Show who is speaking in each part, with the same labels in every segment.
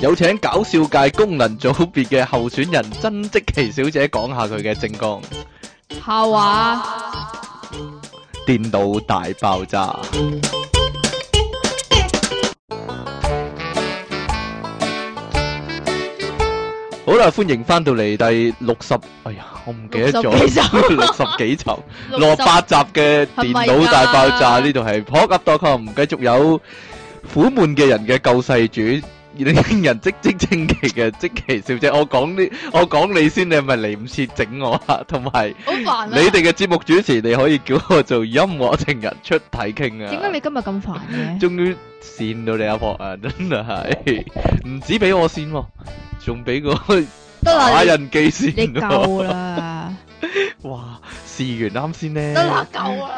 Speaker 1: 有請搞笑界功能組別嘅候選人曾積琪小姐講下佢嘅政綱。
Speaker 2: 下話
Speaker 1: 電腦大爆炸。好啦，歡迎翻到嚟第六十，哎呀，我唔記得咗
Speaker 2: 六十幾集，
Speaker 1: 六十幾集，落八集嘅電腦大爆炸
Speaker 2: 係咪㗎
Speaker 1: 呢度係 p o d c o m 繼續有苦悶嘅人嘅救世主，令人即即稱奇嘅即奇小姐。我講呢，我講你先，你係咪嚟唔切整我啊？同埋。
Speaker 2: 好煩啊！
Speaker 1: 你哋嘅節目主持，你可以叫我做音樂情人出體傾啊！
Speaker 2: 點解你今日咁煩嘅？
Speaker 1: 終於跣到你阿婆啊？ 真係唔止俾我跣喎，仲俾個
Speaker 2: 得
Speaker 1: 打
Speaker 2: 啦，
Speaker 1: 印機跣
Speaker 2: 你你
Speaker 1: 喎！
Speaker 2: 夠啦，
Speaker 1: 哇！試完啱先咧，
Speaker 2: 得啦，夠啦，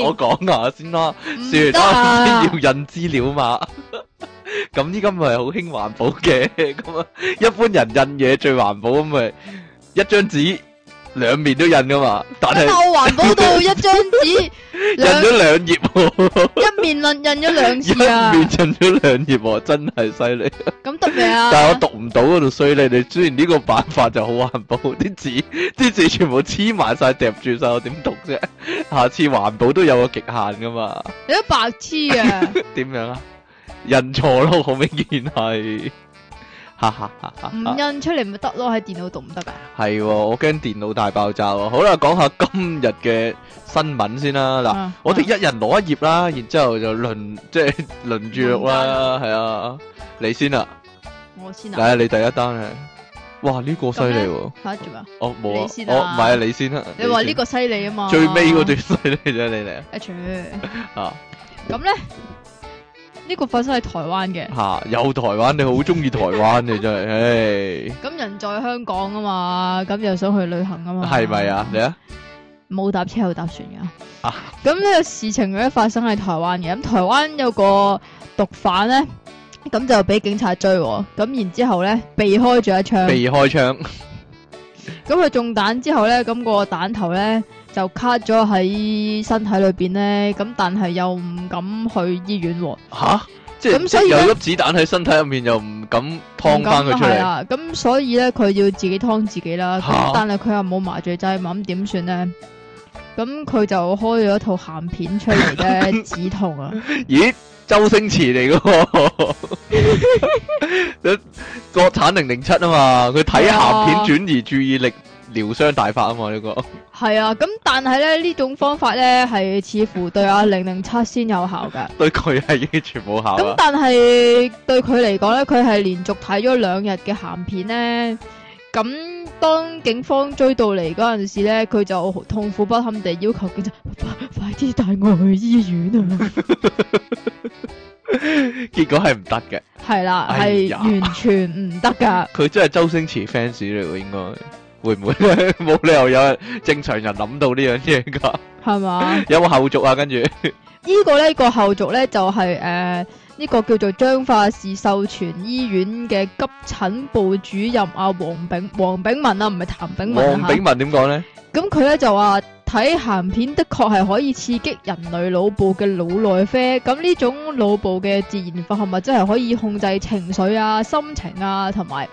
Speaker 1: 我講下先啦，
Speaker 2: 唔
Speaker 1: 試
Speaker 2: 得
Speaker 1: 完啱
Speaker 2: 啊！
Speaker 1: 先 要印資料嘛。 咁依家咪好興環保嘅， 咁啊一般人印嘢最環保咁咪一張紙兩面都印噶嘛，但
Speaker 2: 但
Speaker 1: 係
Speaker 2: 我環保到一張紙
Speaker 1: 印
Speaker 2: 啊兩
Speaker 1: 咗兩頁 喎。
Speaker 2: 一面論印咗兩
Speaker 1: 一
Speaker 2: 次啊，
Speaker 1: 面印咗兩頁喎，真係犀利。
Speaker 2: 咁得未啊？
Speaker 1: 但係我讀唔到嗰度衰你，你雖然呢個辦法就好環保， 啲字啲字全部黐埋晒、疊住晒，我點讀啫？下次環保都有個極限噶嘛？
Speaker 2: 你都白痴啊！
Speaker 1: 點樣啊？印錯咯，好明顯係。哈哈哈哈
Speaker 2: 唔
Speaker 1: 哈！
Speaker 2: 印出嚟咪得咯，喺電腦讀唔得噶。
Speaker 1: 係喎，我驚電腦大爆炸喎。好啦，講下今日嘅新聞先啦。嗱，
Speaker 2: 啊
Speaker 1: 我哋一人攞一頁啦，然之後就輪 即係輪住錄啦，係啊，你先啦。
Speaker 2: 我先
Speaker 1: 嚟
Speaker 2: 啊，
Speaker 1: 啊！你第一單啊！哇，呢個犀利喎！
Speaker 2: 吓做咩啊？
Speaker 1: 哦，冇
Speaker 2: 你
Speaker 1: 啊，
Speaker 2: 先啊
Speaker 1: 我唔係啊，你先啦。
Speaker 2: 你話
Speaker 1: 先
Speaker 2: 呢個犀利啊嘛？
Speaker 1: 最尾嗰段犀利啫，你嚟
Speaker 2: 一除咁
Speaker 1: 啊！
Speaker 2: 咧，呢個發生喺台灣嘅
Speaker 1: 嚇，嚇，有台灣，你好中意台灣，你真係，
Speaker 2: 咁人在香港啊嘛，咁又想去旅行啊嘛，
Speaker 1: 唉，係咪啊？你啊，
Speaker 2: 冇搭車又搭船噶
Speaker 1: 啊。
Speaker 2: 咁呢個事情咧發生喺台灣嘅，咁台灣有個毒販咧，咁就俾警察追喎，咁然之後咧避開咗一槍，
Speaker 1: 避開槍，
Speaker 2: 咁佢中彈之後咧，咁、個彈頭咧就卡咗喺身體裏邊咧，咁但係又唔敢去醫院喎，
Speaker 1: 吓，即係
Speaker 2: 咁所以
Speaker 1: 即係
Speaker 2: 呢
Speaker 1: 有粒子彈喺身體入面，又唔敢劏翻
Speaker 2: 唔敢
Speaker 1: 佢出
Speaker 2: 係
Speaker 1: 嚟，
Speaker 2: 啦，咁所以咧佢要自己劏自己啦，咁
Speaker 1: 嚇
Speaker 2: 但係佢又冇麻醉劑嘛，咁點算咧？咁佢就開咗一套鹹片出 嚟咧止痛啊！
Speaker 1: 咦？周星馳嚟嘅喎， 國產零零七啊嘛，佢睇
Speaker 2: 係啊
Speaker 1: 鹹片轉移注意力療傷大法啊嘛，呢個
Speaker 2: 係啊，咁但係咧呢種方法咧係似乎對阿零零七先有效噶。
Speaker 1: 對佢係完全冇效
Speaker 2: 咁
Speaker 1: 啊！
Speaker 2: 但係對佢嚟講咧，佢係連續睇咗兩日嘅鹹片咧。咁當警方追到嚟嗰陣時咧，佢就痛苦不堪地要求警察快快啲帶我去醫院啊！
Speaker 1: 結果係唔得嘅。
Speaker 2: 係啦，
Speaker 1: 哎
Speaker 2: 係
Speaker 1: 呀
Speaker 2: 完全唔 得噶。
Speaker 1: 佢真係周星馳 fans 嚟喎，應該會 唔會咧？冇理由有人正常人諗到呢樣嘢噶，
Speaker 2: 係嘛？
Speaker 1: 有冇後續啊？跟住
Speaker 2: 呢個呢個後續呢，就係誒呢個叫做彰化市秀全醫院嘅急診部主任啊黃炳黃炳文啊，唔係譚炳文
Speaker 1: 黃
Speaker 2: 啊
Speaker 1: 炳文點講咧？
Speaker 2: 嚇咁佢呢就話睇鹹片的確係可以刺激人類腦部嘅腦內啡，咁呢種腦部嘅自然化合物真係可以控制情緒啊、心情啊，同埋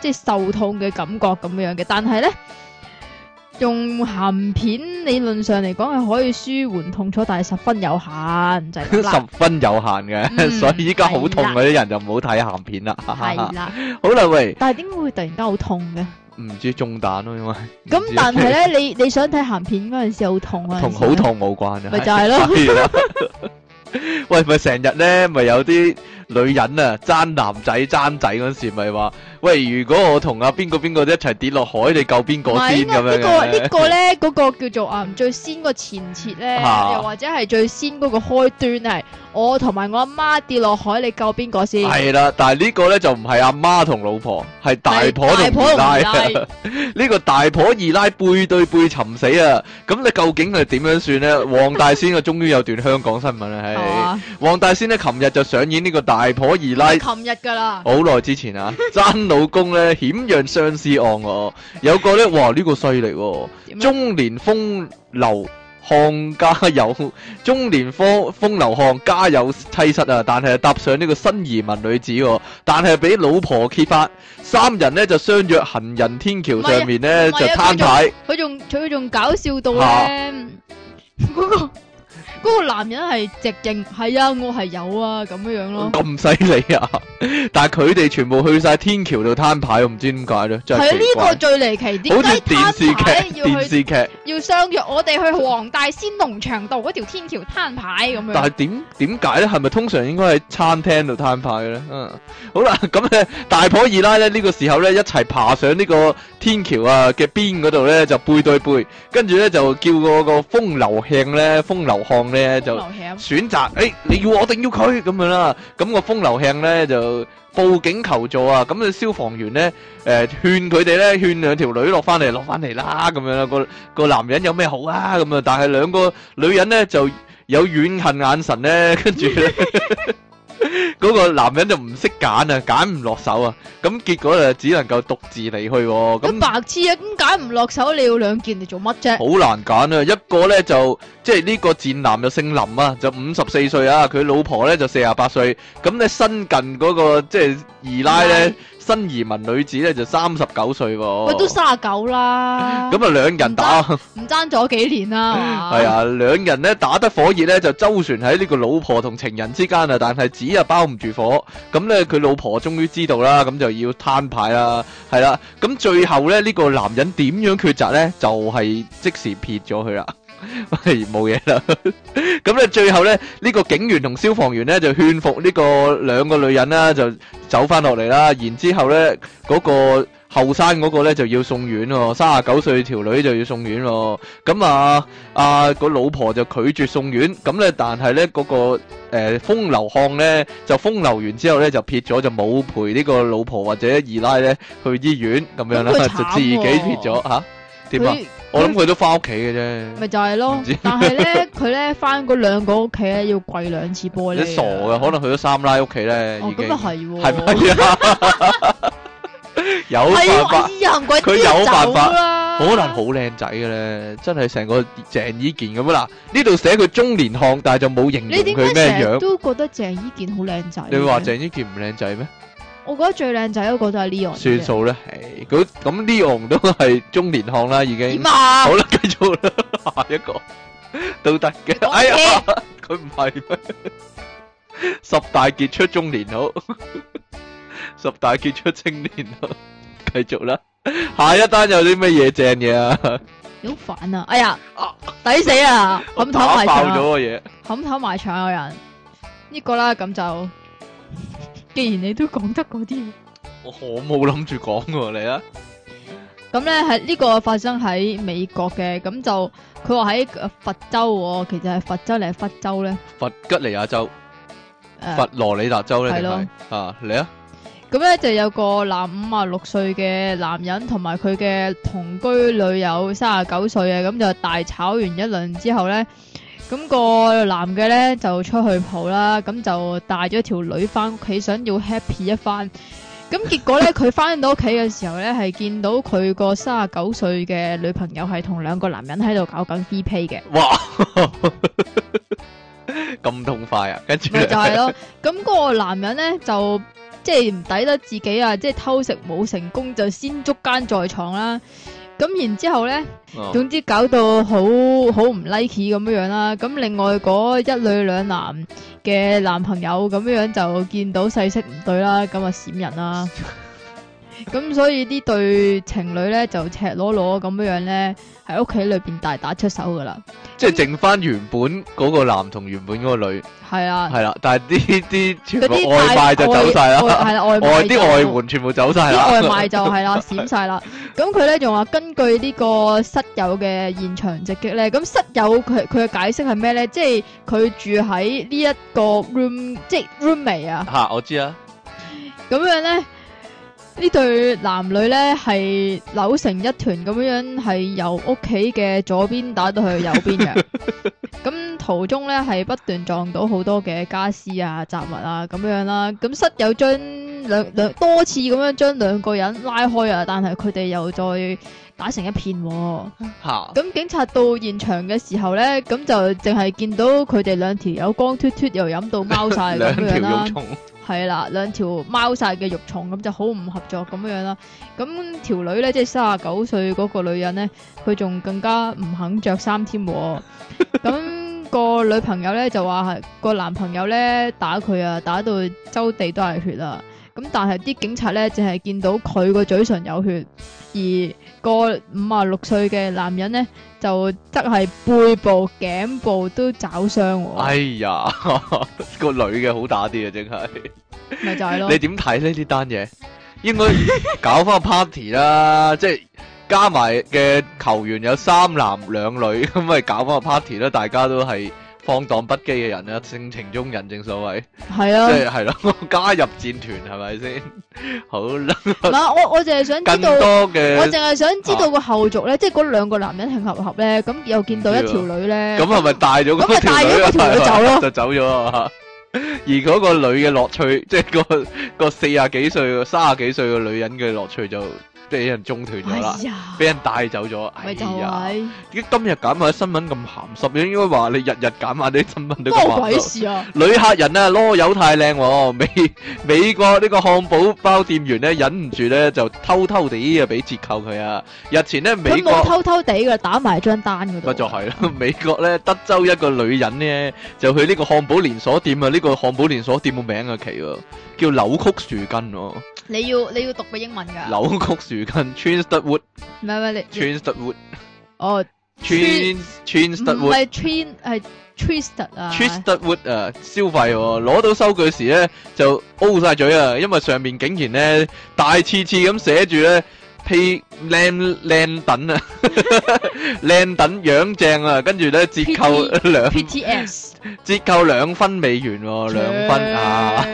Speaker 2: 即係受痛嘅感覺咁樣嘅。但係呢，用鹹片理論上嚟講係可以舒緩痛楚，但係十分有限，就 係咁啦。
Speaker 1: 十分有限嘅，
Speaker 2: 嗯
Speaker 1: 所以依家好痛嗰啲人就唔好睇鹹片啦。
Speaker 2: 系 啦，
Speaker 1: 好啦，喂，
Speaker 2: 但系點解會突然間好痛嘅？
Speaker 1: 唔知中彈咯，因為唔
Speaker 2: 咁
Speaker 1: 知
Speaker 2: 但係咧，你你想睇鹹片嗰陣時好痛啊，
Speaker 1: 同好，痛冇關嘅，
Speaker 2: 咪就係咯。
Speaker 1: 係啦喂，咪成日咧，咪有啲女人啊，爭男仔爭仔嗰時，咪話喂，如果我同啊邊個邊個一齊跌落海，你救邊個
Speaker 2: 唔係
Speaker 1: 先
Speaker 2: 應
Speaker 1: 咁
Speaker 2: 該
Speaker 1: 樣
Speaker 2: 呢
Speaker 1: 嘅
Speaker 2: 個呢個咧，嗰個叫做啊最先個前設咧，
Speaker 1: 啊
Speaker 2: 又或者係最先嗰個開端係我同埋我阿媽跌落海，你救邊個先？
Speaker 1: 系啦，但系呢個咧就唔係阿媽同老婆，係大婆
Speaker 2: 係大
Speaker 1: 同
Speaker 2: 婆同
Speaker 1: 二奶。啊
Speaker 2: 二 奶
Speaker 1: 呢個大婆二奶背對背尋死啊！咁你究竟係點樣算呢？黃大仙啊，終於有段香港新聞啦，
Speaker 2: 係
Speaker 1: 係
Speaker 2: 嘛？
Speaker 1: 黃大仙呢，琴日就上演呢個大婆二 奶。
Speaker 2: 琴日㗎啦，
Speaker 1: 好耐之前啊，爭老公呢險釀相思案喎、有個呢，哇呢、個犀利喎，
Speaker 2: 點啊
Speaker 1: 中年風流漢家有中年科風流漢家有妻室啊，但係搭上呢個新移民女子喎，但係俾老婆揭發，三人呢就相約行人天橋上面呢
Speaker 2: 唔係啊
Speaker 1: 就攤牌，
Speaker 2: 佢仲佢仲搞笑到
Speaker 1: 嚇
Speaker 2: 咧， 嗰個嗰個男人係直認係啊，我係有啊咁樣樣咯。
Speaker 1: 咁犀利啊！但係佢哋全部去晒天橋度攤牌，我唔知點解咧，真
Speaker 2: 係
Speaker 1: 係
Speaker 2: 啊，
Speaker 1: 奇
Speaker 2: 呢個
Speaker 1: 怪。
Speaker 2: 最離奇，點
Speaker 1: 好
Speaker 2: 解
Speaker 1: 似電視
Speaker 2: 攤牌
Speaker 1: 劇，
Speaker 2: 要
Speaker 1: 電
Speaker 2: 去
Speaker 1: 視劇，
Speaker 2: 要相約我哋去黃大仙農場道嗰條天橋攤牌咁樣？
Speaker 1: 但係點點解咧？係咪通常應該喺餐廳度攤牌嘅咧？嗯，好啦， 咁咧大婆二奶咧呢、呢個時候咧一齊爬上呢個天橋啊嘅邊嗰度咧就背對背，跟住咧就叫嗰個風流慶咧風流漢咧就。
Speaker 2: 流血啊
Speaker 1: 選擇，誒、你要我定要佢咁樣啦。咁、個風流慶咧就報警求助啊。咁啊消防員咧誒、勸佢哋咧勸兩條女落翻嚟，落翻嚟啦咁樣啦。個個男人有咩好啊咁啊？但係兩個女人咧就有怨恨眼神咧， 跟住咧嗰個男人就唔識揀啊，揀唔落手啊。咁結果就只能夠獨自離去喎、
Speaker 2: 咁
Speaker 1: 咁
Speaker 2: 白痴啊！點解唔落手？你要兩件嚟做乜 啫？
Speaker 1: 好難揀啊！一個呢就即係呢個賤男就姓林啊，就五十四歲啊，佢老婆呢就四廿八歲。咁呢新近嗰、個即係二奶呢，新移民女子呢就三十九歲
Speaker 2: 喂，都
Speaker 1: 喎。
Speaker 2: 三十九啦，
Speaker 1: 咁啊兩人打，
Speaker 2: 唔爭咗幾年啦，嘛
Speaker 1: 係，啊兩人呢打得火熱呢，就周旋喺呢個老婆同情人之間啊，但係紙啊包唔住火。咁呢，佢老婆終於知道啦，咁就要攤牌啦，係啦。咁最後呢，呢、個男人點樣抉擇呢？就係、即時撇咗佢啦。 係冇嘢啦。咁咧最後咧，呢、個警員同消防員咧就勸服呢個兩個女人啦，就走翻落嚟啦。然之後咧，嗰、個後生嗰個咧就要送院喎，三十九歲條女就要送院喎。咁啊啊個老婆就拒絕送院，咁咧但係咧嗰個。誒、風流漢咧就風流完之後咧就撇咗就冇陪呢個老婆或者二奶咧去醫院咁樣啦，
Speaker 2: 咁佢
Speaker 1: 就自己
Speaker 2: 慘喎
Speaker 1: 撇咗嚇點啊？
Speaker 2: 佢
Speaker 1: 我諗佢都翻屋企嘅啫。
Speaker 2: 咪就係咯
Speaker 1: 唔知，
Speaker 2: 但係咧佢咧翻嗰兩個屋企咧要跪兩次玻璃，
Speaker 1: 你傻嘅，可能去咗三奶屋企咧，
Speaker 2: 哦
Speaker 1: 已經
Speaker 2: 咁啊係喎，
Speaker 1: 係咪啊？ 有
Speaker 2: 係
Speaker 1: 辦
Speaker 2: 喎，哎
Speaker 1: 法，
Speaker 2: 呀唔怪
Speaker 1: 佢有辦法
Speaker 2: 法
Speaker 1: 可能好靚仔嘅咧，真係成個鄭伊健咁啊！嗱，呢度寫佢中年漢，但係就冇形容
Speaker 2: 你點解
Speaker 1: 佢咩
Speaker 2: 成日
Speaker 1: 樣。
Speaker 2: 都覺得鄭伊健好靚仔？
Speaker 1: 你話？鄭伊健唔靚仔咩？
Speaker 2: 我覺得最靚仔嗰個都係 Leon 嘅。
Speaker 1: 算數啦，係咁咁 Leon 都係中年漢啦，已經
Speaker 2: 點。啊
Speaker 1: 好？啦，繼續啦， 下一個都得嘅。哎呀！ 佢唔係咩？十大傑出中年好， 十大傑出青年好，繼續啦。下一單有啲乜嘢正嘢啊？
Speaker 2: 你好煩啊！哎呀
Speaker 1: 啊，
Speaker 2: 抵死啊！冚頭
Speaker 1: 打
Speaker 2: 埋
Speaker 1: 爆
Speaker 2: 牆啊
Speaker 1: 咗！個嘢，
Speaker 2: 冚頭埋牆有人呢個啦，咁就既然你都講得嗰啲，
Speaker 1: 我我冇諗住講喎，你啊，
Speaker 2: 咁咧係呢個發生喺美國嘅，咁就佢話喺呃佛州喎，其實係佛州定係佛州咧？
Speaker 1: 佛吉尼亞州、
Speaker 2: 誒
Speaker 1: 佛羅里達州咧，
Speaker 2: 啊係
Speaker 1: 定
Speaker 2: 咯
Speaker 1: 係啊？你啊，
Speaker 2: 咁咧就有個男五啊六歲嘅男人同埋佢嘅同居女友三十九歲嘅，咁就大炒完一輪之後咧，咁、個男嘅咧就出去蒲啦，咁就帶咗條女翻屋企，想要 happy 一番。咁結果咧，佢翻到屋企嘅時候咧，係見到佢個三十九歲嘅女朋友係同兩個男人喺度搞緊 free play 嘅。
Speaker 1: 哇， 咁痛快啊！跟住
Speaker 2: 咪
Speaker 1: 呢
Speaker 2: 就係咯。咁嗰個男人咧就即係唔抵得自己啊，即係偷食冇成功就先捉奸在床啦。咁然之後咧，
Speaker 1: 哦
Speaker 2: 總之搞到好好唔 like 咁樣樣啦。咁另外嗰一女兩男嘅男朋友咁樣樣就見到勢色唔對啦，咁啊閃 人啦。咁所以呢對情侶咧就赤裸裸咁樣樣咧喺屋企裏邊大打出手噶啦，
Speaker 1: 即係剩翻原本嗰個男同原本嗰個女，
Speaker 2: 係啦，
Speaker 1: 係啦，但係啲啲全
Speaker 2: 啊嗰
Speaker 1: 部
Speaker 2: 啲
Speaker 1: 外
Speaker 2: 大
Speaker 1: 賣就走晒
Speaker 2: 外
Speaker 1: 啦
Speaker 2: 外。係啦，外
Speaker 1: 外
Speaker 2: 賣
Speaker 1: 啲
Speaker 2: 就
Speaker 1: 外援全部走晒啦，
Speaker 2: 啲外賣就係啦，閃晒啦。咁佢咧仲話根據呢個室友嘅現場直擊咧，咁室友佢佢嘅解釋係咩咧？即係佢住喺呢一個 room，即係 roommate 啊。
Speaker 1: 吓、我知啊，
Speaker 2: 咁樣咧，呢對男女咧係扭成一團咁樣，係由屋企嘅左邊打到去右邊嘅。咁途中咧係不斷撞到好多嘅家私啊、雜物啊咁樣啦。咁室友將兩兩多次咁樣將兩個人拉開啊，但係佢哋又再打成一片、喎。
Speaker 1: 吓
Speaker 2: 咁警察到現場嘅時候咧，咁就淨係見到佢哋兩條友光脱脱，又飲到貓晒咁
Speaker 1: 兩條
Speaker 2: 樣啦
Speaker 1: 肉。蟲，
Speaker 2: 係啦，兩條貓晒嘅肉蟲咁就好唔合作咁樣啦。咁條女咧，即係三十九歲嗰個女人咧，佢仲更加唔肯着衫添喎。咁個女朋友咧就話係個男朋友咧打佢啊，打到周地都係血啊。咁但係啲警察咧，淨係見到佢個嘴唇有血，而個五啊六歲嘅男人咧就則係背部、頸部都找傷喎，
Speaker 1: 哎呀， 個女嘅好打啲啊，真係。
Speaker 2: 咪就係咯
Speaker 1: 你。點睇呢呢單嘢？應該搞翻 party 啦，即係加埋嘅球員有三男兩女，咁咪搞翻個 party 啦。大家都係放蕩不羈嘅人啦，性情中人，正 所謂，
Speaker 2: 係啊
Speaker 1: 即。係係咯， 加入戰團係咪先？ 好啦，
Speaker 2: 唔係，我我淨係想知
Speaker 1: 更
Speaker 2: 道，
Speaker 1: 多
Speaker 2: 我
Speaker 1: 嘅
Speaker 2: 淨係想知道個後續
Speaker 1: 啊
Speaker 2: 咧，即係嗰兩個男人係合唔合咧？咁又見到一條女咧，
Speaker 1: 咁係啊咪帶咗
Speaker 2: 咁咪
Speaker 1: 嗰條
Speaker 2: 帶咗
Speaker 1: 女
Speaker 2: 嗰條女
Speaker 1: 係
Speaker 2: 走
Speaker 1: 咪
Speaker 2: 咯
Speaker 1: 就走咗啊！而嗰個女嘅樂趣， 即係個個四廿幾歲、三廿幾歲嘅女人嘅樂趣就俾人中斷咗啦
Speaker 2: 哎。呀，
Speaker 1: 俾人帶走咗，哎
Speaker 2: 咪就
Speaker 1: 呀！
Speaker 2: 係
Speaker 1: 咦今日揀埋啲新聞咁鹹濕，應該話你日日揀埋啲新聞都咁
Speaker 2: 關我
Speaker 1: 鹹
Speaker 2: 鬼
Speaker 1: 濕。
Speaker 2: 事啊！
Speaker 1: 女客人啊，啰柚太靚喎，美美國呢個漢堡包店員咧忍唔住咧就偷偷地啊俾折扣佢啊！日前咧美
Speaker 2: 佢
Speaker 1: 國
Speaker 2: 冇偷偷地噶，打埋張單嗰度。
Speaker 1: 咪就係咯， 美國咧德州一個女人咧就去呢個漢堡連鎖店啊，呢、個漢堡連鎖店個名啊奇喎，叫扭曲樹根喎，
Speaker 2: 你要你要讀個英文㗎，
Speaker 1: 扭曲樹根 t r i n s t e d Wood
Speaker 2: 唔係唔係
Speaker 1: t r i
Speaker 2: 你
Speaker 1: n s t e d Wood
Speaker 2: 哦，
Speaker 1: t r i n t r i n
Speaker 2: 唔
Speaker 1: s t e d Wood
Speaker 2: 係 train 係 twisted 啊
Speaker 1: t r i s t e d Wood 啊，消費喎、攞到收據時咧就 O 晒嘴啊，因為上面竟然咧大次次咁寫住咧 pay 靚靚等啊， 靚等樣正啊，跟住咧折扣兩
Speaker 2: PTS
Speaker 1: 折扣兩分美元喎、兩分啊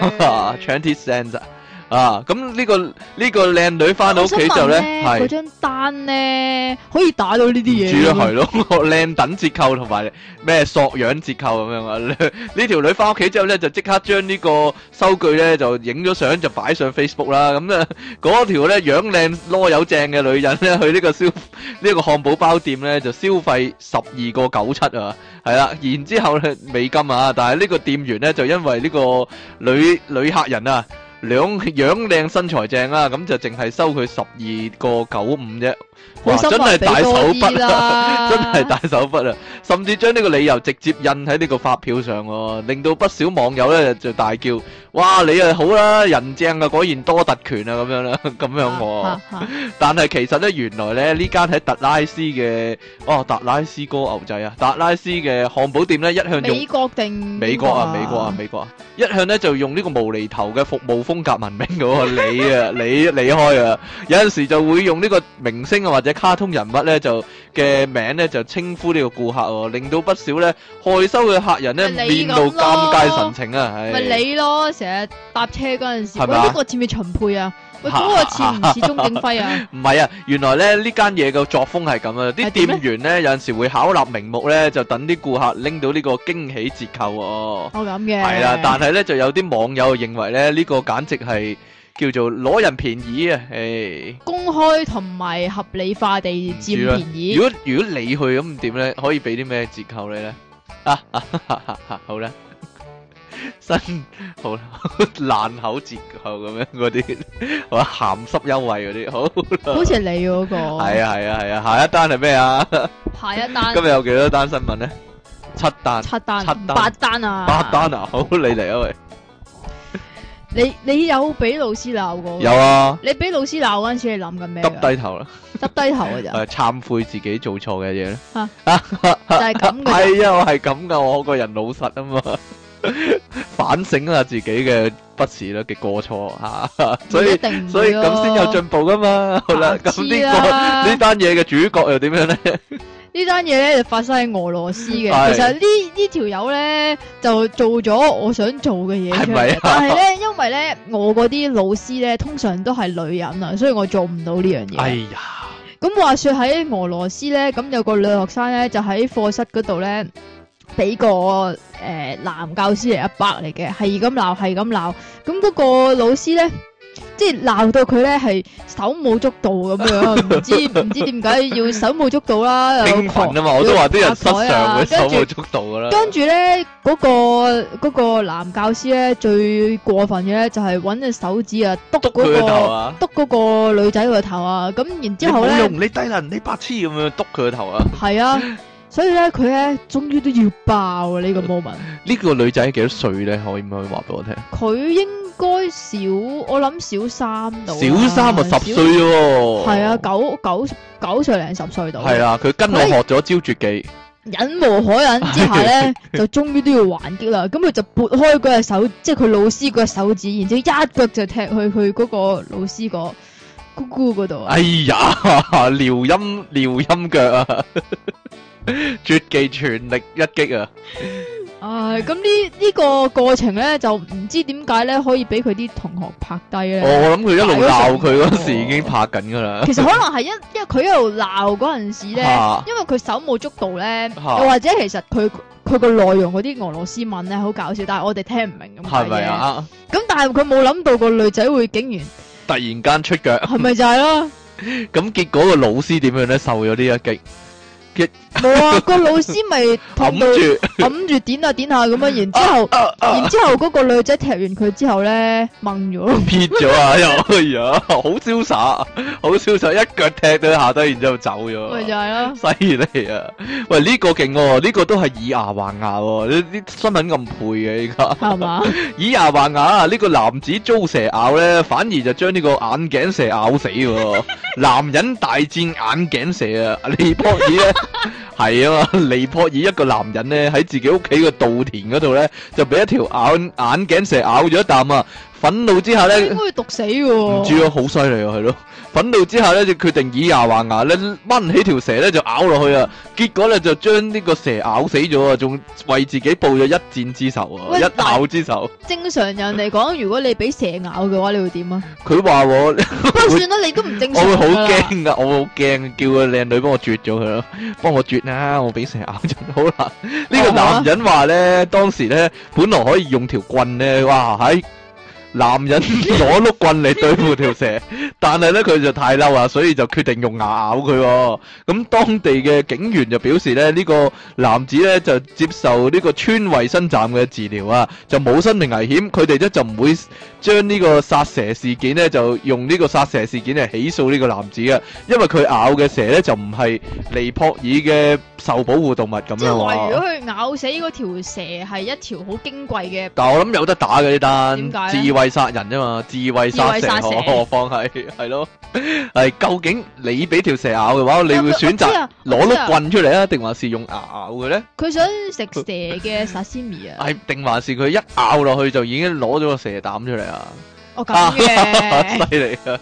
Speaker 1: twenty cents 啊，啊咁呢、個呢、個靚女翻到屋企就咧係。
Speaker 2: 我想問呢嗰張單咧可以打到呢啲
Speaker 1: 唔
Speaker 2: 嘢。
Speaker 1: 知啊，係咯，靚等折扣同埋咩索樣折扣咁樣啊！ 呢條女翻屋企之後咧，就即刻將呢個收據咧就影咗相就擺上 Facebook 啦。咁啊， 嗰條咧樣靚啰柚正嘅女人咧，去呢個消 呢個漢堡包店咧就消費十二個九七啊，係啦。然之後咧美金啊，但係呢個店員咧就因為呢個女女客人啊。兩樣靚身材正啦，咁就淨係收佢十二個九五啫，哇！
Speaker 2: 好心
Speaker 1: 真
Speaker 2: 話
Speaker 1: 係
Speaker 2: 俾
Speaker 1: 大手
Speaker 2: 多啲
Speaker 1: 筆啊！
Speaker 2: 啦，
Speaker 1: 真係大手筆啊！甚至將呢個理由直接印喺呢個發票上喎，令到不少網友咧就大叫：哇！你啊好啦，人正啊，果然多特權啊咁樣啦， 咁樣喎、
Speaker 2: 啊啊啊
Speaker 1: 但係其實咧，原來咧呢間喺特拉斯嘅哦，特拉斯哥牛仔啊，特拉斯嘅漢堡店咧一向用
Speaker 2: 美國定
Speaker 1: 美國啊，美 國啊，美國啊，一向咧就用呢個無厘頭嘅服務風格聞名嘅喎，你啊，你你開啊，有陣時就會用呢個明星啊或者卡通人物咧就嘅名咧就稱呼呢個顧客喎，令到不少咧害羞嘅客人咧
Speaker 2: 咪你咁
Speaker 1: 面露尷尬神情啊，唉
Speaker 2: 咪你咯，成日搭車嗰陣時，
Speaker 1: 係
Speaker 2: 喂
Speaker 1: 咪啊
Speaker 2: 呢個似唔似秦 沛啊？喂嗰個似唔似鐘景輝啊？
Speaker 1: 唔係啊，原來咧呢間嘢嘅作風係咁啊，啲
Speaker 2: 係點
Speaker 1: 店
Speaker 2: 咧
Speaker 1: 員咧有陣時會巧立名目咧，就等啲顧客拎到呢個驚喜折扣喎、
Speaker 2: 我咁嘅
Speaker 1: 係啦，但係咧就有啲網友認為咧呢、個簡直係叫做攞人便宜啊！誒，
Speaker 2: 公開同埋合理化地佔便
Speaker 1: 啊
Speaker 2: 宜
Speaker 1: 如，果如果你去咁點咧，可以俾啲咩折扣你咧？啊， 啊哈哈哈好啦，新好啦， 爛口折扣咁樣嗰啲， 或者鹹濕優惠嗰啲，好
Speaker 2: 好似係你嗰個
Speaker 1: 呃係啊係啊係啊！下一單係咩啊？
Speaker 2: 排一單
Speaker 1: 今日有幾多單新聞咧？七單，
Speaker 2: 七
Speaker 1: 七
Speaker 2: 單
Speaker 1: 單
Speaker 2: 八單啊，
Speaker 1: 八。單啊！好，你嚟啊喂，
Speaker 2: 你你有俾老師鬧過？
Speaker 1: 有。啊，
Speaker 2: 你俾老師鬧嗰陣時，你諗緊咩
Speaker 1: 耷
Speaker 2: 㗎？
Speaker 1: 低頭啦。
Speaker 2: 耷低頭㗎咋，
Speaker 1: 诶，忏悔自己做錯嘅嘢咧。
Speaker 2: 啊就係咁嘅啫。
Speaker 1: 係啊，我係咁噶，我個人老實啊嘛， 反省下自己嘅不是啦嘅過錯吓， 所
Speaker 2: 唔一
Speaker 1: 以
Speaker 2: 定唔會
Speaker 1: 所以咁先有
Speaker 2: 咯
Speaker 1: 進步噶嘛。 好啦，咁
Speaker 2: 白痴
Speaker 1: 呢個
Speaker 2: 啦
Speaker 1: 呢單嘢嘅主角又點 樣咧？
Speaker 2: 呢單嘢咧就發生喺俄羅斯
Speaker 1: 係
Speaker 2: 嘅，其實呢呢條友咧就做咗我想做嘅嘢出
Speaker 1: 係咪
Speaker 2: 嚟
Speaker 1: 啊，
Speaker 2: 但係咧因為咧我嗰啲老師咧通常都係女人啊，所以我做唔到呢樣
Speaker 1: 哎
Speaker 2: 嘢。
Speaker 1: 呀，
Speaker 2: 咁話說喺俄羅斯咧，咁有個女學生咧就喺課室嗰度咧俾個誒、呃男教師嚟一巴嚟嘅，係咁鬧係咁鬧，咁嗰個老師咧即係鬧到佢咧係手舞足蹈咁樣，唔知唔知點解要手舞足蹈啦， 又
Speaker 1: 興
Speaker 2: 狂
Speaker 1: 奮啊嘛，我都話啲人失常
Speaker 2: 要拍
Speaker 1: 會手
Speaker 2: 台啊跟住
Speaker 1: 舞足蹈噶啦。
Speaker 2: 跟住咧，嗰、個嗰個男教師咧最過分嘅咧，就係揾隻手指啊，篤
Speaker 1: 篤
Speaker 2: 嗰、
Speaker 1: 佢個頭
Speaker 2: 個
Speaker 1: 啊！
Speaker 2: 篤嗰個女仔個頭啊，咁然之
Speaker 1: 你
Speaker 2: 後
Speaker 1: 冇
Speaker 2: 咧
Speaker 1: 用，你低能，你白痴咁樣篤佢個頭啊！
Speaker 2: 係啊，所以咧佢咧終於都要爆啊呢、 個 moment，
Speaker 1: 呢個女仔幾多歲咧？可以唔可以話俾我聽？
Speaker 2: 佢應該小我諗小三度啊，
Speaker 1: 小三啊，十歲
Speaker 2: 小，
Speaker 1: 啫喎。
Speaker 2: 係啊，九九九歲零十歲度，
Speaker 1: 係啦，佢跟我
Speaker 2: 佢
Speaker 1: 學咗招絕技，
Speaker 2: 忍無可忍之下 咧，就終於都要還擊啦。咁佢就撥開嗰隻手，即係佢老師嗰隻手指，然之後一腳就踢去佢嗰個老師個姑姑嗰度啊。
Speaker 1: 哎呀， 撩陰撩陰腳啊， 絕技全力一擊啊！
Speaker 2: 唉，咁呢呢個過程咧，就唔知點解咧，可以俾佢啲同學拍低
Speaker 1: 我
Speaker 2: 咧。
Speaker 1: 我諗佢一路鬧佢嗰時已經拍緊噶啦，
Speaker 2: 其實可能係因因為佢一路鬧嗰陣時 咧，
Speaker 1: 嚇
Speaker 2: 因為佢手舞足蹈咧，
Speaker 1: 嚇
Speaker 2: 又或者其實佢佢個內容嗰啲俄羅斯文咧好搞笑，但係我哋聽唔明咁解
Speaker 1: 係
Speaker 2: 嘅
Speaker 1: 咪？啊？
Speaker 2: 咁但係佢冇諗到個女仔會竟然
Speaker 1: 突然間出腳，
Speaker 2: 係咪就係咯？
Speaker 1: 咁結果個老師點樣咧？受咗呢一擊，
Speaker 2: 冇啊，個老師咪
Speaker 1: 揞
Speaker 2: 痛到
Speaker 1: 住
Speaker 2: 揞住點下點下咁樣，然之後，
Speaker 1: 啊啊
Speaker 2: 然之後嗰個女仔踢完佢之後咧，掹咗，
Speaker 1: 撇咗啊！又哎呀，好瀟灑，好瀟灑，一腳踢到下低，然之後走
Speaker 2: 咪就
Speaker 1: 咗。
Speaker 2: 係咯。
Speaker 1: 犀利啊！喂，呢、個勁喎，呢、個都係以牙還牙喎、呢啲新聞咁配嘅，而家
Speaker 2: 係嘛？
Speaker 1: 以牙還牙啊！呢、個男子遭蛇咬咧，反而就將呢個眼鏡蛇咬死喎。男人大戰眼鏡蛇啊！尼泊爾咧係啊嘛，尼泊爾一個男人咧喺自己屋企個稻田嗰度咧，就俾一條眼眼鏡蛇咬咗一啖啊！憤怒之下咧
Speaker 2: 應。該會毒死
Speaker 1: 唔
Speaker 2: 嘅
Speaker 1: 知
Speaker 2: 喎。
Speaker 1: 啊，好犀利啊，係咯！憤怒之下咧，就決定以牙還牙咧，掹起條蛇咧就咬落去啊！結果咧就將呢個蛇咬死咗啊，仲為自己報咗一箭之仇啊，
Speaker 2: 喂
Speaker 1: 一咬之仇。
Speaker 2: 正常人嚟講，如果你俾蛇咬嘅話，你會點啊？
Speaker 1: 佢話 我，
Speaker 2: 不過算啦，你都唔正
Speaker 1: 我
Speaker 2: 常
Speaker 1: 會好
Speaker 2: 㗎啦。
Speaker 1: 驚噶，我會好驚，叫個靚女幫我絕咗佢咯，幫我絕啦，我俾蛇咬咗。好啦，呢個男
Speaker 2: 啊
Speaker 1: 人話咧，當時咧本來可以用條棍咧，哇喺。男人攞碌棍嚟對付條蛇，但係咧佢就太嬲啊，所以就決定用牙咬佢、喎。咁當地嘅警員就表示咧，呢、個男子咧就接受呢個村衞生站嘅治療啊，就冇生命危險。佢哋咧就唔會將呢個殺蛇事件咧，就用呢個殺蛇事件嚟起訴呢個男子嘅，因為佢咬嘅蛇咧就唔係尼泊爾嘅受保護動物咁
Speaker 2: 即
Speaker 1: 樣
Speaker 2: 係話，如
Speaker 1: 喎。
Speaker 2: 果佢咬死嗰條蛇係一條好矜貴嘅，
Speaker 1: 但我諗有得打嘅呢單
Speaker 2: 點，解
Speaker 1: 智
Speaker 2: 咧
Speaker 1: 慧殺人啫嘛，智慧殺
Speaker 2: 智慧
Speaker 1: 蛇
Speaker 2: 殺蛇
Speaker 1: 何況係 係咯，係究竟你俾條蛇咬嘅話，你會選
Speaker 2: 我知
Speaker 1: 擇
Speaker 2: 啊
Speaker 1: 攞
Speaker 2: 我知啊
Speaker 1: 碌棍出嚟啊，定還是用牙咬嘅咧？
Speaker 2: 佢想食蛇嘅 sashimi 啊！
Speaker 1: 係定還是佢一咬落去就已經攞咗個蛇膽出嚟啊？
Speaker 2: 哦咁 嘅，
Speaker 1: 犀利啊！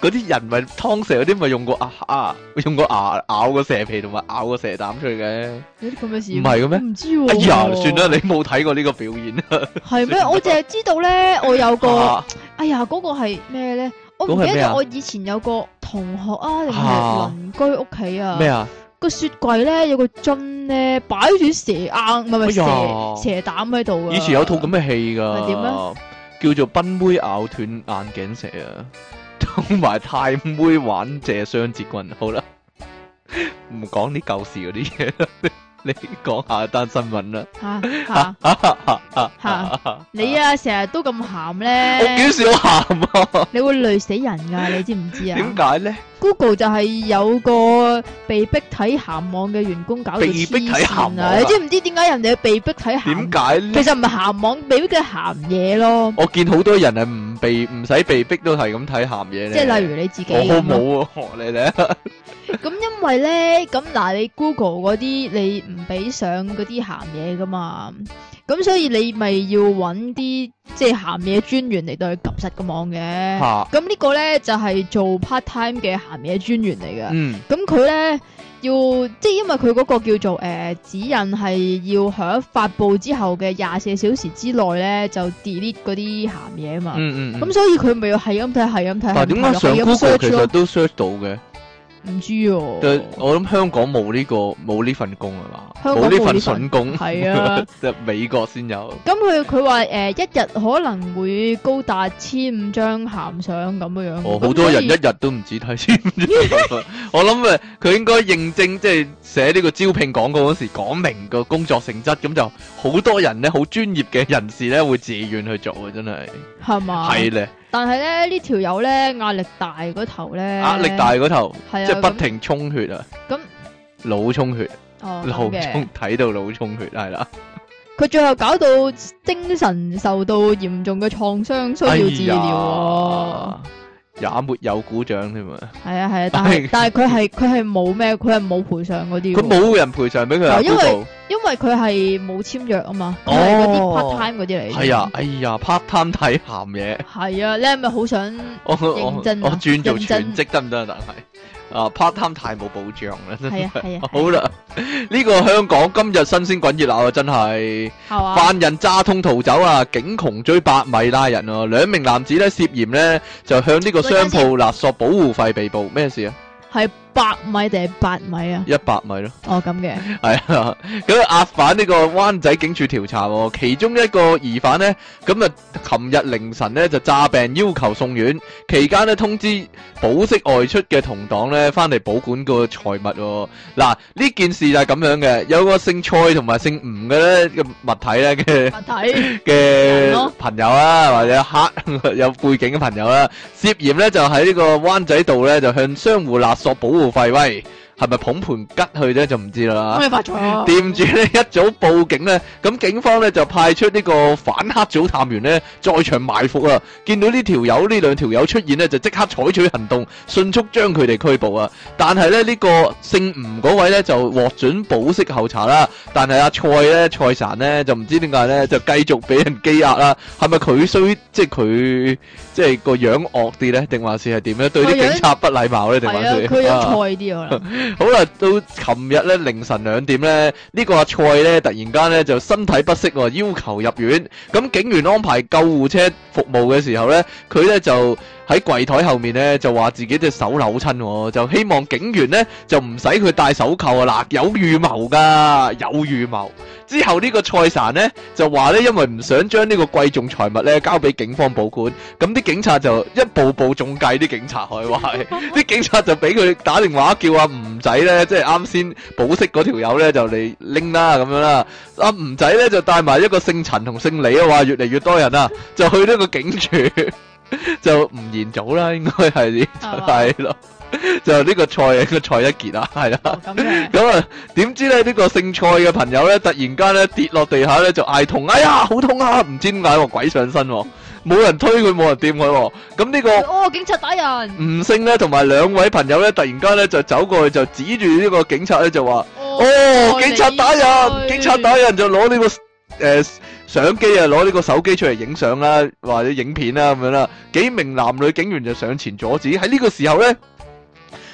Speaker 1: 嗰啲人咪劏蛇嗰啲咪用個牙啊，用個牙咬個蛇皮同埋咬個蛇膽出嚟嘅。
Speaker 2: 有啲咁嘅事
Speaker 1: 唔係嘅咩
Speaker 2: 唔知喎。
Speaker 1: 哎呀，算啦，你冇睇過呢個表 演啊
Speaker 2: 係咩？
Speaker 1: 算啦
Speaker 2: 我淨係知道咧，我有個。
Speaker 1: 啊
Speaker 2: 哎呀，嗰、個係咩咧？我
Speaker 1: 嗰個
Speaker 2: 唔
Speaker 1: 係
Speaker 2: 記
Speaker 1: 咩
Speaker 2: 得
Speaker 1: 啊
Speaker 2: 咗我以前有個同學啊，定
Speaker 1: 啊
Speaker 2: 係鄰居屋企啊，
Speaker 1: 咩啊？
Speaker 2: 個雪櫃咧有個樽咧擺住蛇硬，唔係唔係蛇
Speaker 1: 哎
Speaker 2: 蛇膽喺度啊。
Speaker 1: 以前有套咁嘅戲
Speaker 2: 係點啊
Speaker 1: 㗎，叫做《賓妹咬斷眼鏡蛇》啊，同埋《太妹玩借雙截棍》。好啦，唔講啲舊事嗰啲嘢啦，你講下單新聞啦。
Speaker 2: 嚇嚇 嚇你啊，成日都咁鹹
Speaker 1: 我
Speaker 2: 咧
Speaker 1: 幾，少喊啊？
Speaker 2: 你會累死人噶，你知唔知啊
Speaker 1: 點解咧？
Speaker 2: ？Google 就係有個被逼睇鹹網嘅員工搞到
Speaker 1: 被逼睇
Speaker 2: 黐
Speaker 1: 鹹網
Speaker 2: 線
Speaker 1: 啊
Speaker 2: 啊！你知唔知點解人哋要被逼睇
Speaker 1: 點
Speaker 2: 鹹？
Speaker 1: 解咧
Speaker 2: 其？實唔係鹹網，被逼嘅鹹嘢咯，
Speaker 1: 我見好多人係唔被唔使被逼都係咁睇鹹嘢咧。
Speaker 2: 即係例如你自己
Speaker 1: 我好
Speaker 2: 咁咯
Speaker 1: 冇啊，學你 咧。
Speaker 2: 咁因為咧，咁嗱，你 Google 嗰啲你唔俾上嗰啲鹹嘢噶嘛，咁所以你咪要揾啲即係鹹嘢專員嚟到去撳實個網嘅。
Speaker 1: 嚇，
Speaker 2: 咁呢個咧就係、做 part time 嘅鹹嘢專員嚟嘅。
Speaker 1: 嗯，
Speaker 2: 咁佢咧要即係因為佢嗰個叫做誒、呃指引係要喺發布之後嘅廿四小時之內咧就 delete 嗰啲鹹嘢嘛。
Speaker 1: 嗯嗯嗯。
Speaker 2: 咁所以佢咪要係咁睇，係咁睇，
Speaker 1: 但係
Speaker 2: 係咁
Speaker 1: 點
Speaker 2: 睇
Speaker 1: 解
Speaker 2: 咯
Speaker 1: 上
Speaker 2: 係咁
Speaker 1: Google
Speaker 2: search
Speaker 1: 其
Speaker 2: 咯哦
Speaker 1: 實都哦 search 到嘅？
Speaker 2: 唔知喎。
Speaker 1: 對我諗香港冇呢個冇呢份工啊嘛，
Speaker 2: 香港
Speaker 1: 冇呢
Speaker 2: 冇
Speaker 1: 份
Speaker 2: 呢份
Speaker 1: 筍工，
Speaker 2: 係 啊，
Speaker 1: 就美國先有。
Speaker 2: 咁佢佢話诶一日可能會高達千五張鹹相咁樣樣。
Speaker 1: 哦，
Speaker 2: 咁
Speaker 1: 好多人一
Speaker 2: 所以
Speaker 1: 日都唔止睇 先。我諗诶，佢應該認證即係寫呢個招聘廣告嗰時講明個工作性質，咁就好多人咧，好專業嘅人士咧會自愿去做啊！真係
Speaker 2: 係嘛？
Speaker 1: 係咧，
Speaker 2: 但係咧呢條友咧壓力大嗰頭咧，
Speaker 1: 壓力大嗰頭，
Speaker 2: 係啊，
Speaker 1: 即係不
Speaker 2: 咁
Speaker 1: 停充血啊，
Speaker 2: 咁
Speaker 1: 腦充血，
Speaker 2: 哦咁
Speaker 1: 腦
Speaker 2: 嘅
Speaker 1: 充睇到腦充血係啦，
Speaker 2: 佢最後搞到精神受到嚴重嘅創傷，需要治療喎。
Speaker 1: 哎呀，也沒有鼓掌添啊！
Speaker 2: 係啊係啊，但 係但係佢係佢係冇咩，佢係冇賠償嗰啲喎。
Speaker 1: 佢冇人賠償俾佢啊
Speaker 2: 哦因為
Speaker 1: Google
Speaker 2: 因為佢係冇簽約啊嘛，佢係嗰啲
Speaker 1: 哦
Speaker 2: part time 嗰啲嚟。
Speaker 1: 係啊，，哎呀，part time 睇鹹嘢，
Speaker 2: 係啊，你係咪好想？
Speaker 1: 我我我
Speaker 2: 認真啊
Speaker 1: 轉做
Speaker 2: 認
Speaker 1: 全
Speaker 2: 真
Speaker 1: 職得唔得啊？但係啊，part time 太冇保障啦，真係。
Speaker 2: 係啊係啊，
Speaker 1: 好啦，呢個香港今日新鮮滾熱鬧啊，真係
Speaker 2: 係嘛？
Speaker 1: 犯人揸通逃走啊，警窮追八米拉人啊，兩名男子咧涉嫌咧就向呢個
Speaker 2: 喂等
Speaker 1: 商
Speaker 2: 陣先
Speaker 1: 鋪勒索保護費被捕，咩事啊？
Speaker 2: 係百米定係八 米啊？
Speaker 1: 一百米咯。
Speaker 2: 哦咁嘅，
Speaker 1: 系啊，咁押返呢個灣仔警署調查、喎，其中一個疑犯呢，咁啊，琴日凌晨呢就詐病要求送院，期間呢通知保釋外出嘅同黨呢翻嚟保管個財物、喎。嗱，呢件事就係咁樣嘅，有個姓蔡同埋姓吳嘅呢嘅物體呢嘅。
Speaker 2: 物體
Speaker 1: 嘅
Speaker 2: 咯
Speaker 1: 朋友啦，或者黑 有背景嘅朋友啦，涉嫌咧就喺呢個灣仔度咧就向商户勒索保護費，喂，係咪捧盤吉去咧就唔知啦
Speaker 2: 咁。你發財啊？
Speaker 1: 店主咧一早報警咧，咁警方咧就派出呢個反黑組探員咧在場埋伏啊！見到呢條友呢兩條友出現咧，就即刻採取行動，迅速將佢哋拘捕啊！但係咧呢、呢個姓吳嗰位咧就獲准保釋候查啦，但係阿蔡咧蔡神咧就唔知點解咧就繼續俾人羈押啦。係咪佢衰即係佢即係個樣惡啲咧，定還是係點咧？對啲
Speaker 2: 個樣
Speaker 1: 警察不禮貌咧，定還
Speaker 2: 係啊，
Speaker 1: 是
Speaker 2: 佢
Speaker 1: 啊
Speaker 2: 有菜啲可 能。
Speaker 1: 好啦，到琴日咧凌晨兩點咧，呢、個阿蔡咧突然間咧就身體不適喎，要求入院。咁警員安排救護車服務嘅時候咧，佢咧就喺櫃台後面咧就話自己隻手扭親喎，就希望警員咧就唔使佢戴手扣啊！嗱，有預謀㗎，有預謀。之後呢個蔡神咧就話咧，因為唔想將呢個貴重財物咧交俾警方保管，咁啲警察就一步步中計，啲警察可以話係。啲警察就俾佢打電話叫阿吳仔咧，即係啱先保釋嗰條友咧就嚟拎啦咁樣啦。阿吳仔咧就帶埋一個姓陳同姓李啊，話越嚟越多人啊， 就去呢個警署， 就吳彥祖啦，應該係
Speaker 2: 係嘛
Speaker 1: 係咯，就呢個蔡 個蔡一傑啊，係啦。
Speaker 2: 哦咁 嘅，
Speaker 1: 咁啊，點知咧呢、呢個姓蔡嘅朋友咧，突然間咧跌落地下咧就嗌痛，哎呀好痛啊！唔知點解喎，鬼上身喎，冇人推佢，冇人掂佢喎。咁呢個
Speaker 2: 哦警察打人，
Speaker 1: 吳姓咧同埋兩位朋友咧，突然間咧就走過去就指住呢個警察咧就話：哦，警察打人，警察打人就攞呢、個诶、呃相機啊，攞呢個手機出嚟影相啦，或者影片啦咁樣啦。幾名男女警員就上前阻止。喺呢個時候咧，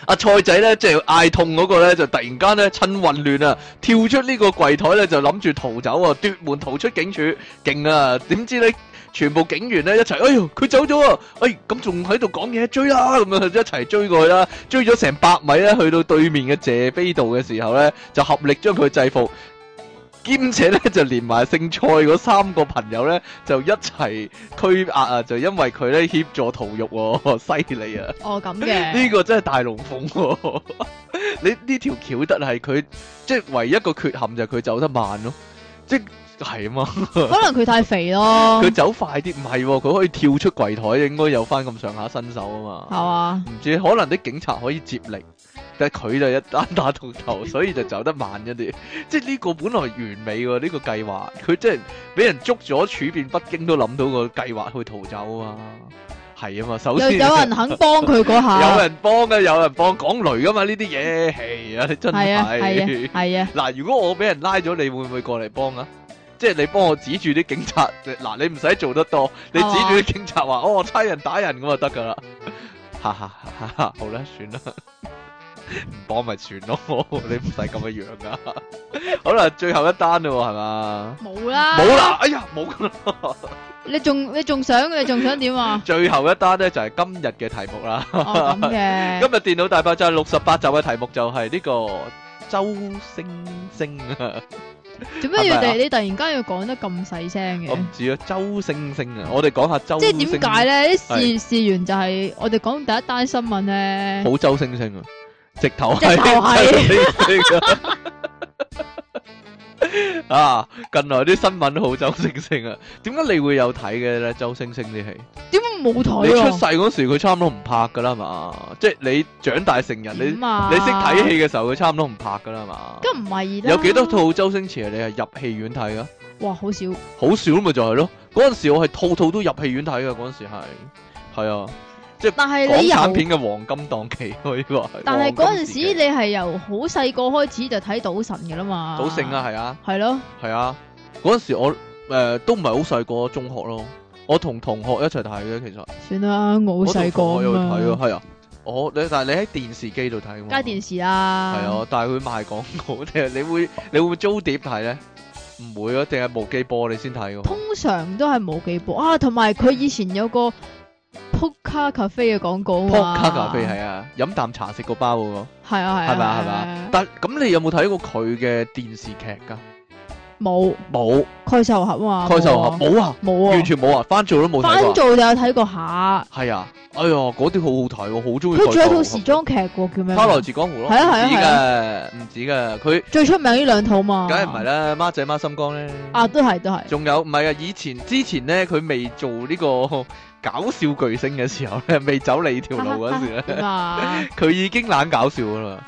Speaker 1: 阿蔡仔咧即係嗌痛嗰個咧，就突然間咧趁混亂啊，跳出呢個櫃台咧就諗住逃走啊，奪門逃出警署，勁啊！點知咧？全部警員咧一齊，哎呦，佢走咗啊！哎，咁仲喺度講嘢，追啦咁樣，一齊追過去啦，追咗成百米咧，去到對面嘅謝飛道嘅時候咧，就合力將佢制服，兼且咧就連埋姓蔡嗰三個朋友咧，就一齊拘押啊！就因為佢咧協助逃獄喎、 犀利啊！
Speaker 2: 哦咁
Speaker 1: 呢
Speaker 2: 嘅，
Speaker 1: 個真係大龍鳳喎、 你呢條橋得係佢，即係唯一一個缺陷就係佢走得慢咯，即係啊嘛。
Speaker 2: 可能佢太肥咯，
Speaker 1: 佢
Speaker 2: 係
Speaker 1: 走快啲，唔係喎，佢可以跳出櫃台，應該有翻咁上下身手啊嘛。
Speaker 2: 嘛？
Speaker 1: 唔知可能啲警察可以接力，但係佢就一單打到 頭，所以就走得慢一啲。即係呢個本來完美喎，呢、個計劃佢即係俾人捉咗，處變不驚都諗到個計劃去逃走啊嘛。係啊嘛，首
Speaker 2: 有
Speaker 1: 先
Speaker 2: 有人肯幫佢 嗰
Speaker 1: 有
Speaker 2: 下，
Speaker 1: 人幫嘅，有人幫講雷噶嘛呢啲嘢，係啊，你真
Speaker 2: 係啊
Speaker 1: 係
Speaker 2: 係。啊係啊，
Speaker 1: 嗱，如果我俾人拉咗，你會唔會過嚟幫啊？即係你幫我指住啲警察，嗱，你唔使做得多，你指住啲警察話，哦哦，差人打人咁就得噶啦。哈哈哈哈，好啦，算啦。唔幫咪算咯， 你唔使咁嘅樣噶。好啦，最後一單嘞喎，係嘛？
Speaker 2: 冇啦，
Speaker 1: 冇啦，哎呀，冇㗎啦。？
Speaker 2: 你仲你仲想你仲想點啊
Speaker 1: 最後一單咧就係今日嘅題目啦。
Speaker 2: 哦咁嘅
Speaker 1: 今，日電腦大爆炸六十八集嘅題目就係呢個周星星啊，
Speaker 2: 做咩要
Speaker 1: 係咪啊
Speaker 2: 你你突然間要講得咁細聲
Speaker 1: 我
Speaker 2: 嘅
Speaker 1: 唔？知啊，周星星啊，我哋講下周
Speaker 2: 即
Speaker 1: 星
Speaker 2: 係
Speaker 1: 星
Speaker 2: 點解
Speaker 1: 係
Speaker 2: 咧？啲事事完就係我哋講第一單新聞咧，
Speaker 1: 好周星星啊，直頭
Speaker 2: 直頭
Speaker 1: 係 啊！近來啲新聞好周星星啊，點解你會有睇嘅咧？周星星啲戲，
Speaker 2: 點解冇
Speaker 1: 你
Speaker 2: 睇
Speaker 1: 出
Speaker 2: 啊
Speaker 1: 世？嗰時佢差唔多唔拍噶啦嘛，即係你長大成人，你
Speaker 2: 點啊
Speaker 1: 你識睇，戲嘅時候，佢差唔多唔拍噶啦嘛。
Speaker 2: 咁唔係啦。
Speaker 1: 有幾多？套周星馳係你係入戲院睇噶？
Speaker 2: 哇，好少。
Speaker 1: 好少咪就係咯。嗰陣時我係套套都入戲院睇嘅，嗰陣時係係啊，
Speaker 2: 但係
Speaker 1: 港
Speaker 2: 你
Speaker 1: 產
Speaker 2: 由，
Speaker 1: 片嘅哦黃金檔期可以話。
Speaker 2: 但係嗰陣時
Speaker 1: 黃金期
Speaker 2: 你係由好細個開始就睇賭神嘅啦嘛。
Speaker 1: 賭聖啊，係啊，
Speaker 2: 係咯，
Speaker 1: 係啊。嗰陣時我誒、呃都唔係好細個，中學咯。我同同學一齊睇嘅，其實
Speaker 2: 算啦，我好細個
Speaker 1: 我同同學有睇啊，
Speaker 2: 咁
Speaker 1: 係啊。我你但係你喺電視機度睇㗎嘛？
Speaker 2: 加電視啦。
Speaker 1: 係啊，但係佢賣廣告， 定係你會你會唔會租碟睇咧？唔會啊，定係無記播你先睇㗎嘛。
Speaker 2: 通常都係冇幾部啊，同埋佢以前有個 Poker Cafe 嘅廣告啊
Speaker 1: 撲卡咖啡
Speaker 2: 係
Speaker 1: 係啊，飲啖茶食個包嗰個，
Speaker 2: 係啊係啊
Speaker 1: 係咪啊係咪啊？但咁你有冇睇過佢嘅電視劇㗎？
Speaker 2: 冇
Speaker 1: 冇，
Speaker 2: 蓋壽盒啊嘛，
Speaker 1: 蓋壽盒
Speaker 2: 冇啊
Speaker 1: 冇啊，
Speaker 2: 冇啊
Speaker 1: 完，全冇啊，翻做都冇
Speaker 2: 翻
Speaker 1: 睇過啊。
Speaker 2: 做就有睇過下，
Speaker 1: 係啊，哎呀，嗰啲好好睇喎，好中意。
Speaker 2: 佢仲有套時裝劇喎，叫咩名？
Speaker 1: 他來自江湖咯，
Speaker 2: 係啊
Speaker 1: 唔
Speaker 2: 係啊係
Speaker 1: 止嘅，唔止嘅，佢
Speaker 2: 最出名呢兩套嘛，
Speaker 1: 梗係唔係啦，孖仔孖心肝咧。
Speaker 2: 啊，都係都係，
Speaker 1: 仲有唔係啊？以前之前咧，佢未做呢個 搞笑巨星嘅時候咧， 未走你條路嗰時咧，
Speaker 2: 點啊？
Speaker 1: 佢已經懶搞笑噶啦。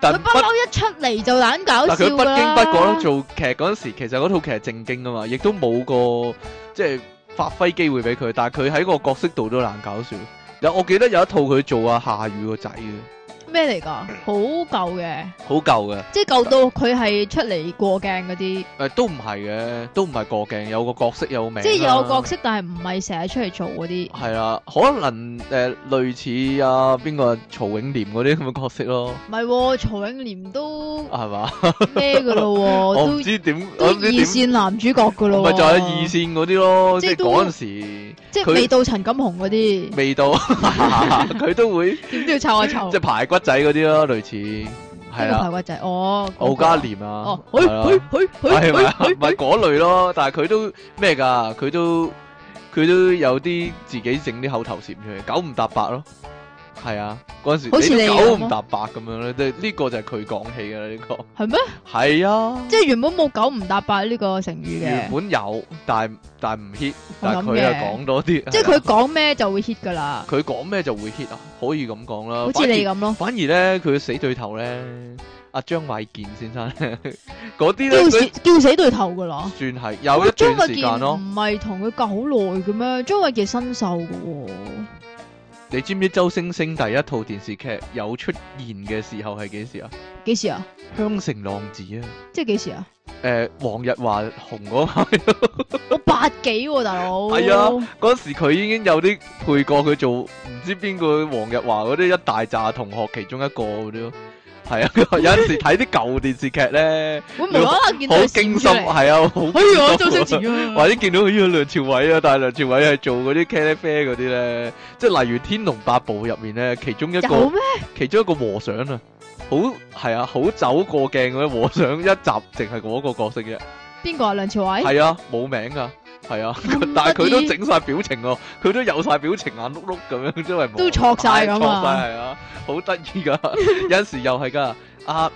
Speaker 1: 但
Speaker 2: 佢不
Speaker 1: 不
Speaker 2: 嬲一出嚟就懶搞
Speaker 1: 但佢
Speaker 2: 笑
Speaker 1: 不
Speaker 2: 噶
Speaker 1: 經
Speaker 2: 啦，
Speaker 1: 不覺咧做劇嗰陣時，其實嗰套劇係正經噶嘛，亦都冇個即係發揮機會俾佢。但係佢喺個角色度都懶搞笑。有我記得有一套佢做阿夏雨個仔嘅，
Speaker 2: 咩嚟㗎？好舊嘅，
Speaker 1: 好舊嘅。
Speaker 2: 即係舊到佢係出嚟過鏡嗰啲。
Speaker 1: 誒都唔係嘅，都唔係過鏡，有個角色有個名啦。
Speaker 2: 即係有角色，但係唔係成日出嚟做嗰啲。
Speaker 1: 係啦，可能誒、呃、類似啊邊個曹永廉嗰啲咁嘅角色咯，
Speaker 2: 唔係喎，曹永廉都
Speaker 1: 係嘛？
Speaker 2: 咩噶咯喎，
Speaker 1: 我唔
Speaker 2: 都
Speaker 1: 知點，
Speaker 2: 都
Speaker 1: 我
Speaker 2: 二
Speaker 1: 唔知點，
Speaker 2: 線男主角噶咯喎。
Speaker 1: 咪就係二線嗰啲咯，即
Speaker 2: 即
Speaker 1: 係
Speaker 2: 係都
Speaker 1: 嗰陣時
Speaker 2: 即係
Speaker 1: 佢
Speaker 2: 未到陳錦鴻嗰啲，
Speaker 1: 味道， 佢都會即
Speaker 2: 點都要湊下湊。
Speaker 1: 係排骨仔嗰啲咯，類似係
Speaker 2: 邊哦個排
Speaker 1: 啦，
Speaker 2: 骨仔哦，
Speaker 1: 敖
Speaker 2: 嗰
Speaker 1: 嘉
Speaker 2: 個
Speaker 1: 廉啊
Speaker 2: 哦，，佢
Speaker 1: 係啦
Speaker 2: 佢佢
Speaker 1: 係咪啊？
Speaker 2: 佢
Speaker 1: 咪嗰類咯，但係佢都咩㗎？佢都佢都有啲自己整啲口頭禪出嚟，九唔搭八咯。係啊，嗰陣時
Speaker 2: 好似
Speaker 1: 你
Speaker 2: 你
Speaker 1: 都
Speaker 2: 咁
Speaker 1: 九
Speaker 2: 咯
Speaker 1: 唔搭八咁樣咧，即係呢個就係佢講起㗎啦。呢個
Speaker 2: 係咩？
Speaker 1: 係啊，
Speaker 2: 即係原本冇九唔搭八呢個成語
Speaker 1: 原
Speaker 2: 嘅，
Speaker 1: 本有，但係但係唔 hit，
Speaker 2: 我
Speaker 1: 但係
Speaker 2: 諗
Speaker 1: 佢啊
Speaker 2: 嘅。
Speaker 1: 講多啲。
Speaker 2: 即係
Speaker 1: 係
Speaker 2: 佢
Speaker 1: 啊
Speaker 2: 講咩就會 hit 噶啦，
Speaker 1: 佢講咩就會 hit à. 啊，可以咁講啦。
Speaker 2: 好似你
Speaker 1: 反而
Speaker 2: 咁咯，
Speaker 1: 反而咧，佢死對頭咧，阿張偉健先 生呢嗰啲咧，
Speaker 2: 叫死
Speaker 1: 佢
Speaker 2: 叫死對頭噶啦。
Speaker 1: 算係有一
Speaker 2: 張
Speaker 1: 段
Speaker 2: 衛
Speaker 1: 時
Speaker 2: 健
Speaker 1: 間咯。
Speaker 2: 唔係同佢隔好耐嘅咩？張衛健新秀嘅喎，
Speaker 1: 你知唔知周星星第一套電視劇有出現嘅時候係幾時啊？
Speaker 2: 幾時啊？
Speaker 1: 《香城浪子》啊，
Speaker 2: 即係幾時啊？
Speaker 1: 誒、黃日華紅嗰下
Speaker 2: 我八幾喎，大佬。
Speaker 1: 係啊， 嗰時佢已經有啲配角，佢做唔知邊個黃日華嗰啲一大扎同學其中一個嗰啲咯。係啊， 有陣時睇啲舊電視劇咧，
Speaker 2: 會無啦啦見到
Speaker 1: 好
Speaker 2: 佢
Speaker 1: 驚
Speaker 2: 閃
Speaker 1: 心，
Speaker 2: 出嚟。
Speaker 1: 係啊，好
Speaker 2: 哎呀，周
Speaker 1: 驚
Speaker 2: 星
Speaker 1: 心。
Speaker 2: 馳
Speaker 1: 或
Speaker 2: 啊！
Speaker 1: 者見到佢呢梁朝偉啊，但係梁朝偉係做嗰啲茄喱啡嗰啲咧，即係例如《天龍八部》入面咧，其中一個
Speaker 2: 有。咩？
Speaker 1: 其中一個和尚啊，好係啊，好走過鏡嗰啲和尚一集，淨係嗰個角色啫。
Speaker 2: 邊個啊？梁朝偉？
Speaker 1: 係啊，冇名噶，係啊，
Speaker 2: 咁
Speaker 1: 但係佢都
Speaker 2: 得意
Speaker 1: 整晒表情喎，佢都有晒表情，眼啊碌碌咁樣，因為冇
Speaker 2: 都錯晒咁
Speaker 1: 係
Speaker 2: 啊
Speaker 1: 錯晒係啊，好得意噶， 有陣時又係噶，阿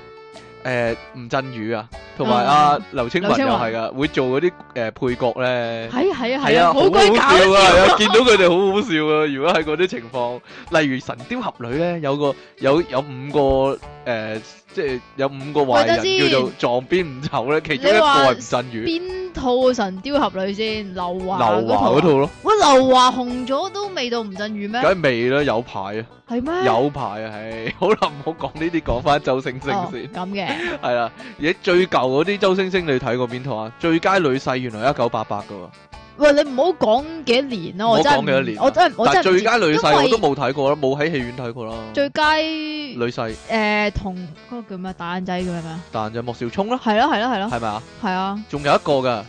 Speaker 1: 誒吳鎮宇啊，同埋阿
Speaker 2: 嗯
Speaker 1: 劉青雲
Speaker 2: 劉青
Speaker 1: 又
Speaker 2: 雲
Speaker 1: 係噶，會做嗰啲誒配角咧。
Speaker 2: 係啊係啊
Speaker 1: 係啊，
Speaker 2: 好鬼搞
Speaker 1: 好笑啊！係啊見到佢哋好好笑啊！如果喺嗰啲情況，例如《神雕俠侶》咧，有個有有五個誒、呃即係有五個壞
Speaker 2: 喂等先
Speaker 1: 人叫做撞邊五丑咧，其中一個
Speaker 2: 你話
Speaker 1: 係吳鎮宇、
Speaker 2: 邊套《神雕俠侶》先？劉
Speaker 1: 劉
Speaker 2: 華
Speaker 1: 華嗰
Speaker 2: 嗰
Speaker 1: 套
Speaker 2: 套啊。
Speaker 1: 咯，
Speaker 2: 喂，劉華紅咗都未到吳鎮宇咩
Speaker 1: 梗？係未啦，有排啊，
Speaker 2: 係咩？
Speaker 1: 有排啊， 唉，好啦，唔好講呢啲，講翻周星星
Speaker 2: 哦
Speaker 1: 先，
Speaker 2: 咁嘅，
Speaker 1: 係啦、而最舊嗰啲周星星你睇過邊套啊？最佳女婿原來一九八八噶喎，
Speaker 2: 喂，你唔好講幾多年啦，
Speaker 1: 唔好
Speaker 2: 我真係
Speaker 1: 講幾多年啊
Speaker 2: 唔我真係我
Speaker 1: 但係
Speaker 2: 真係唔
Speaker 1: 最
Speaker 2: 知
Speaker 1: 佳女
Speaker 2: 因
Speaker 1: 婿
Speaker 2: 為
Speaker 1: 我都冇睇過啦，冇喺戲院睇過啦。
Speaker 2: 最佳
Speaker 1: 女婿，
Speaker 2: 誒同嗰個叫咩打眼仔叫咩名啊？
Speaker 1: 但就莫少聰啦，
Speaker 2: 係咯係咯係咯，
Speaker 1: 係咪啊？
Speaker 2: 係啊
Speaker 1: 仲有一個㗎，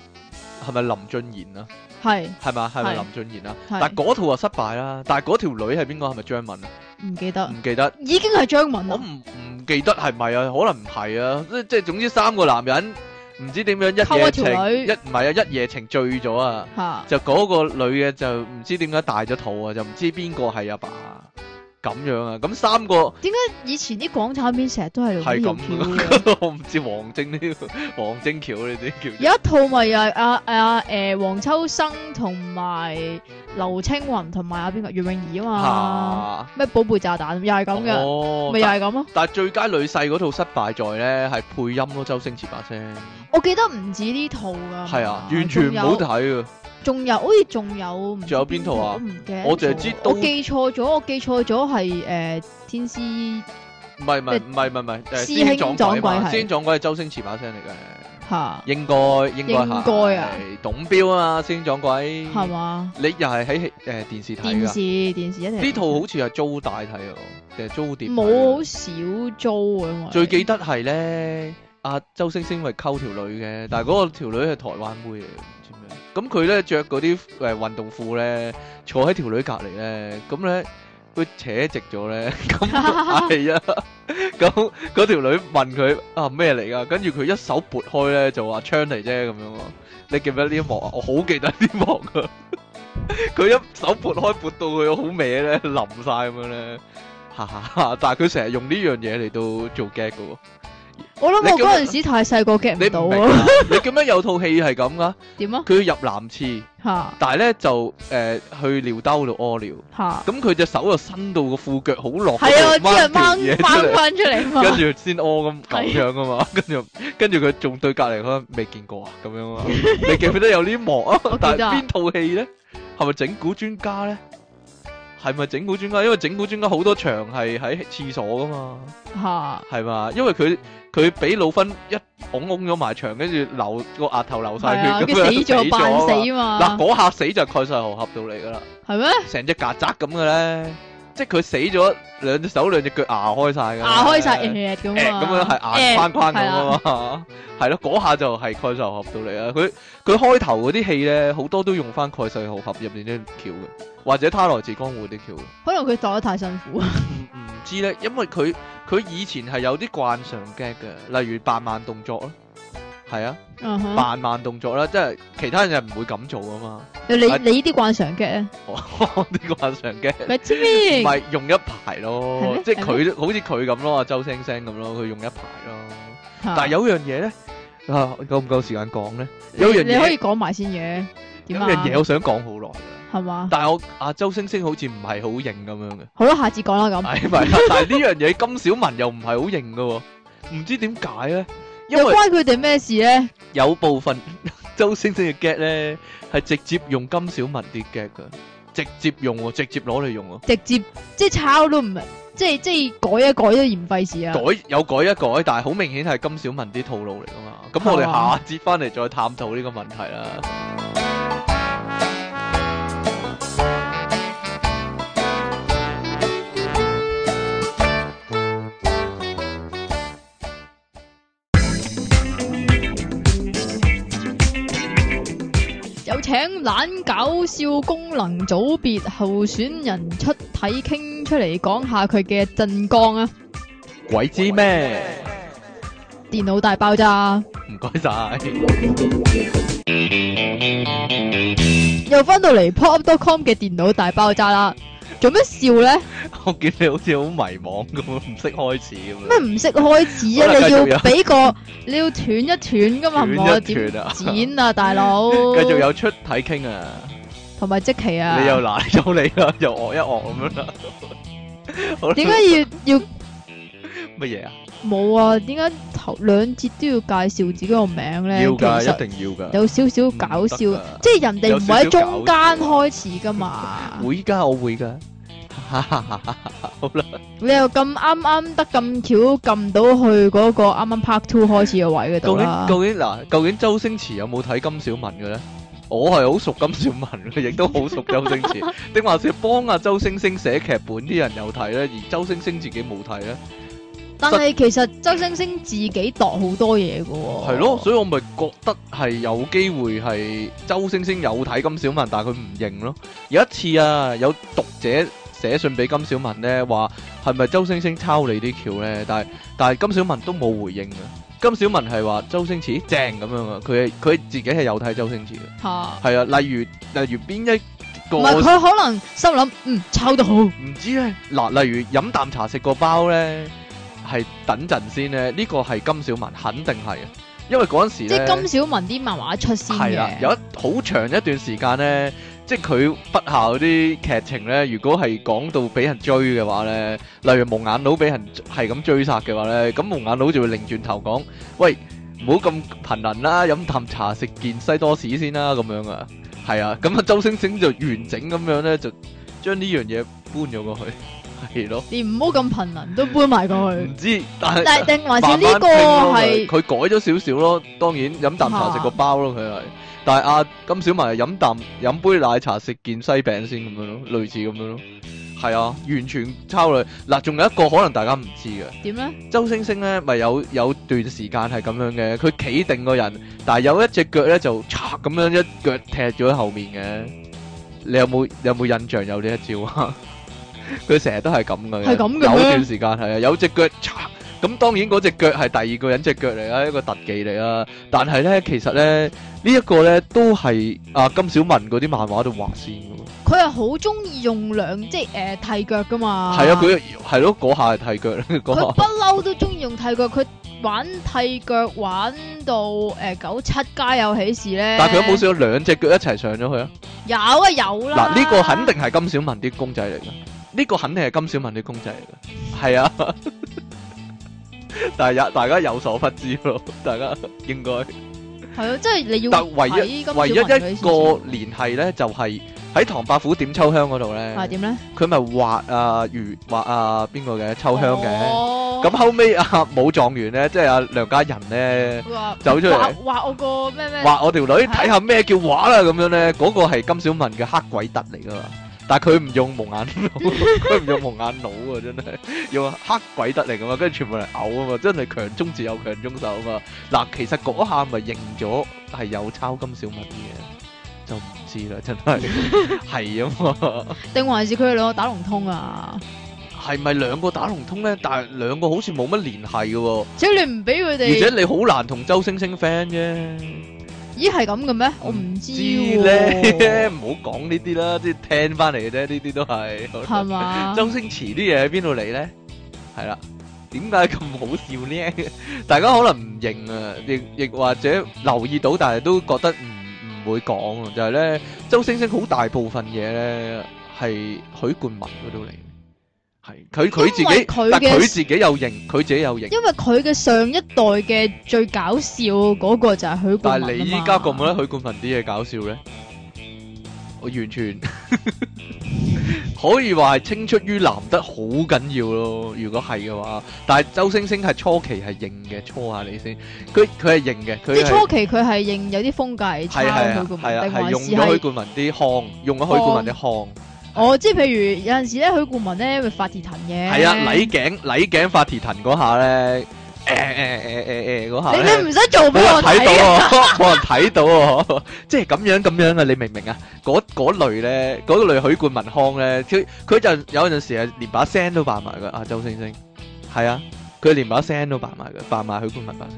Speaker 1: 係咪林俊賢啊？
Speaker 2: 係
Speaker 1: 係咪啊？係咪
Speaker 2: 係
Speaker 1: 林俊賢啊？但
Speaker 2: 係
Speaker 1: 嗰套啊失敗啦，但嗰條女係邊個？係咪張敏啊？
Speaker 2: 唔記得，
Speaker 1: 唔記得。
Speaker 2: 已經係張敏
Speaker 1: 我
Speaker 2: 啦，
Speaker 1: 唔唔記得係咪啊？可能唔係啊，即即係總之三個男人唔知點樣一
Speaker 2: 溝
Speaker 1: 夜
Speaker 2: 一
Speaker 1: 情，
Speaker 2: 條女
Speaker 1: 一唔係啊一夜情醉咗啊！
Speaker 2: 嚇
Speaker 1: 就嗰個女嘅就唔知點解大咗肚啊，就唔知邊個係阿爸咁樣啊！咁三個
Speaker 2: 以前啲港產片成日都係用
Speaker 1: 係
Speaker 2: 呢條
Speaker 1: 咁
Speaker 2: 橋
Speaker 1: 啊
Speaker 2: 嘅。，
Speaker 1: 我唔知王晶呢個王晶橋呢啲叫
Speaker 2: 有一套咪又係阿阿誒黃秋生同埋劉青雲同埋阿邊個袁詠儀啊嘛，
Speaker 1: 嚇
Speaker 2: 咩寶貝炸彈又係咁嘅，
Speaker 1: 哦
Speaker 2: 咪又
Speaker 1: 但
Speaker 2: 係咁咯。
Speaker 1: 但係最佳女婿嗰套失敗在咧係配音咯，周星馳把聲
Speaker 2: 我記得唔止呢套噶，
Speaker 1: 係啊，完全唔好
Speaker 2: 仲有。
Speaker 1: 睇啊！
Speaker 2: 仲有好似仲有唔知
Speaker 1: 仲有邊套啊
Speaker 2: 我唔記得咗。
Speaker 1: 我淨係知
Speaker 2: 我
Speaker 1: 都
Speaker 2: 記錯咗，我記錯咗係誒呃天師
Speaker 1: 唔係唔係
Speaker 2: 咩
Speaker 1: 唔係唔係唔係，誒
Speaker 2: 師
Speaker 1: 師兄
Speaker 2: 兄
Speaker 1: 撞
Speaker 2: 撞
Speaker 1: 鬼
Speaker 2: 鬼
Speaker 1: 嘛，
Speaker 2: 係
Speaker 1: 師兄撞鬼係周星馳把聲嚟嘅，
Speaker 2: 嚇
Speaker 1: 應該應該
Speaker 2: 應該啊
Speaker 1: 係，董彪啊嘛，師兄撞鬼
Speaker 2: 係嘛？
Speaker 1: 你又係喺誒電視睇
Speaker 2: 電視
Speaker 1: 㗎？
Speaker 2: 電視一定
Speaker 1: 呢套好似係租帶睇啊，定係租碟睇啊？
Speaker 2: 冇好少租 啊，因為
Speaker 1: 最記得係咧，阿周星星咪溝條女嘅，但係嗰個條女係台灣妹嚟嘅，唔知咩。咁佢咧着嗰啲誒運動褲咧，坐喺條女隔離咧，咁咧佢扯直咗咧，咁係啊，咁嗰條女問佢啊咩嚟㗎？跟住佢一手撥開咧就話槍嚟啫咁樣喎。你記唔記得呢一幕啊？我好記得呢一幕啊！佢一手撥開撥到佢好歪咧，淋晒咁樣咧。哈哈哈！ 但係佢成日用呢樣嘢嚟到做 gag 嘅喎，
Speaker 2: 我諗
Speaker 1: 你
Speaker 2: 我
Speaker 1: 叫
Speaker 2: 嗰陣時太細個 get
Speaker 1: 你
Speaker 2: 唔
Speaker 1: 唔
Speaker 2: 到
Speaker 1: 明
Speaker 2: 啊，
Speaker 1: 啊？ 你咁樣有套戲係咁噶？
Speaker 2: 點啊
Speaker 1: 佢要入男廁，
Speaker 2: 嚇
Speaker 1: 但係咧就誒去尿兜度屙尿，
Speaker 2: 嚇。
Speaker 1: 咁佢隻手又伸到個褲腳好落嗰度，
Speaker 2: 系啊，我知啊，
Speaker 1: 掹條嘢
Speaker 2: 掹
Speaker 1: 出
Speaker 2: 掹
Speaker 1: 嚟，
Speaker 2: 翻出嚟嘛
Speaker 1: 跟，住先 屙咁咁
Speaker 2: 係
Speaker 1: 樣噶嘛，跟住跟住佢仲對隔離嗰個未見過啊咁樣 啊，你記唔記得有呢幕啊
Speaker 2: 我？記
Speaker 1: 但係
Speaker 2: 得啊
Speaker 1: 邊套戲咧？係咪整蠱專家咧？係咪整蠱專家？因為整蠱專家好多場係喺廁所噶嘛。
Speaker 2: 吓
Speaker 1: 係嘛？因為佢佢俾老芬一拱拱咗埋牆，跟住流個額頭流
Speaker 2: 系
Speaker 1: 晒血
Speaker 2: 啊，
Speaker 1: 咁
Speaker 2: 佢
Speaker 1: 樣
Speaker 2: 死咗扮死
Speaker 1: 啊
Speaker 2: 嘛
Speaker 1: 嘛。嗱，，嗰下死就蓋世豪俠到嚟噶啦，
Speaker 2: 系咩？
Speaker 1: 成隻曱甴咁嘅咧，即係佢死咗兩隻手兩隻腳牙開晒㗎。
Speaker 2: 牙開晒嗯
Speaker 1: 誒
Speaker 2: 誒
Speaker 1: 咁
Speaker 2: 咁啊，
Speaker 1: 樣係硬框框咁啊
Speaker 2: 誒
Speaker 1: 嘛，係咯，嗰下就係蓋世豪俠到嚟啊！佢佢開頭嗰啲戲咧，好多都用翻蓋世豪俠入面啲橋嘅，或者他來自江湖啲橋嘅。
Speaker 2: 可能佢度得太辛苦，啊
Speaker 1: 唔唔知咧，因為佢佢以前係有啲慣常 gag 嘅，例如扮慢動作咯，係啊，
Speaker 2: 嗯哼
Speaker 1: 扮慢動作啦，即係其他人係唔會咁做啊嘛，
Speaker 2: 你你呢啲慣常嘅，
Speaker 1: 我啲慣 常 gag
Speaker 2: 咪知
Speaker 1: 唔
Speaker 2: 咩？
Speaker 1: 係用一排 咯
Speaker 2: 係，咩
Speaker 1: 即係佢好似佢咁咯，周星星咁咯，佢用一排咯，
Speaker 2: 嚇
Speaker 1: 但係有樣嘢咧，啊夠唔夠時間講咧？有樣
Speaker 2: 你你可
Speaker 1: 嘢
Speaker 2: 以講埋先嘅，
Speaker 1: 有
Speaker 2: 點啊？
Speaker 1: 樣嘢我想講好耐㗎，
Speaker 2: 係嘛？
Speaker 1: 但係我阿周星星好似唔係好認咁 樣嘅。
Speaker 2: 好啦，下次講啦咁，
Speaker 1: 系咪啊？但系呢樣嘢金小文又唔係好認噶喎，唔知點解咧？因
Speaker 2: 又
Speaker 1: 為
Speaker 2: 關佢哋咩事咧？
Speaker 1: 有部分 周星星嘅 get 咧係直接用金小文啲 get 噶，直接用喎，直接攞嚟用喎，
Speaker 2: 直接即係抄都唔明，即係即係改一改都嫌費事啊！
Speaker 1: 改有改一改，但係好明顯係金小文啲套路嚟噶嘛。咁我哋
Speaker 2: 係嘛
Speaker 1: 下節翻嚟再探討呢個問 題啦。
Speaker 2: 有請懶搞笑功能組別候選人出體傾出嚟講下佢嘅震光啊！
Speaker 1: 鬼知咩？
Speaker 2: 電腦大爆炸
Speaker 1: 唔該晒。
Speaker 2: 又翻到嚟 pop.com 嘅電腦大爆炸啦！做咩笑呢？
Speaker 1: 我見你好似好迷茫咁啊，唔識開始咁
Speaker 2: 咩
Speaker 1: 樣。
Speaker 2: 唔識開
Speaker 1: 好
Speaker 2: 始啊？
Speaker 1: 啦
Speaker 2: 你
Speaker 1: 繼續有
Speaker 2: 要俾個，你要斷一斷噶嘛？唔係我
Speaker 1: 斷一
Speaker 2: 點
Speaker 1: 斷啊
Speaker 2: 剪啊，大佬？
Speaker 1: 繼續有出體傾啊！
Speaker 2: 同埋即期啊
Speaker 1: 你？又賴咗你啦，又惡一惡咁樣啦。好啦
Speaker 2: 點解要要
Speaker 1: 乜嘢啊？
Speaker 2: 冇啊？點解頭兩節都要介紹自己個名呢？
Speaker 1: 要
Speaker 2: 其
Speaker 1: 噶，
Speaker 2: 實
Speaker 1: 一定要噶。
Speaker 2: 有少少搞笑
Speaker 1: 唔得㗎，
Speaker 2: 即係人哋唔係喺中間開始噶 嘛。
Speaker 1: 會噶，我會噶。好啦，
Speaker 2: 你又咁啱啱得咁巧撳到去嗰個啱啱 part two 開始嘅位嗰度
Speaker 1: 究
Speaker 2: 啦
Speaker 1: 竟。究竟嗱，究竟周星馳有冇睇金小文嘅咧？我係好熟金兆文嘅，亦 都好熟周星 馳。定還是幫阿周星星寫劇本啲人有睇咧，而周星星自己冇睇咧？
Speaker 2: 但係其實周星星自己度好多嘢噶喎。
Speaker 1: 係咯，所以我咪覺得係有機會係周星星有睇金小文，但係佢唔認咯。有一次啊，有讀者寫信俾金小文咧，話係咪周星星抄你啲橋咧？但係但係金小文都冇回應嘅。金小文係話周星馳正咁樣啊，佢係佢自己係有睇周星馳嘅，
Speaker 2: 嚇
Speaker 1: 係啊，例如例如邊一個
Speaker 2: 唔係佢可能心諗，嗯，抄得好，
Speaker 1: 唔知咧，嗱，例如飲啖茶食個包咧，係等陣先咧，呢個係金小文肯定係啊，因為嗰陣時
Speaker 2: 即
Speaker 1: 咧
Speaker 2: 係金小文啲漫畫出先
Speaker 1: 係啦，
Speaker 2: 嘅。
Speaker 1: 有一好長一段時間咧，即係佢筆下嗰啲劇情咧，如果係講到俾人追嘅話咧，例如蒙眼佬俾人係咁追殺嘅話咧，咁蒙眼佬就會擰轉頭講：喂，唔好咁頻能啦，飲啖茶食件西多士先啦，咁樣啊，係啊，咁啊 周星星就完整咁樣咧，就將呢樣嘢搬咗過去，係咯，
Speaker 2: 連唔好咁貧能都搬埋過去。
Speaker 1: 唔知但 係。
Speaker 2: 但係定還是
Speaker 1: 慢慢
Speaker 2: 呢個
Speaker 1: 傾咯
Speaker 2: 係
Speaker 1: 佢佢改咗少少咯，當然飲啖茶食個包咯，佢係。但係阿金小文係飲啖飲杯奶茶食件西餅先咁樣咯，類似咁樣咯。係啊，完全抄佢。嗱，仲有一個可能大家唔知嘅，
Speaker 2: 點咧？
Speaker 1: 周星星咧咪有有段時間係咁樣嘅，佢企定個人，但係有一隻腳咧就嚓咁樣一腳踢咗喺後面嘅。你有冇有冇印象有呢一招啊？ 佢成日都係咁嘅，
Speaker 2: 係咁嘅
Speaker 1: 有
Speaker 2: 咩
Speaker 1: 段時間係啊，有隻腳嚓咁，當然嗰隻腳係第二個人隻腳嚟啦，一個特技嚟啦。但係咧，其實咧呢一、個咧都係啊金小文嗰啲漫畫度畫先嘅喎。
Speaker 2: 佢係好中意用兩即係誒剃腳噶嘛。
Speaker 1: 係啊，佢係咯，嗰下係剃腳，嗰
Speaker 2: 佢
Speaker 1: 下
Speaker 2: 不嬲都中意用剃腳，佢玩剃腳玩到誒九七家有喜事咧。
Speaker 1: 但係佢有冇試過兩隻腳一齊上咗去啊？
Speaker 2: 有啊有啦。
Speaker 1: 嗱，呢個肯定係金小文啲公仔嚟嘅，呢個肯定係金小文啲公仔嚟嘅，係啊。 但係有大家有所不知咯， 大家應該。
Speaker 2: 係啊，即係你要
Speaker 1: 但唯一
Speaker 2: 睇
Speaker 1: 唯一
Speaker 2: 金小文佢
Speaker 1: 一
Speaker 2: 先
Speaker 1: 個聯繫咧，就係喺唐伯虎點秋香嗰度咧，
Speaker 2: 係點咧？
Speaker 1: 佢咪畫啊如畫啊邊個嘅秋香嘅。
Speaker 2: 哦
Speaker 1: 咁後尾啊武狀元咧，即係阿梁家仁咧，
Speaker 2: 佢話
Speaker 1: 走出嚟
Speaker 2: 畫畫我個咩咩？
Speaker 1: 畫我條女睇下咩叫畫啦咁樣咧，嗰個係金小文嘅黑鬼特嚟噶嘛。但係佢唔用蒙眼佬， 佢唔用蒙眼佬啊，真係用黑鬼得嚟噶嘛，跟住全部嚟嘔啊嘛，真係強中自有強中手啊嘛。嗱，其實嗰下咪認咗係有抄金小文嘅，就唔知啦， 真係係啊嘛。
Speaker 2: 定還是佢哋兩個打龍通啊？
Speaker 1: 係咪兩個打龍通咧？但係兩個好似冇乜聯繫嘅喎，
Speaker 2: 只要你唔俾佢
Speaker 1: 而且
Speaker 2: 哋，
Speaker 1: 你好難同周星星 friend 啫。
Speaker 2: 咦係咁嘅咩？我唔知喎
Speaker 1: 咧， 唔好講呢啲啦，即係聽翻嚟嘅啫，呢啲都
Speaker 2: 係
Speaker 1: 係。
Speaker 2: 嘛？
Speaker 1: 周星馳啲嘢喺邊度嚟咧？係啦，點解咁好笑 咧？大家可能唔認啊，亦亦或者留意到，但係都覺得唔唔會講啊。就係咧，周星星好大部分嘢咧係許冠文嗰度嚟嘅，係佢佢自
Speaker 2: 因為
Speaker 1: 己，
Speaker 2: 佢
Speaker 1: 但
Speaker 2: 嘅
Speaker 1: 佢自己有認，佢自己有認。
Speaker 2: 因為佢嘅上一代嘅最搞笑嗰個就係許
Speaker 1: 但
Speaker 2: 冠
Speaker 1: 係
Speaker 2: 文啊
Speaker 1: 你依
Speaker 2: 嘛
Speaker 1: 家覺唔覺得許冠文啲嘢搞笑咧？我完全 可以話係青出於藍得好緊要咯。如果係嘅話，但係周星星係初期係認嘅，搓下你先。佢佢係認嘅，
Speaker 2: 即
Speaker 1: 佢
Speaker 2: 係
Speaker 1: 係
Speaker 2: 初期佢係認有啲風格係抄
Speaker 1: 係係啊
Speaker 2: 許
Speaker 1: 係
Speaker 2: 冠
Speaker 1: 啊
Speaker 2: 文，定
Speaker 1: 係
Speaker 2: 還
Speaker 1: 用咗
Speaker 2: 是
Speaker 1: 許
Speaker 2: 係
Speaker 1: 冠文啲腔，用咗許冠文啲腔。
Speaker 2: 我即係譬如有陣時咧，許冠文咧咪發鐵藤嘅，
Speaker 1: 係啊，禮頸禮頸發鐵藤嗰下咧，誒誒誒誒誒嗰下
Speaker 2: 你
Speaker 1: 咧
Speaker 2: 你唔使做
Speaker 1: 冇人
Speaker 2: 俾我
Speaker 1: 啊睇
Speaker 2: 睇啊！
Speaker 1: 到啊， 冇人睇到啊，即係咁樣咁樣啊，你明唔明啊？嗰嗰類咧，嗰類許冠文腔咧，佢佢就有陣時係連把聲都扮埋噶。啊，周星星係啊，佢連把聲都扮埋噶，扮埋許冠文把聲。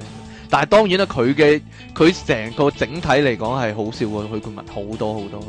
Speaker 1: 但係當然啦，佢嘅佢成個整體嚟講係好笑過許冠文好多好多咯。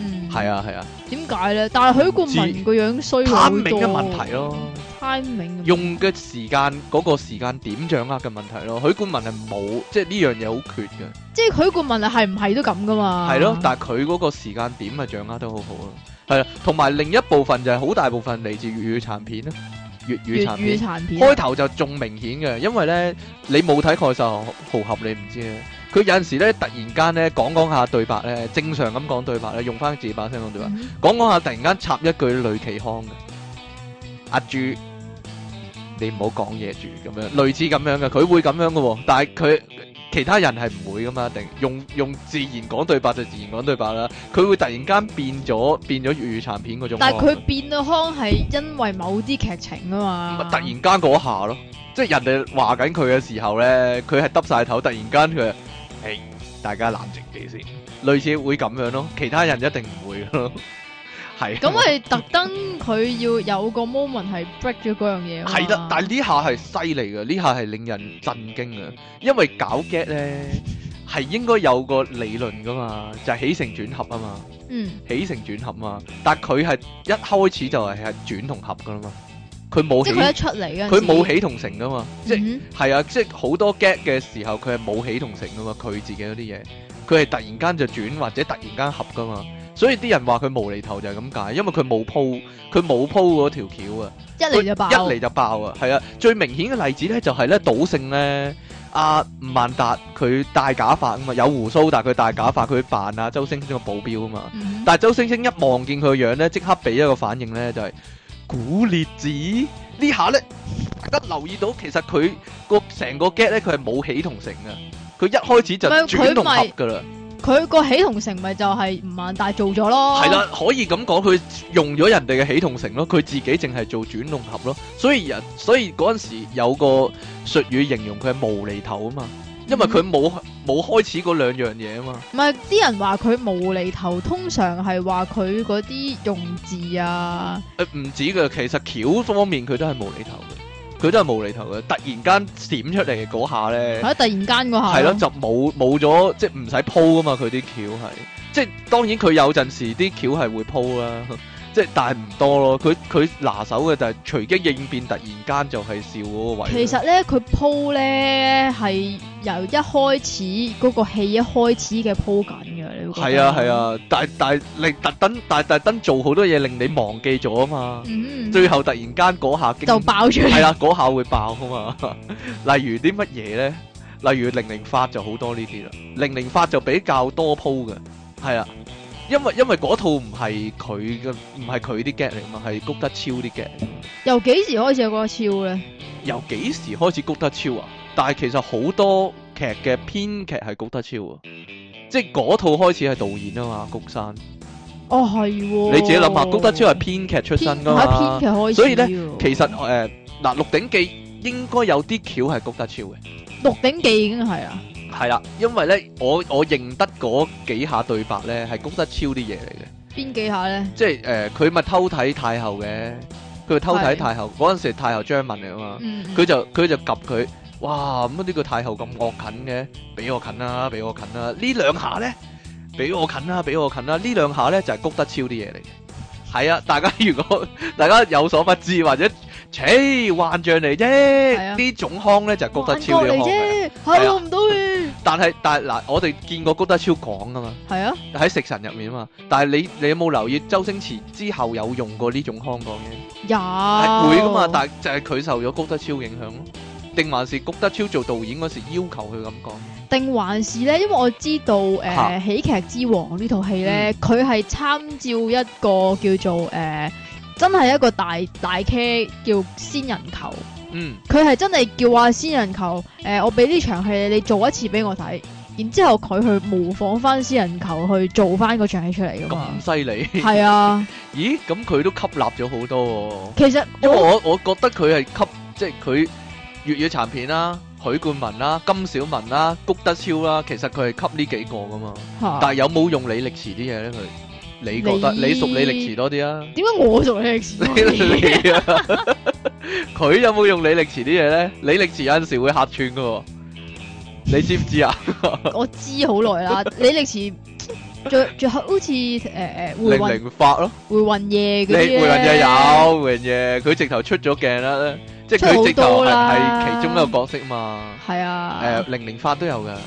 Speaker 2: 嗯，
Speaker 1: 係啊係啊，
Speaker 2: 點解咧？但係許冠文個樣衰好
Speaker 1: 攤
Speaker 2: 多
Speaker 1: 名嘅問題咯。
Speaker 2: ，timing 嘅
Speaker 1: 用嘅時間嗰、個時間點掌握嘅問題咯，許冠文係冇，即係呢樣嘢好缺嘅。
Speaker 2: 即係許冠文係唔係都咁噶嘛？
Speaker 1: 係咯，但係佢嗰個時間點啊掌握得好好咯。係啦，同埋另一部分就係好大部分嚟自粵語殘片啦，啊粵語殘
Speaker 2: 粵語
Speaker 1: 片。
Speaker 2: 殘片啊
Speaker 1: 開頭就仲明顯嘅，因為咧你冇睇《蓋世豪俠》，你唔知啊。佢有陣時咧突然間咧講講下對白咧，正常咁講對白咧，用翻自己把聲講對白，
Speaker 2: 嗯
Speaker 1: 講講下突然間插一句呂其康嘅，阿住你唔好講嘢住咁樣，類似咁樣嘅，佢會咁樣嘅喎，但係佢其他人係唔會噶嘛，一定用用自然講對白就自然講對白啦。佢會突然間變咗變咗粵語殘片嗰種
Speaker 2: 但
Speaker 1: 腔，
Speaker 2: 係佢變到腔係因為某啲劇情啊嘛。
Speaker 1: 突然間嗰下咯，即係人哋話緊佢嘅時候咧，佢係耷晒頭，突然間佢係，誒大家冷靜啲先，類似會咁樣咯。其他人一定唔會咯，係啊
Speaker 2: 咁係特登佢要有個 moment 係 break 咗嗰樣嘢啊嘛。
Speaker 1: 係啦，但係呢下係犀利嘅，呢下係令人震驚嘅，因為搞 get 咧係應該有個理論噶嘛，就係、起承轉合啊嘛，
Speaker 2: 嗯，
Speaker 1: 起承轉合嘛，但佢係一開始就係係轉同合噶啦嘛，佢冇
Speaker 2: 即
Speaker 1: 起
Speaker 2: 係佢一出嚟嗰陣時
Speaker 1: 佢冇起同成噶嘛，即係
Speaker 2: 嗯
Speaker 1: 係啊，即係好多 get 嘅時候佢係冇起同成噶嘛，佢自己嗰啲嘢，佢係突然間就轉或者突然間合噶嘛。所以啲人話佢無厘頭就係咁解，因為佢冇鋪，佢冇鋪嗰條橋啊。
Speaker 2: 一嚟就爆，
Speaker 1: 一嚟就爆啊！係啊，最明顯嘅例子咧就係咧賭聖咧，阿、吳萬達佢戴假髮啊嘛，有胡鬚但係佢戴假髮，佢扮啊周星星個保鏢啊嘛。
Speaker 2: 嗯
Speaker 1: 但係周星星一望見佢個樣咧，即刻俾一個反應咧就係、古烈子呢下咧，大家留意到其實佢個成個 get 咧佢係冇起同成啊，佢一開始就
Speaker 2: 唔係佢
Speaker 1: 轉同
Speaker 2: 咪
Speaker 1: 合噶啦。
Speaker 2: 佢個起同成咪就係吳孟達做咗咯。
Speaker 1: 係啦，可以咁講，佢用咗人哋嘅起同成咯，佢自己淨係做轉弄合咯，所以人所以嗰陣時有個術語形容佢係無厘頭啊嘛，因為佢冇冇開始嗰兩樣嘢啊嘛，
Speaker 2: 唔係啲人話佢無厘頭，通常係話佢嗰啲用字啊，
Speaker 1: 誒呃唔止嘅，其實橋方面佢都係無厘頭嘅，佢都係無厘頭嘅，突然間閃出嚟嗰下咧。
Speaker 2: 喺突然間嗰下
Speaker 1: 係咯，就冇冇咗，即係唔使鋪噶嘛，佢啲橋係，即係當然佢有陣時啲橋係會鋪啦， 即係但係唔多咯。佢佢拿手嘅就係隨機應變，突然間就係笑嗰個位。
Speaker 2: 其實咧，佢鋪咧係由一開始嗰、個戲一開始嘅鋪緊嘅，你會覺得
Speaker 1: 係啊係，啊，但係但係你特登但係特登做好多嘢令你忘記咗啊嘛，
Speaker 2: 嗯，
Speaker 1: 最後突然間嗰下驚
Speaker 2: 就爆 出
Speaker 1: 係
Speaker 2: 嚟，
Speaker 1: 啦，嗰下會爆啊嘛。 例如啲乜嘢咧？例如零零發就好多呢啲啦，零零發就比較多鋪嘅，係啦。因為因為嗰套唔係佢嘅，唔係佢啲 get 嚟嘛，係谷德超啲 get 嚟。
Speaker 2: 由幾時開始有嗰個超咧？
Speaker 1: 由幾時開始谷德超啊？但係其實好多劇嘅編劇係谷德超啊，即係嗰套開始係導演啊嘛，谷山。
Speaker 2: 哦，係喎、
Speaker 1: 你自己諗下，谷德超係編劇出身噶
Speaker 2: 喺
Speaker 1: 嘛
Speaker 2: 編劇。開始喎，
Speaker 1: 所以呢其實誒嗱，鹿鼎記》應該有啲橋係谷德超嘅。
Speaker 2: 《鹿鼎記》已經係啦，
Speaker 1: 係啦，因為咧，我我認得嗰幾下對白咧，係谷德超啲嘢嚟嘅，
Speaker 2: 邊幾下咧？
Speaker 1: 即係誒，佢、咪偷睇太后嘅，佢偷睇
Speaker 2: 係
Speaker 1: 太后嗰陣時，太后張文嚟啊嘛，
Speaker 2: 嗯，
Speaker 1: 佢就佢就及佢，哇乜呢個太后咁惡近嘅，俾我近啦，俾我近啦，呢兩下咧，俾我近啦，俾我近啦，呢兩下咧就係、谷德超啲嘢嚟嘅，係啊，大家如果 大家有所不知或者，切幻象嚟
Speaker 2: 係啊
Speaker 1: 啫，呢種腔咧就係、谷德
Speaker 2: 幻覺
Speaker 1: 超啲
Speaker 2: 嚟
Speaker 1: 腔嚟。
Speaker 2: 啫，係我唔到嘅，
Speaker 1: 但係但係嗱，我哋見過谷德超講噶嘛，
Speaker 2: 係啊，
Speaker 1: 喺食神入面啊嘛。但係你你有冇留意周星馳之後有用過呢種腔講嘢？
Speaker 2: 有
Speaker 1: 係啊
Speaker 2: 係
Speaker 1: 會噶嘛，但係就係佢受咗谷德超影響咯，定還是谷德超做導演嗰時要求佢咁講？
Speaker 2: 定還是咧？因為我知道誒、呃
Speaker 1: 嚇嗯
Speaker 2: 喜劇之王》呢套戲咧，佢係參照一個叫做誒、呃真係一個大大 K 叫仙人球，
Speaker 1: 嗯，
Speaker 2: 佢係真係叫啊仙人球誒、呃我俾呢場戲你做一次俾我睇，然之後佢去模仿翻仙人球去做翻嗰場戲出嚟噶嘛
Speaker 1: 咁。犀利，
Speaker 2: 係啊，
Speaker 1: 咦？咁佢都吸納咗好多
Speaker 2: 其實
Speaker 1: 喎，因為
Speaker 2: 我
Speaker 1: 我我覺得佢係吸，即係佢粵語殘片啦、許冠文啦、金小文啦、谷德超啦，其實佢係吸呢幾個噶嘛。
Speaker 2: 嚇
Speaker 1: 但係有冇用李力持啲嘢咧？佢你覺得
Speaker 2: 你
Speaker 1: 你熟李力持多啲啊？
Speaker 2: 點解我做呢 歷史多啲？
Speaker 1: 你啊 佢有冇用李力持啲嘢咧？李力持有陣時會客串噶喎，你知唔知啊？
Speaker 2: 我知好 耐啦，李力持最最後好似呃誒誒回
Speaker 1: 零
Speaker 2: 魂
Speaker 1: 零發咯，
Speaker 2: 回魂夜嗰
Speaker 1: 你梅
Speaker 2: 啲咧
Speaker 1: 人嘢有梅人嘢，佢直頭出咗鏡啦，即係
Speaker 2: 出好
Speaker 1: 佢直頭
Speaker 2: 多
Speaker 1: 係
Speaker 2: 啦
Speaker 1: 係其中一個角色嘛。
Speaker 2: 係啊，
Speaker 1: 誒，零零發都有噶，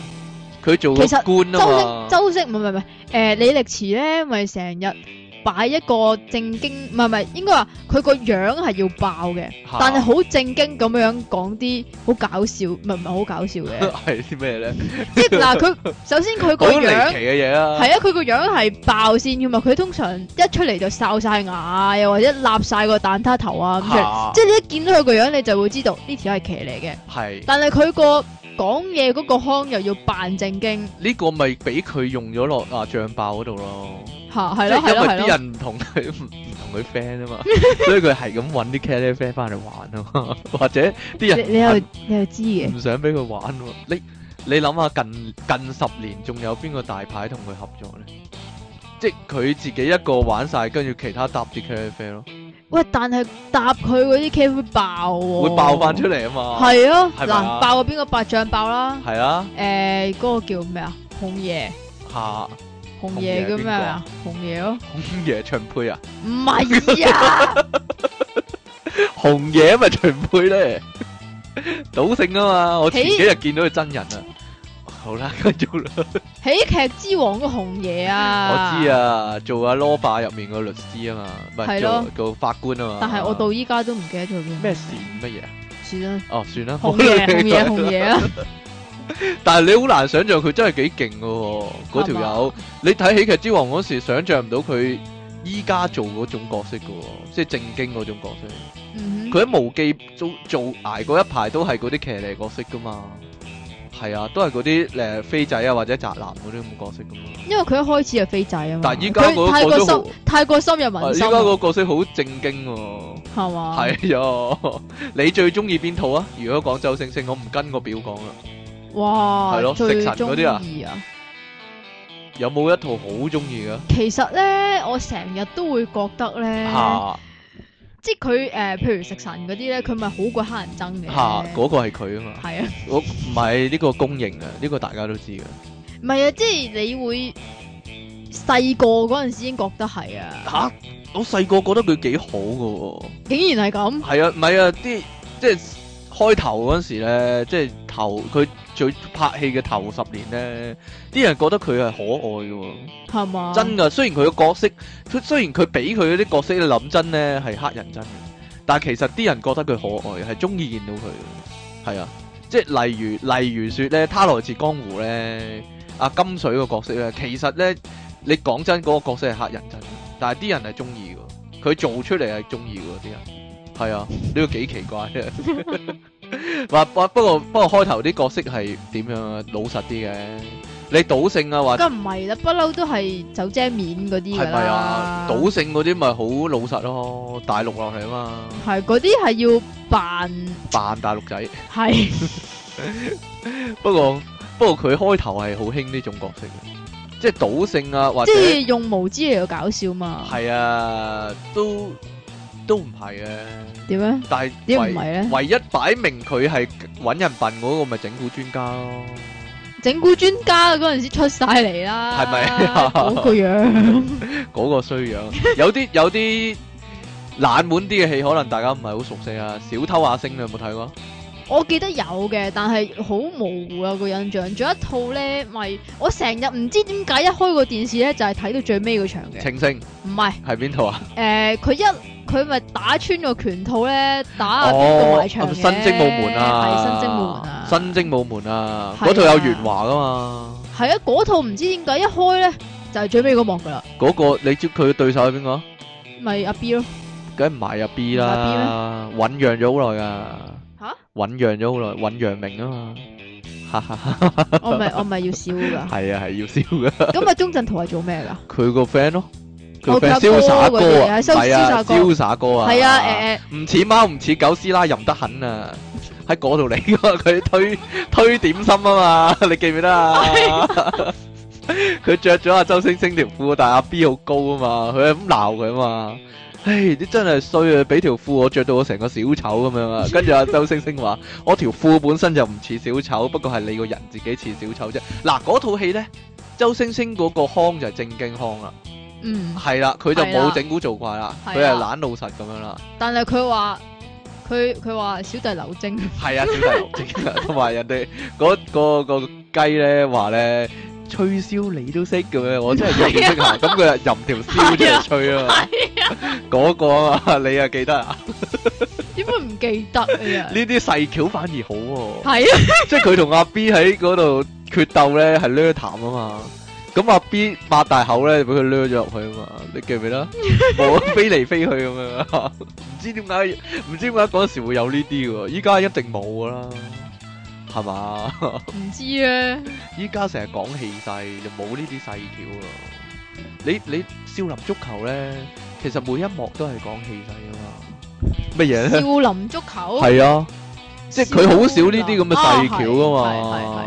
Speaker 1: 佢做
Speaker 2: 其實
Speaker 1: 個官啊嘛。
Speaker 2: 周星周星唔係唔係誒李力持咧，咪成日擺一個正經，唔係唔係應該話佢個樣係要爆嘅，
Speaker 1: 嚇
Speaker 2: 但係好正經咁樣講啲好搞笑，唔係唔係好搞笑 嘅，
Speaker 1: 係啲咩咧？
Speaker 2: 即係嗱佢首先佢
Speaker 1: 好
Speaker 2: 個
Speaker 1: 離奇
Speaker 2: 樣。
Speaker 1: 嘅嘢啊！
Speaker 2: 係啊，佢個樣係爆先噶嘛，佢通常一出嚟就哨晒牙，又或者立晒個蛋撻頭啊咁出嚟，
Speaker 1: 嚇
Speaker 2: 即係你一見到佢個樣，你就會知道呢條係騎呢嘅。
Speaker 1: 係
Speaker 2: 但係佢個講嘢嗰個腔又要扮正經，
Speaker 1: 呢個咪俾佢用咗落啊醬爆嗰度咯，
Speaker 2: 吓係
Speaker 1: 即
Speaker 2: 咯
Speaker 1: 係
Speaker 2: 係
Speaker 1: 因
Speaker 2: 咯
Speaker 1: 為
Speaker 2: 係
Speaker 1: 啲
Speaker 2: 咯，
Speaker 1: 人唔同佢唔同佢 friend 啊嘛，所以佢係咁揾啲 cat friend 翻嚟玩啊嘛， 或者啲
Speaker 2: 你你又
Speaker 1: 人
Speaker 2: 你又知嘅，
Speaker 1: 唔想俾佢玩喎。你你諗下近近十年仲有邊個大牌同佢合作咧？即係佢自己一個玩晒，跟住其他搭啲 cat friend 咯，
Speaker 2: 喂，但係搭佢嗰啲 K 會爆喎，
Speaker 1: 會爆翻出嚟啊嘛。
Speaker 2: 係啊，
Speaker 1: 係咪啊
Speaker 2: 嗱，爆過邊個白醬爆啦？
Speaker 1: 係啊，
Speaker 2: 誒，嗰個叫咩啊？紅爺，
Speaker 1: 下
Speaker 2: 紅爺
Speaker 1: 紅爺
Speaker 2: 叫咩啊？紅爺咯，
Speaker 1: 紅爺秦沛啊，
Speaker 2: 唔 係啊，
Speaker 1: 紅爺咪秦沛咧，賭聖啊嘛，我前
Speaker 2: 起
Speaker 1: 幾日見到佢真人啊。好啦， 繼續啦。
Speaker 2: 喜劇之王個紅爺啊，
Speaker 1: 我知，啊，做阿羅霸入面個律師啊嘛，唔係
Speaker 2: 係咯
Speaker 1: 做個法官啊嘛。
Speaker 2: 但係我到依家都唔記得咗邊
Speaker 1: 咩事乜嘢啊？
Speaker 2: 算啦，
Speaker 1: 哦，算啦，
Speaker 2: 紅
Speaker 1: 冇啦
Speaker 2: 爺紅爺紅爺啊！
Speaker 1: 但係你好難想象佢真係幾勁噶喎，嗰條友。你睇喜劇之王嗰時，想象唔到佢依家做嗰種角色噶喎，即係正經嗰種角色。
Speaker 2: 嗯哼
Speaker 1: 佢喺無記做做捱嗰一排都係嗰啲騎呢角色噶嘛，係啊，都係嗰啲誒飛仔啊或者宅男嗰啲咁角色噶嘛。
Speaker 2: 因為佢一開始係飛仔啊嘛，
Speaker 1: 但係依家嗰
Speaker 2: 佢太
Speaker 1: 個
Speaker 2: 過
Speaker 1: 都好
Speaker 2: 深，太過深入
Speaker 1: 啊
Speaker 2: 民
Speaker 1: 依
Speaker 2: 心
Speaker 1: 家
Speaker 2: 啊，
Speaker 1: 個角色好正經喎，
Speaker 2: 係嘛？
Speaker 1: 係啊， 你最中意邊套啊？如果講周星星，我唔跟個表講啊啦。
Speaker 2: 哇，
Speaker 1: 係咯食
Speaker 2: 最
Speaker 1: 神嗰
Speaker 2: 中
Speaker 1: 啲啊
Speaker 2: 意啊！
Speaker 1: 有冇一套好中意噶？
Speaker 2: 其實咧，我成日都會覺得咧，
Speaker 1: 嚇
Speaker 2: 即係佢誒，譬如食神嗰啲咧，佢咪好鬼乞人憎嘅。
Speaker 1: 嚇，嗰個係佢啊嘛。
Speaker 2: 係啊，
Speaker 1: 我唔係呢個公認啊，呢個大家都知嘅。
Speaker 2: 唔係啊，即係你會細個嗰陣時已經覺得係啊，
Speaker 1: 嚇，我細個覺得佢幾好嘅喎。
Speaker 2: 竟然係咁，
Speaker 1: 係啊，唔係啊，啲即係開頭嗰陣時咧，即係頭佢最拍戲嘅頭十年咧，啲人覺得佢係可愛嘅喎，
Speaker 2: 係嘛？
Speaker 1: 真噶。雖然佢嘅角色，佢雖然佢俾佢嗰啲角色你諗真咧係黑人憎嘅，但係其實啲人覺得佢可愛，係中意見到佢嘅，係啊。即係例如例如説咧，他來自江湖咧，阿金水個角色咧，其實咧你講真嗰、個角色係黑人憎嘅，但係啲人係中意嘅，佢做出嚟係中意嘅啲人，係啊，呢個幾奇怪嘅。 話不不過不過開頭啲角色係點樣啊？老實啲嘅，你賭聖啊或者
Speaker 2: 梗唔係啦，不嬲都係走遮面嗰啲
Speaker 1: 係
Speaker 2: 㗎
Speaker 1: 咪啊
Speaker 2: 啦。？
Speaker 1: 賭聖嗰啲咪好老實咯，大陸落嚟啊嘛，
Speaker 2: 係嗰啲係要扮
Speaker 1: 扮大陸仔。
Speaker 2: 係
Speaker 1: 不過不過佢開頭係好興呢種角色嘅，即係賭聖啊或
Speaker 2: 即
Speaker 1: 者。
Speaker 2: 係用無知嚟到搞笑嘛？
Speaker 1: 系啊，都都唔係啊，
Speaker 2: 點咧？
Speaker 1: 但係
Speaker 2: 點唔
Speaker 1: 唯
Speaker 2: 係啊咧
Speaker 1: 唯一擺明佢係揾人笨嗰個咪整蠱專家咯，
Speaker 2: 整蠱專家嗰陣時出晒嚟啦，
Speaker 1: 係咪啊
Speaker 2: 嗰 個樣
Speaker 1: 嗰、個衰樣。有啲 有啲冷門啲嘅戲，可能大家唔係好熟悉啊。小偷阿星你有冇睇過？
Speaker 2: 我記得有嘅，但係好模糊啊個印象。仲有一套咧，咪我成日唔知點解一開個電視咧就係睇到最尾嗰場嘅，
Speaker 1: 清星
Speaker 2: 唔係
Speaker 1: 係邊套啊？
Speaker 2: 誒佢一佢咪打穿個拳套咧，打啊邊個
Speaker 1: 哦，
Speaker 2: 埋牆嘅
Speaker 1: 新精武門啊，
Speaker 2: 係新精武門啊，
Speaker 1: 新精武門啊，
Speaker 2: 係啊
Speaker 1: 嗰套有元華噶嘛？
Speaker 2: 係啊，嗰套唔知點解一開咧就係最尾嗰幕噶啦，
Speaker 1: 嗰、個你知佢嘅對手係邊個？
Speaker 2: 咪阿 B 咯，
Speaker 1: 梗係唔係啊 B 啦，醖釀咗好耐噶。
Speaker 2: 吓
Speaker 1: 醖釀咗好耐，醖釀明啊嘛，哈哈哈，
Speaker 2: 我咪我咪要笑噶。
Speaker 1: 係啊係要笑噶，
Speaker 2: 咁啊，鍾鎮濤係做咩噶？
Speaker 1: 佢個 friend 咯，佢
Speaker 2: 哦
Speaker 1: 個 friend
Speaker 2: 佢
Speaker 1: 瀟
Speaker 2: 阿
Speaker 1: 灑
Speaker 2: 哥
Speaker 1: 哥啊，
Speaker 2: 嗰啲係
Speaker 1: 係啊
Speaker 2: 瀟灑哥
Speaker 1: 瀟灑哥啊，
Speaker 2: 係啊，誒誒，
Speaker 1: 唔似貓唔似狗，師奶淫得很啊，喺嗰度嚟噶，佢推 推點心啊嘛， 你記唔記得啊？ 佢着咗阿周星星條褲，但係阿 B 好高啊嘛，佢係咁鬧佢啊嘛。唉，你真係衰啊！俾條褲我着到我成個小丑咁樣啊！跟住阿周星星話： 我條褲本身就唔似小丑，不過係你個人自己似小丑啫。嗱，嗰套戲呢，周星星嗰個腔就係正經腔啦，
Speaker 2: 嗯。
Speaker 1: 係啦，佢就
Speaker 2: 係
Speaker 1: 冇
Speaker 2: 啦
Speaker 1: 整蠱做怪啦，
Speaker 2: 係啊
Speaker 1: 佢係
Speaker 2: 啦
Speaker 1: 懶老實咁樣啦。
Speaker 2: 但係佢話佢佢話小弟劉晶
Speaker 1: 係啊，小弟牛精啊，同埋人哋嗰嗰個雞咧話咧吹簫你都識嘅咩？我真係認識啊！咁佢就吟條簫出嚟吹 啊嘛，嗰個啊嘛，你啊記得啊？
Speaker 2: 點會唔記得 啊
Speaker 1: 呢？啲細橋反而好喎，
Speaker 2: 係啊，
Speaker 1: 即係佢同阿 B 喺嗰度決鬥咧係掠談啊嘛。咁阿 B 擘大口咧，俾佢掠咗入去啊嘛，你記唔記 得？冇飛嚟飛去咁樣啊，唔知點解，唔知點解嗰陣時會有呢啲喎，依家一定冇噶啦，係嘛？
Speaker 2: 唔知啊咧，
Speaker 1: 依家成日講氣勢，就冇呢啲細橋啊！你你少林足球咧，其實每一幕都係講氣勢啊嘛。乜嘢咧？
Speaker 2: 少林足球
Speaker 1: 啊係啊，即係佢好少呢啲咁嘅細
Speaker 2: 啊
Speaker 1: 橋噶
Speaker 2: 係係
Speaker 1: 嘛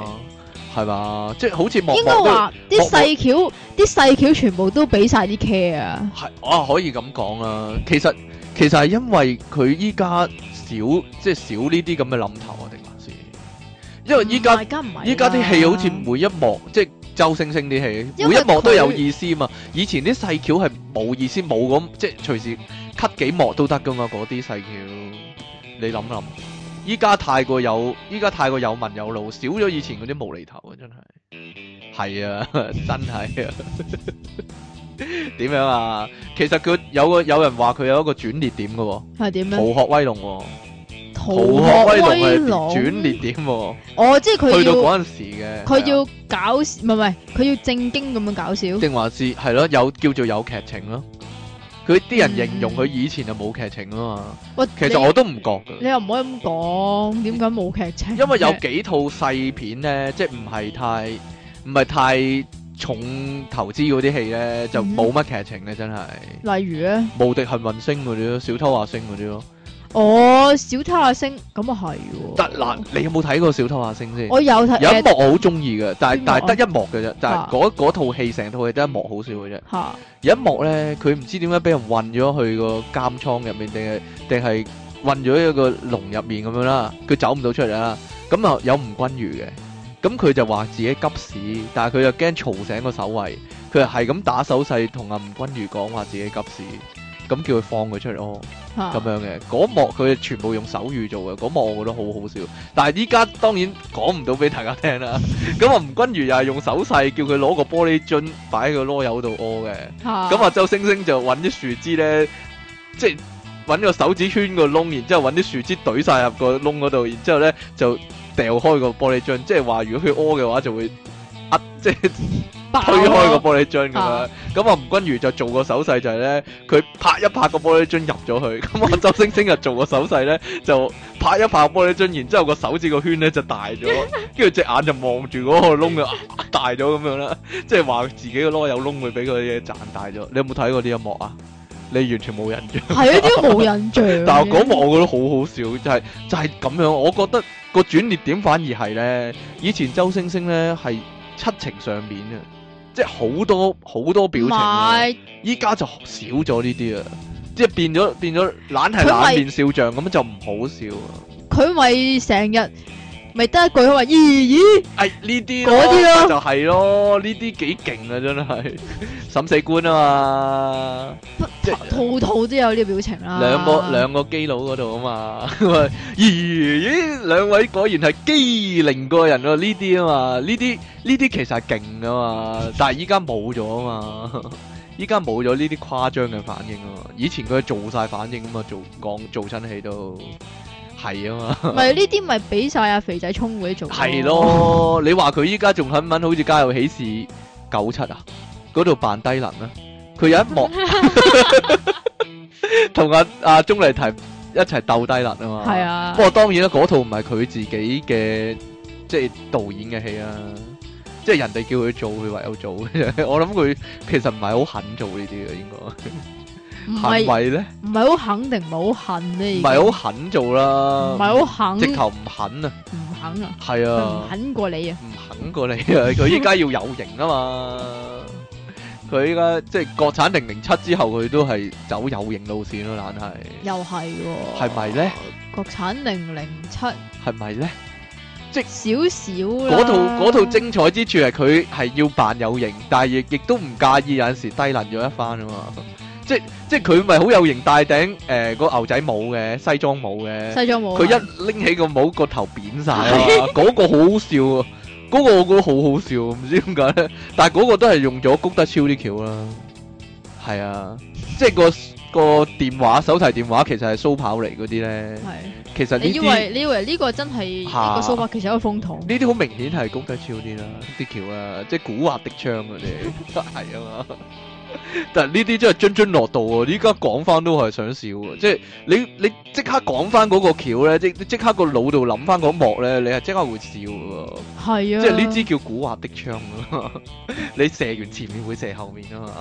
Speaker 2: 係，
Speaker 1: 係嘛？即係好似幕
Speaker 2: 應
Speaker 1: 幕
Speaker 2: 該
Speaker 1: 都
Speaker 2: 話啲
Speaker 1: 幕幕
Speaker 2: 細橋，啲細橋全部都俾晒啲 care 啊！
Speaker 1: 係啊，可以咁講啊。其實其實係因為佢依家少即係少呢啲咁嘅諗頭啊，定還是因為依家
Speaker 2: 唔係梗唔係啊
Speaker 1: 依家啲戲好似
Speaker 2: 啦
Speaker 1: 每一幕，即係周星星啲戲，
Speaker 2: 因
Speaker 1: 每
Speaker 2: 為
Speaker 1: 一幕都有
Speaker 2: 佢
Speaker 1: 意思嘛。以前啲細橋係冇意思，冇咁即係隨時 cut 幾幕都得噶嘛。嗰啲細橋，你諗諗，依家太過有，依家太過有文有路，少咗以前嗰啲無厘頭啊，真係。係啊， 真係啊。 點樣啊？其實佢有個有人話佢有一個轉捩點嘅喎，
Speaker 2: 係點樣？
Speaker 1: 《逃學威龍》喎，《
Speaker 2: 逃
Speaker 1: 逃學
Speaker 2: 學
Speaker 1: 威
Speaker 2: 威
Speaker 1: 龍》
Speaker 2: 龍
Speaker 1: 係轉捩點喎，
Speaker 2: 哦，即係佢
Speaker 1: 去到
Speaker 2: 要
Speaker 1: 嗰陣時嘅，
Speaker 2: 佢
Speaker 1: 係啊
Speaker 2: 要搞笑，唔係唔係，佢要正經咁樣搞笑。
Speaker 1: 定還是係咯，有叫做有劇情咯。佢啲人形容佢
Speaker 2: 嗯
Speaker 1: 以前就冇劇情啊嘛，
Speaker 2: 喂，
Speaker 1: 其實
Speaker 2: 你
Speaker 1: 我都唔覺
Speaker 2: 你
Speaker 1: 噶，
Speaker 2: 又唔可以咁講，點解冇劇情？
Speaker 1: 因為有幾套細片咧，即係唔係太唔係太重投資嗰啲戲咧，就
Speaker 2: 嗯
Speaker 1: 冇乜劇情咧，真係
Speaker 2: 例如咧，
Speaker 1: 無敵幸運星嗰啲咯，小偷阿星嗰啲咯。
Speaker 2: 哦，小偷阿星咁啊係喎。
Speaker 1: 得嗱，你有冇睇過小偷阿星先？
Speaker 2: 我有睇
Speaker 1: 有一
Speaker 2: 誒
Speaker 1: 幕我好中意嘅，但係
Speaker 2: 邊幕
Speaker 1: 但
Speaker 2: 啊
Speaker 1: 係得一幕嘅啫，但係
Speaker 2: 啊
Speaker 1: 嗰嗰套戲成套戲得一幕好少嘅啫。
Speaker 2: 嚇，
Speaker 1: 有一幕咧，佢唔知點解俾人運咗去個監倉入面，定係定係運咗一個籠入面咁樣啦，佢走唔到出嚟啦。咁啊有吳君如嘅，咁佢就話自己急屎，但係佢又驚嘈醒個守衞，佢就係咁打手勢同阿吳君如講話自己急屎，咁叫佢放佢出嚟屙。
Speaker 2: 嚇
Speaker 1: 咁樣嘅。嗰幕佢全部用手語做嘅，嗰幕我覺得好好笑。但係依家當然講唔到俾大家聽啦。咁啊，吳君如又係用手勢叫佢攞個玻璃樽擺喺個啰柚度屙嘅。
Speaker 2: 嚇
Speaker 1: 咁啊，周星星就揾啲樹枝咧，即係揾個手指圈個窿，然之後揾啲樹枝懟晒入個窿嗰度，然之後咧就掉開個玻璃樽，即係話如果佢屙嘅話就會呃，即係。
Speaker 2: 爆
Speaker 1: 推開個
Speaker 2: 咯
Speaker 1: 玻璃樽咁樣
Speaker 2: 啊，
Speaker 1: 咁啊吳君如就做個手勢就係咧，佢拍一拍個玻璃樽入咗去， 咁啊周星星就做個手勢咧，就拍一拍個玻璃樽，然之後個手指個圈咧就大咗，跟住隻眼就望住嗰個窿嘅啊大咗咁樣啦，即係話自己個啰柚窿會俾佢嘢賺大咗。你有冇睇過呢一幕啊？你完全冇印象，
Speaker 2: 係啊，啲冇印象。
Speaker 1: 但係嗰幕我覺得好好笑，就係、就係、咁樣。我覺得個轉捩點反而係咧，以前周星星咧係七情上面嘅，即係好多好多表
Speaker 2: 唔
Speaker 1: 情啊。
Speaker 2: 係
Speaker 1: 依家就少咗呢啲啊，即係變咗變咗懶係
Speaker 2: 佢咪
Speaker 1: 懶面笑匠咁就唔好笑啊。
Speaker 2: 佢咪成日咪得一句佢話咦咦
Speaker 1: 哎，呢啲
Speaker 2: 嗰啲咯
Speaker 1: 咪就係咯，呢啲幾勁啊，真係審死官啊即係
Speaker 2: 套套都有呢個表情
Speaker 1: 嘛，
Speaker 2: 啦。
Speaker 1: 兩個兩個基佬嗰度啊嘛， 咦咦，兩位果然係機靈過人喎，呢啲啊嘛，呢啲呢啲其實係勁啊嘛，但係依家冇咗啊嘛。 依家冇咗呢啲誇張嘅反應啊嘛，以前佢做晒反應啊嘛，做講做親戲都係啊嘛。
Speaker 2: 咪呢啲咪俾晒阿肥仔聰嗰啲做。
Speaker 1: 係。
Speaker 2: 哦
Speaker 1: 咯，你話佢依家仲肯唔肯好似《家有喜事》九七啊，嗰度扮低能啊？佢有一 幕同阿阿鐘麗缇一齊鬥低能啊嘛。
Speaker 2: 係。啊
Speaker 1: 不。過當然啦，嗰套唔係佢自己嘅，即係導演嘅戲啦，即係人哋叫佢做，佢唯有做。 我諗佢其實唔係好肯做呢啲嘅，應
Speaker 2: 唔
Speaker 1: 該係
Speaker 2: 係
Speaker 1: 咪咧？
Speaker 2: 唔係好肯定，唔係好恨呢？
Speaker 1: 唔係好肯做啦，
Speaker 2: 唔係好肯，
Speaker 1: 直頭唔肯啊，
Speaker 2: 唔肯啊，
Speaker 1: 係
Speaker 2: 佢
Speaker 1: 啊
Speaker 2: 唔。肯過你啊。
Speaker 1: 唔肯過你啊！佢依家要有型啊嘛，佢依家即係國產零零七之後，佢都係走有型路線咯，懶係
Speaker 2: 又係喎，
Speaker 1: 係咪咧？
Speaker 2: 國產零零七
Speaker 1: 係咪咧？
Speaker 2: 少少啦
Speaker 1: 嗰套嗰套精彩之處係佢係要扮有型，但係亦亦都唔介意有陣時低能咗一番啊嘛。即即係佢咪好有型，戴頂誒個牛仔帽嘅西裝帽嘅。
Speaker 2: 西裝冇啊。
Speaker 1: 佢一拎起個帽，個頭扁晒啊！ 嗰個好好笑啊！嗰個我覺得好好笑，唔知點解咧。但係嗰個都係用咗谷德超啲橋啦，係啊，即係個個電話手提電話其實係蘇跑嚟嗰啲咧，
Speaker 2: 係
Speaker 1: 其實呢
Speaker 2: 你以
Speaker 1: 啲
Speaker 2: 為你以為呢個真係
Speaker 1: 嚇
Speaker 2: 呢個掃把其實一個風筒，
Speaker 1: 呢啲好 明顯係谷德超啲啦，啲橋啊，即係古惑的槍嗰啲係啊嘛。但係呢啲真係津津樂道喎，依家講翻都係想笑
Speaker 2: 嗯
Speaker 1: 喎，即係你你即刻講翻嗰個橋咧，即即刻個腦度諗翻嗰幕咧，你係即刻會笑喎。
Speaker 2: 係啊，
Speaker 1: 即係呢支叫古惑的槍 啊！你射完前面會射後面啊嘛，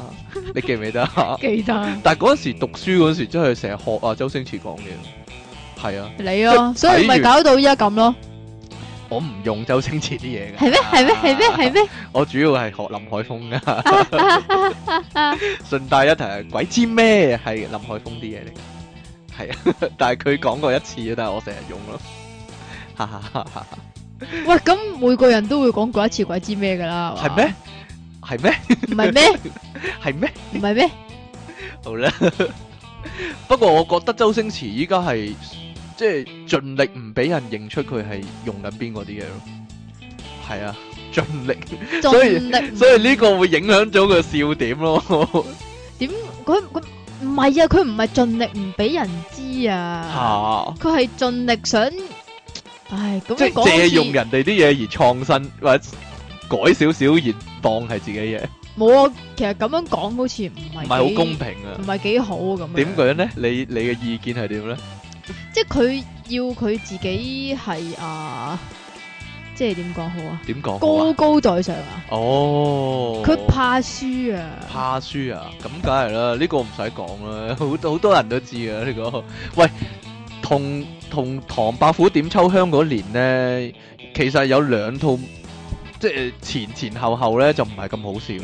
Speaker 1: 你記唔記得啊？
Speaker 2: 記得
Speaker 1: 但係嗰陣時讀書嗰陣時，真係成日學啊周星馳講嘢，係啊，
Speaker 2: 你咯，
Speaker 1: 即係睇
Speaker 2: 所以
Speaker 1: 完
Speaker 2: 咪搞到依家咁咯，
Speaker 1: 我唔用周星馳啲嘢嘅，
Speaker 2: 係咩？係咩？係咩？係咩？
Speaker 1: 我主要係學林海 峰噶，順帶一提，鬼知咩係林海峰啲嘢嚟嘅，係啊， 但係佢講過一次，但係我成日用咯，哈哈哈哈，
Speaker 2: 喂，咁每個人都會講過一次鬼知咩㗎啦，
Speaker 1: 係咩？係咩？
Speaker 2: 嘛？唔係咩？
Speaker 1: 係咩？
Speaker 2: 唔係咩？
Speaker 1: 好啦，不過我覺得周星馳依家係即係盡力唔俾人認出佢係用緊邊個啲嘢咯，係啊，盡力， 所以
Speaker 2: 盡力
Speaker 1: 所以呢個會影響咗個笑點咯，
Speaker 2: 點佢佢唔係啊，佢唔係盡力唔俾人知啊，
Speaker 1: 嚇，
Speaker 2: 佢係盡力想，唉咁
Speaker 1: 即
Speaker 2: 樣
Speaker 1: 係
Speaker 2: 講好
Speaker 1: 借
Speaker 2: 似
Speaker 1: 用人哋啲嘢而創新或者改少少而當係自己嘢，
Speaker 2: 冇啊，其實咁樣講好似唔係
Speaker 1: 唔
Speaker 2: 唔
Speaker 1: 係好公，平啊
Speaker 2: 唔。係幾好啊咁樣。
Speaker 1: 點樣呢？你你嘅意見係點呢？
Speaker 2: 即係佢要佢自己係啊，即係點講好啊？
Speaker 1: 點講好啊？
Speaker 2: 高高在上啊，
Speaker 1: 哦，
Speaker 2: 佢怕輸啊，
Speaker 1: 怕輸啊，咁梗係啦，呢、個唔使講啦， 好多好多人都知啊呢、個。喂，同同唐伯虎點秋香嗰年呢，其實有兩套，即係前前後後呢，就唔係咁好笑喎。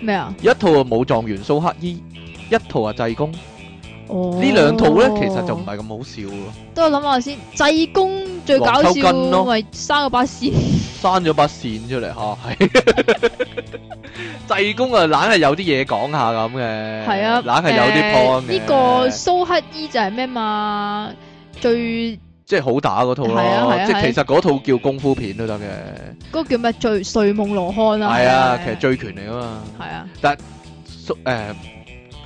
Speaker 2: 咩啊？
Speaker 1: 一套啊武狀元蘇乞衣，一套啊濟公，呢、
Speaker 2: 哦，
Speaker 1: 兩套呢，其實就唔係咁好笑喎。
Speaker 2: 都我諗下先，濟公最搞
Speaker 1: 黃秋
Speaker 2: 笑
Speaker 1: 根咯
Speaker 2: 咪生個把線，
Speaker 1: 生咗把線出嚟吓，係 濟公啊，懶係有啲嘢講下咁嘅，
Speaker 2: 係啊，
Speaker 1: 懶係有啲 point
Speaker 2: 誒
Speaker 1: 嘅，
Speaker 2: 呢個蘇乞衣就係咩嘛？最
Speaker 1: 即係好打嗰套
Speaker 2: 係啊係
Speaker 1: 咯，
Speaker 2: 啊
Speaker 1: 即
Speaker 2: 係啊
Speaker 1: 係其實嗰套叫功夫片都得嘅，
Speaker 2: 嗰個叫咩？最睡夢羅漢啊！
Speaker 1: 係啊，
Speaker 2: 係
Speaker 1: 其實醉拳嚟噶嘛，
Speaker 2: 係啊，
Speaker 1: 蘇誒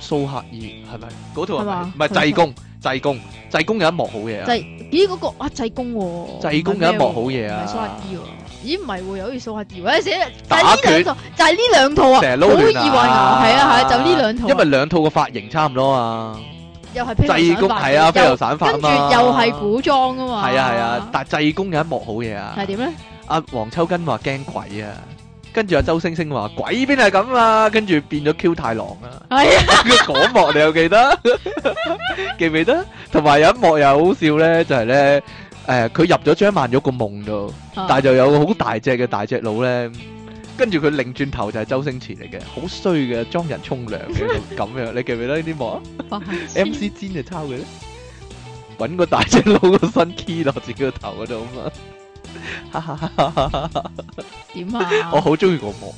Speaker 1: 蘇克爾係咪？嗰套係
Speaker 2: 係
Speaker 1: 咪
Speaker 2: 嘛？
Speaker 1: 唔係濟公，濟公，濟公有一幕好嘢啊
Speaker 2: 濟！咦嗰個啊濟公喎，
Speaker 1: 濟公有一幕好嘢
Speaker 2: 唔係
Speaker 1: 啊！
Speaker 2: 蘇乞衣喎。咦唔係喎，又好似蘇乞衣喎，誒死啦！就
Speaker 1: 打
Speaker 2: 係呢兩套，就係呢兩套啊，
Speaker 1: 成日
Speaker 2: 好
Speaker 1: 撈
Speaker 2: 易
Speaker 1: 亂
Speaker 2: 混淆，係啊係啊，就呢兩套啊，
Speaker 1: 因為兩套嘅髮型差唔多啊，
Speaker 2: 又係披
Speaker 1: 濟
Speaker 2: 頭
Speaker 1: 公
Speaker 2: 散髮
Speaker 1: 係啊，飛
Speaker 2: 又
Speaker 1: 流散髮啊
Speaker 2: 跟住
Speaker 1: 嘛，
Speaker 2: 又係古裝啊嘛，
Speaker 1: 係啊係啊，，但濟公有一幕好嘢啊！
Speaker 2: 係 點咧？
Speaker 1: 阿黃秋根話驚鬼啊，跟住阿周星星話鬼邊係咁啊，跟住變咗 Q 太郎啊。
Speaker 2: 係啊，
Speaker 1: 嗰幕你又記得？ 記唔記得？同埋有一幕又好笑咧，就係咧，誒佢入咗張曼玉個夢度，
Speaker 2: 啊
Speaker 1: 但係就有個好大隻嘅大隻佬咧，跟住佢擰轉頭就係周星馳嚟嘅，好衰嘅，裝人沖涼嘅咁樣，你記唔記得呢啲幕啊
Speaker 2: 白痴
Speaker 1: ？MC 煎就抄佢咧，揾個大隻佬個身 key 落自己個頭嗰度啊嘛，
Speaker 2: 點啊？
Speaker 1: 我好中意嗰幕，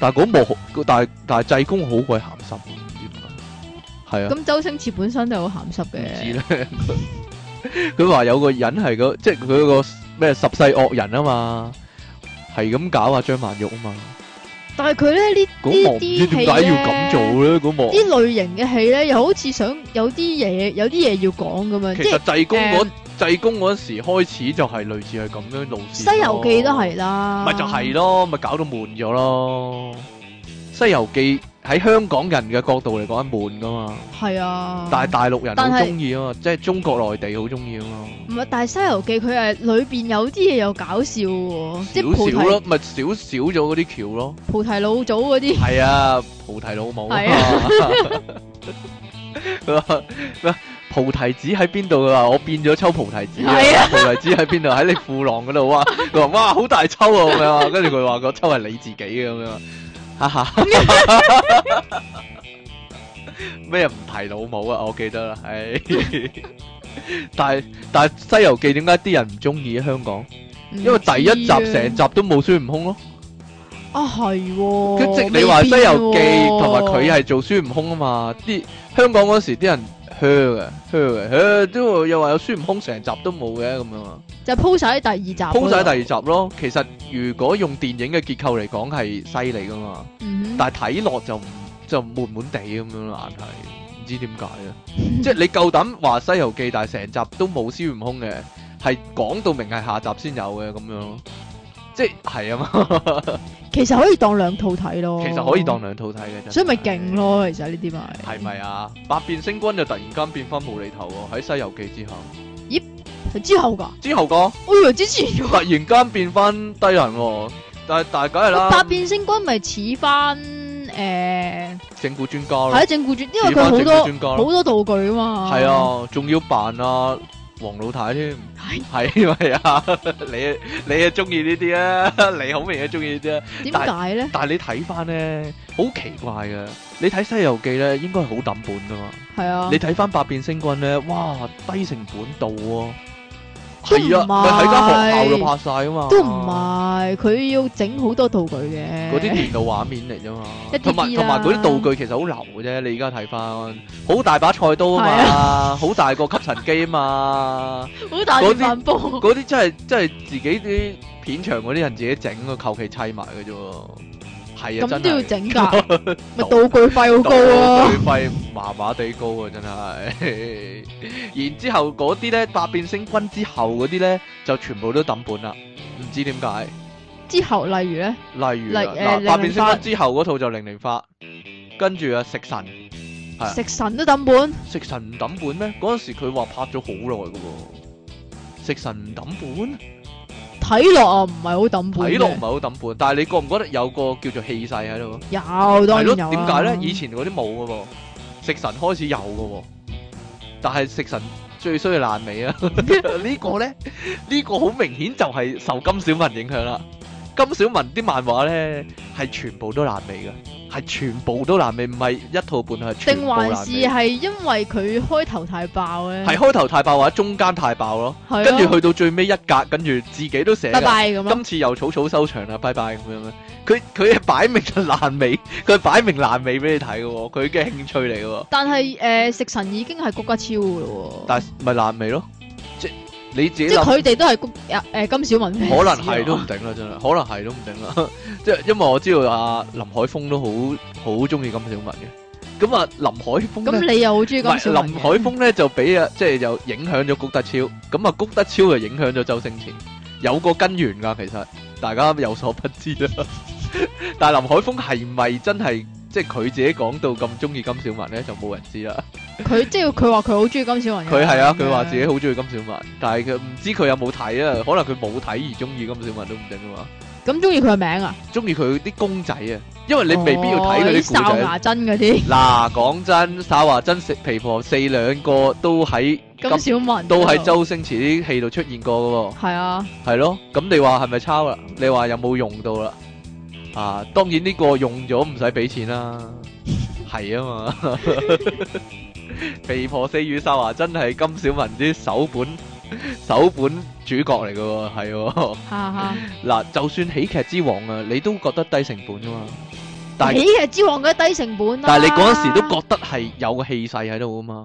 Speaker 1: 但係嗰幕好，但係但係濟公好鬼鹹濕，唔知點解，係啊。
Speaker 2: 咁周星馳本身就好鹹濕
Speaker 1: 唔知
Speaker 2: 嘅，
Speaker 1: 咧。佢話有個人係個，即係佢個咩十世惡人啊嘛，係咁搞啊張曼玉啊嘛。
Speaker 2: 但係佢咧呢
Speaker 1: 嗰
Speaker 2: 呢
Speaker 1: 幕唔知
Speaker 2: 啲
Speaker 1: 點解
Speaker 2: 戲
Speaker 1: 要
Speaker 2: 咧
Speaker 1: 咁做咧？嗰幕
Speaker 2: 呢類型嘅戲咧，又好似想有啲嘢，有啲嘢要講咁樣，
Speaker 1: 其
Speaker 2: 即係
Speaker 1: 實
Speaker 2: 《
Speaker 1: 濟公嗰
Speaker 2: 誒
Speaker 1: 濟公嗰時開始就係類似係咁樣路線。
Speaker 2: 西遊記》都，係啦，
Speaker 1: 咪就係咯，咪搞到悶咗咯。《西遊記》喺香港人嘅角度嚟講係悶噶嘛，
Speaker 2: 係啊，
Speaker 1: 但係大陸人
Speaker 2: 但
Speaker 1: 好
Speaker 2: 係
Speaker 1: 中意啊嘛，即係中國內地好中意啊嘛。
Speaker 2: 唔係，但係《西遊記》佢係裏邊有啲嘢又搞笑喎，即係菩
Speaker 1: 少少咯
Speaker 2: 提，
Speaker 1: 咪少少咗嗰啲橋咯。
Speaker 2: 菩提老祖嗰啲，
Speaker 1: 系啊，菩提老母。
Speaker 2: 係啊
Speaker 1: 佢話 咩菩提子喺邊度？佢啊話我變咗抽菩提子啊
Speaker 2: 係！
Speaker 1: 菩提子喺邊度？喺你褲浪嗰度哇！佢話哇好大抽啊咁樣，跟住佢話個抽係你自己嘅咁樣，啊哈哈！咩唔提老母啊？我記得啦，唉。 但係但係《西遊記》點解啲人唔中意啊香港？因為第一集成
Speaker 2: 集
Speaker 1: 集都冇孫悟空咯。
Speaker 2: 啊係喎，
Speaker 1: 即係你話
Speaker 2: 話
Speaker 1: 《西遊記》同埋佢係做孫悟空啊嘛，啲香港嗰時啲人嘘啊嘘啊嘘，都會又話有孫悟空成集都冇嘅咁樣啊，
Speaker 2: 就鋪晒喺第二集嗰度，
Speaker 1: 鋪晒第二集咯。其實如果用電影嘅結構嚟講係犀利噶嘛，
Speaker 2: 嗯哼，
Speaker 1: 但係睇落就唔就悶悶地咁樣啦，硬係唔知點解啊！即係你夠膽話《西遊記》，但係成集都冇孫悟空嘅，係講到明係下集先有嘅咁樣咯，即係係啊嘛。
Speaker 2: 其實可以當兩套睇咯。
Speaker 1: 其實可以當兩套睇嘅啫。
Speaker 2: 所以咪勁咯，其實呢啲咪
Speaker 1: 係咪啊？百變星君就突然間變翻無厘頭喎，喺《西遊記》之後，
Speaker 2: 係之後㗎？
Speaker 1: 之後個
Speaker 2: 我以為之前㗎
Speaker 1: 突然間變翻低能喎，但係但係梗係啦，
Speaker 2: 百變星君咪似翻誒
Speaker 1: 整蠱專家咯，
Speaker 2: 係一整固專，因為
Speaker 1: 似
Speaker 2: 佢
Speaker 1: 翻整
Speaker 2: 好
Speaker 1: 蠱
Speaker 2: 多
Speaker 1: 專家咯，
Speaker 2: 好多道具啊嘛。
Speaker 1: 係，啊，仲要扮啊黃老太添，係咪啊？你你啊中意呢啲啊？ 你好明顯中意呢啲啊？
Speaker 2: 點
Speaker 1: 但
Speaker 2: 解咧？
Speaker 1: 但係你睇翻咧，好奇怪嘅，你睇《西遊記》咧，應該係好抌本噶嘛。
Speaker 2: 係啊
Speaker 1: 你，睇翻百變星君咧，哇，低成本度喎、
Speaker 2: 都
Speaker 1: 係啊，
Speaker 2: 唔
Speaker 1: 咪喺間學校
Speaker 2: 係
Speaker 1: 度拍晒啊嘛，
Speaker 2: 都唔係，佢要整好多道具嘅。
Speaker 1: 嗰啲電腦畫面嚟啫嘛
Speaker 2: 一啲，啲啊
Speaker 1: 同埋
Speaker 2: 啦
Speaker 1: 同埋嗰啲道具其實好流嘅啫。你而家睇翻，好大把菜刀啊
Speaker 2: 係
Speaker 1: 嘛，好大個吸塵機啊嘛，
Speaker 2: 好大
Speaker 1: 嗰
Speaker 2: 件
Speaker 1: 啲
Speaker 2: 飯煲。
Speaker 1: 嗰啲真係真係自己啲片場嗰啲人自己整啊，求其砌埋嘅啫喎。係啊，
Speaker 2: 咁
Speaker 1: 真
Speaker 2: 都要
Speaker 1: 係。
Speaker 2: 整噶，咪道具費好高
Speaker 1: 道
Speaker 2: 啊！
Speaker 1: 具費麻麻地高啊，真係。 然之後嗰啲咧，百變星君之後嗰啲咧，就全部都抌本啦，唔知點解。
Speaker 2: 之後例如咧，
Speaker 1: 例如
Speaker 2: 例
Speaker 1: 啊嗱，
Speaker 2: 誒零
Speaker 1: 百
Speaker 2: 零
Speaker 1: 變星
Speaker 2: 八
Speaker 1: 君之後嗰套就零零八，跟住啊食神，係啊
Speaker 2: 食神都抌本，
Speaker 1: 食神唔抌本咩？嗰陣時佢話拍咗好耐嘅喎。食神唔抌本，
Speaker 2: 睇落啊唔係好抌本嘅，
Speaker 1: 睇落唔係好抌本，但係你覺唔覺得有個叫做氣勢喺度？
Speaker 2: 有當
Speaker 1: 係
Speaker 2: 然
Speaker 1: 咯，
Speaker 2: 有啦。
Speaker 1: 點解咧？以前嗰啲冇嘅喎，食神開始有嘅喎，但係食神最衰係爛 尾啊！呢個咧，呢個好明顯就係受金小文影響啦。金小文啲漫畫咧係全部都爛尾嘅，係全部都爛尾，唔係一套半套係全
Speaker 2: 定
Speaker 1: 部
Speaker 2: 還是
Speaker 1: 爛尾。
Speaker 2: 係因為佢開頭太爆咧？
Speaker 1: 係開頭太爆或者中間太爆咯，
Speaker 2: 係
Speaker 1: 跟
Speaker 2: 跟
Speaker 1: 住去到最尾一格，跟住自己都寫
Speaker 2: 拜
Speaker 1: 㗎。
Speaker 2: 拜咁咯，
Speaker 1: 今次又草草收場啦，拜拜咁樣咧。佢佢擺明就爛尾， 佢擺明爛尾俾你睇嘅喎，佢嘅興趣嚟嘅喎。
Speaker 2: 但係誒食神已經係谷家超噶咯喎，
Speaker 1: 但係咪爛尾咯？即你自己
Speaker 2: 即係
Speaker 1: 諗，
Speaker 2: 佢哋都係谷誒金小文 fans
Speaker 1: 可能
Speaker 2: 啊
Speaker 1: 係都唔定啦，真係，可能係都唔定啦。 即係因為我知道阿林海峰都好好中意金小文嘅，咁啊林海峰咧。
Speaker 2: 咁你又好 中意
Speaker 1: 唔
Speaker 2: 金
Speaker 1: 係
Speaker 2: 小文
Speaker 1: 林
Speaker 2: 嘅
Speaker 1: 海峰咧就俾啊，即係又影響咗谷德超，咁啊谷德超就影響咗周星馳，有個根源㗎其實，大家有所不知啦。但係林海峰係咪真係即係佢自己講到咁中意金小文咧，就冇人知啦。
Speaker 2: 佢即係佢話佢好中意金小文嘅，
Speaker 1: 佢係啊，佢話自己好中意金小文，但係佢唔知佢有冇睇啊，可能佢冇睇而中意金小文都唔定啊嘛，
Speaker 2: 咁中意佢嘅名啊，
Speaker 1: 中意佢啲公仔啊，因為你未必要睇佢啲故
Speaker 2: 哨
Speaker 1: 仔。
Speaker 2: 牙真嗰啲
Speaker 1: 嗱，講真，沙華真食皮婆四兩個都喺
Speaker 2: 金小文
Speaker 1: 都喺
Speaker 2: 嗰度
Speaker 1: 周星馳啲戲度出現過
Speaker 2: 係啊，
Speaker 1: 嘅喎，係咯，咁你話係咪抄啦？你話有冇用到啦？啊，當然呢個用咗唔使俾錢啦，係啊嘛。 被破四與沙華真係金小文啲首本首本主角嚟嘅喎，係喎。
Speaker 2: 哈哈。
Speaker 1: 嗱，就算喜劇之王啊，你都覺得低成本噶嘛，但係
Speaker 2: 喜劇之王嘅低成本啦
Speaker 1: 但係你嗰陣時都覺得係有個氣勢喺度啊嘛，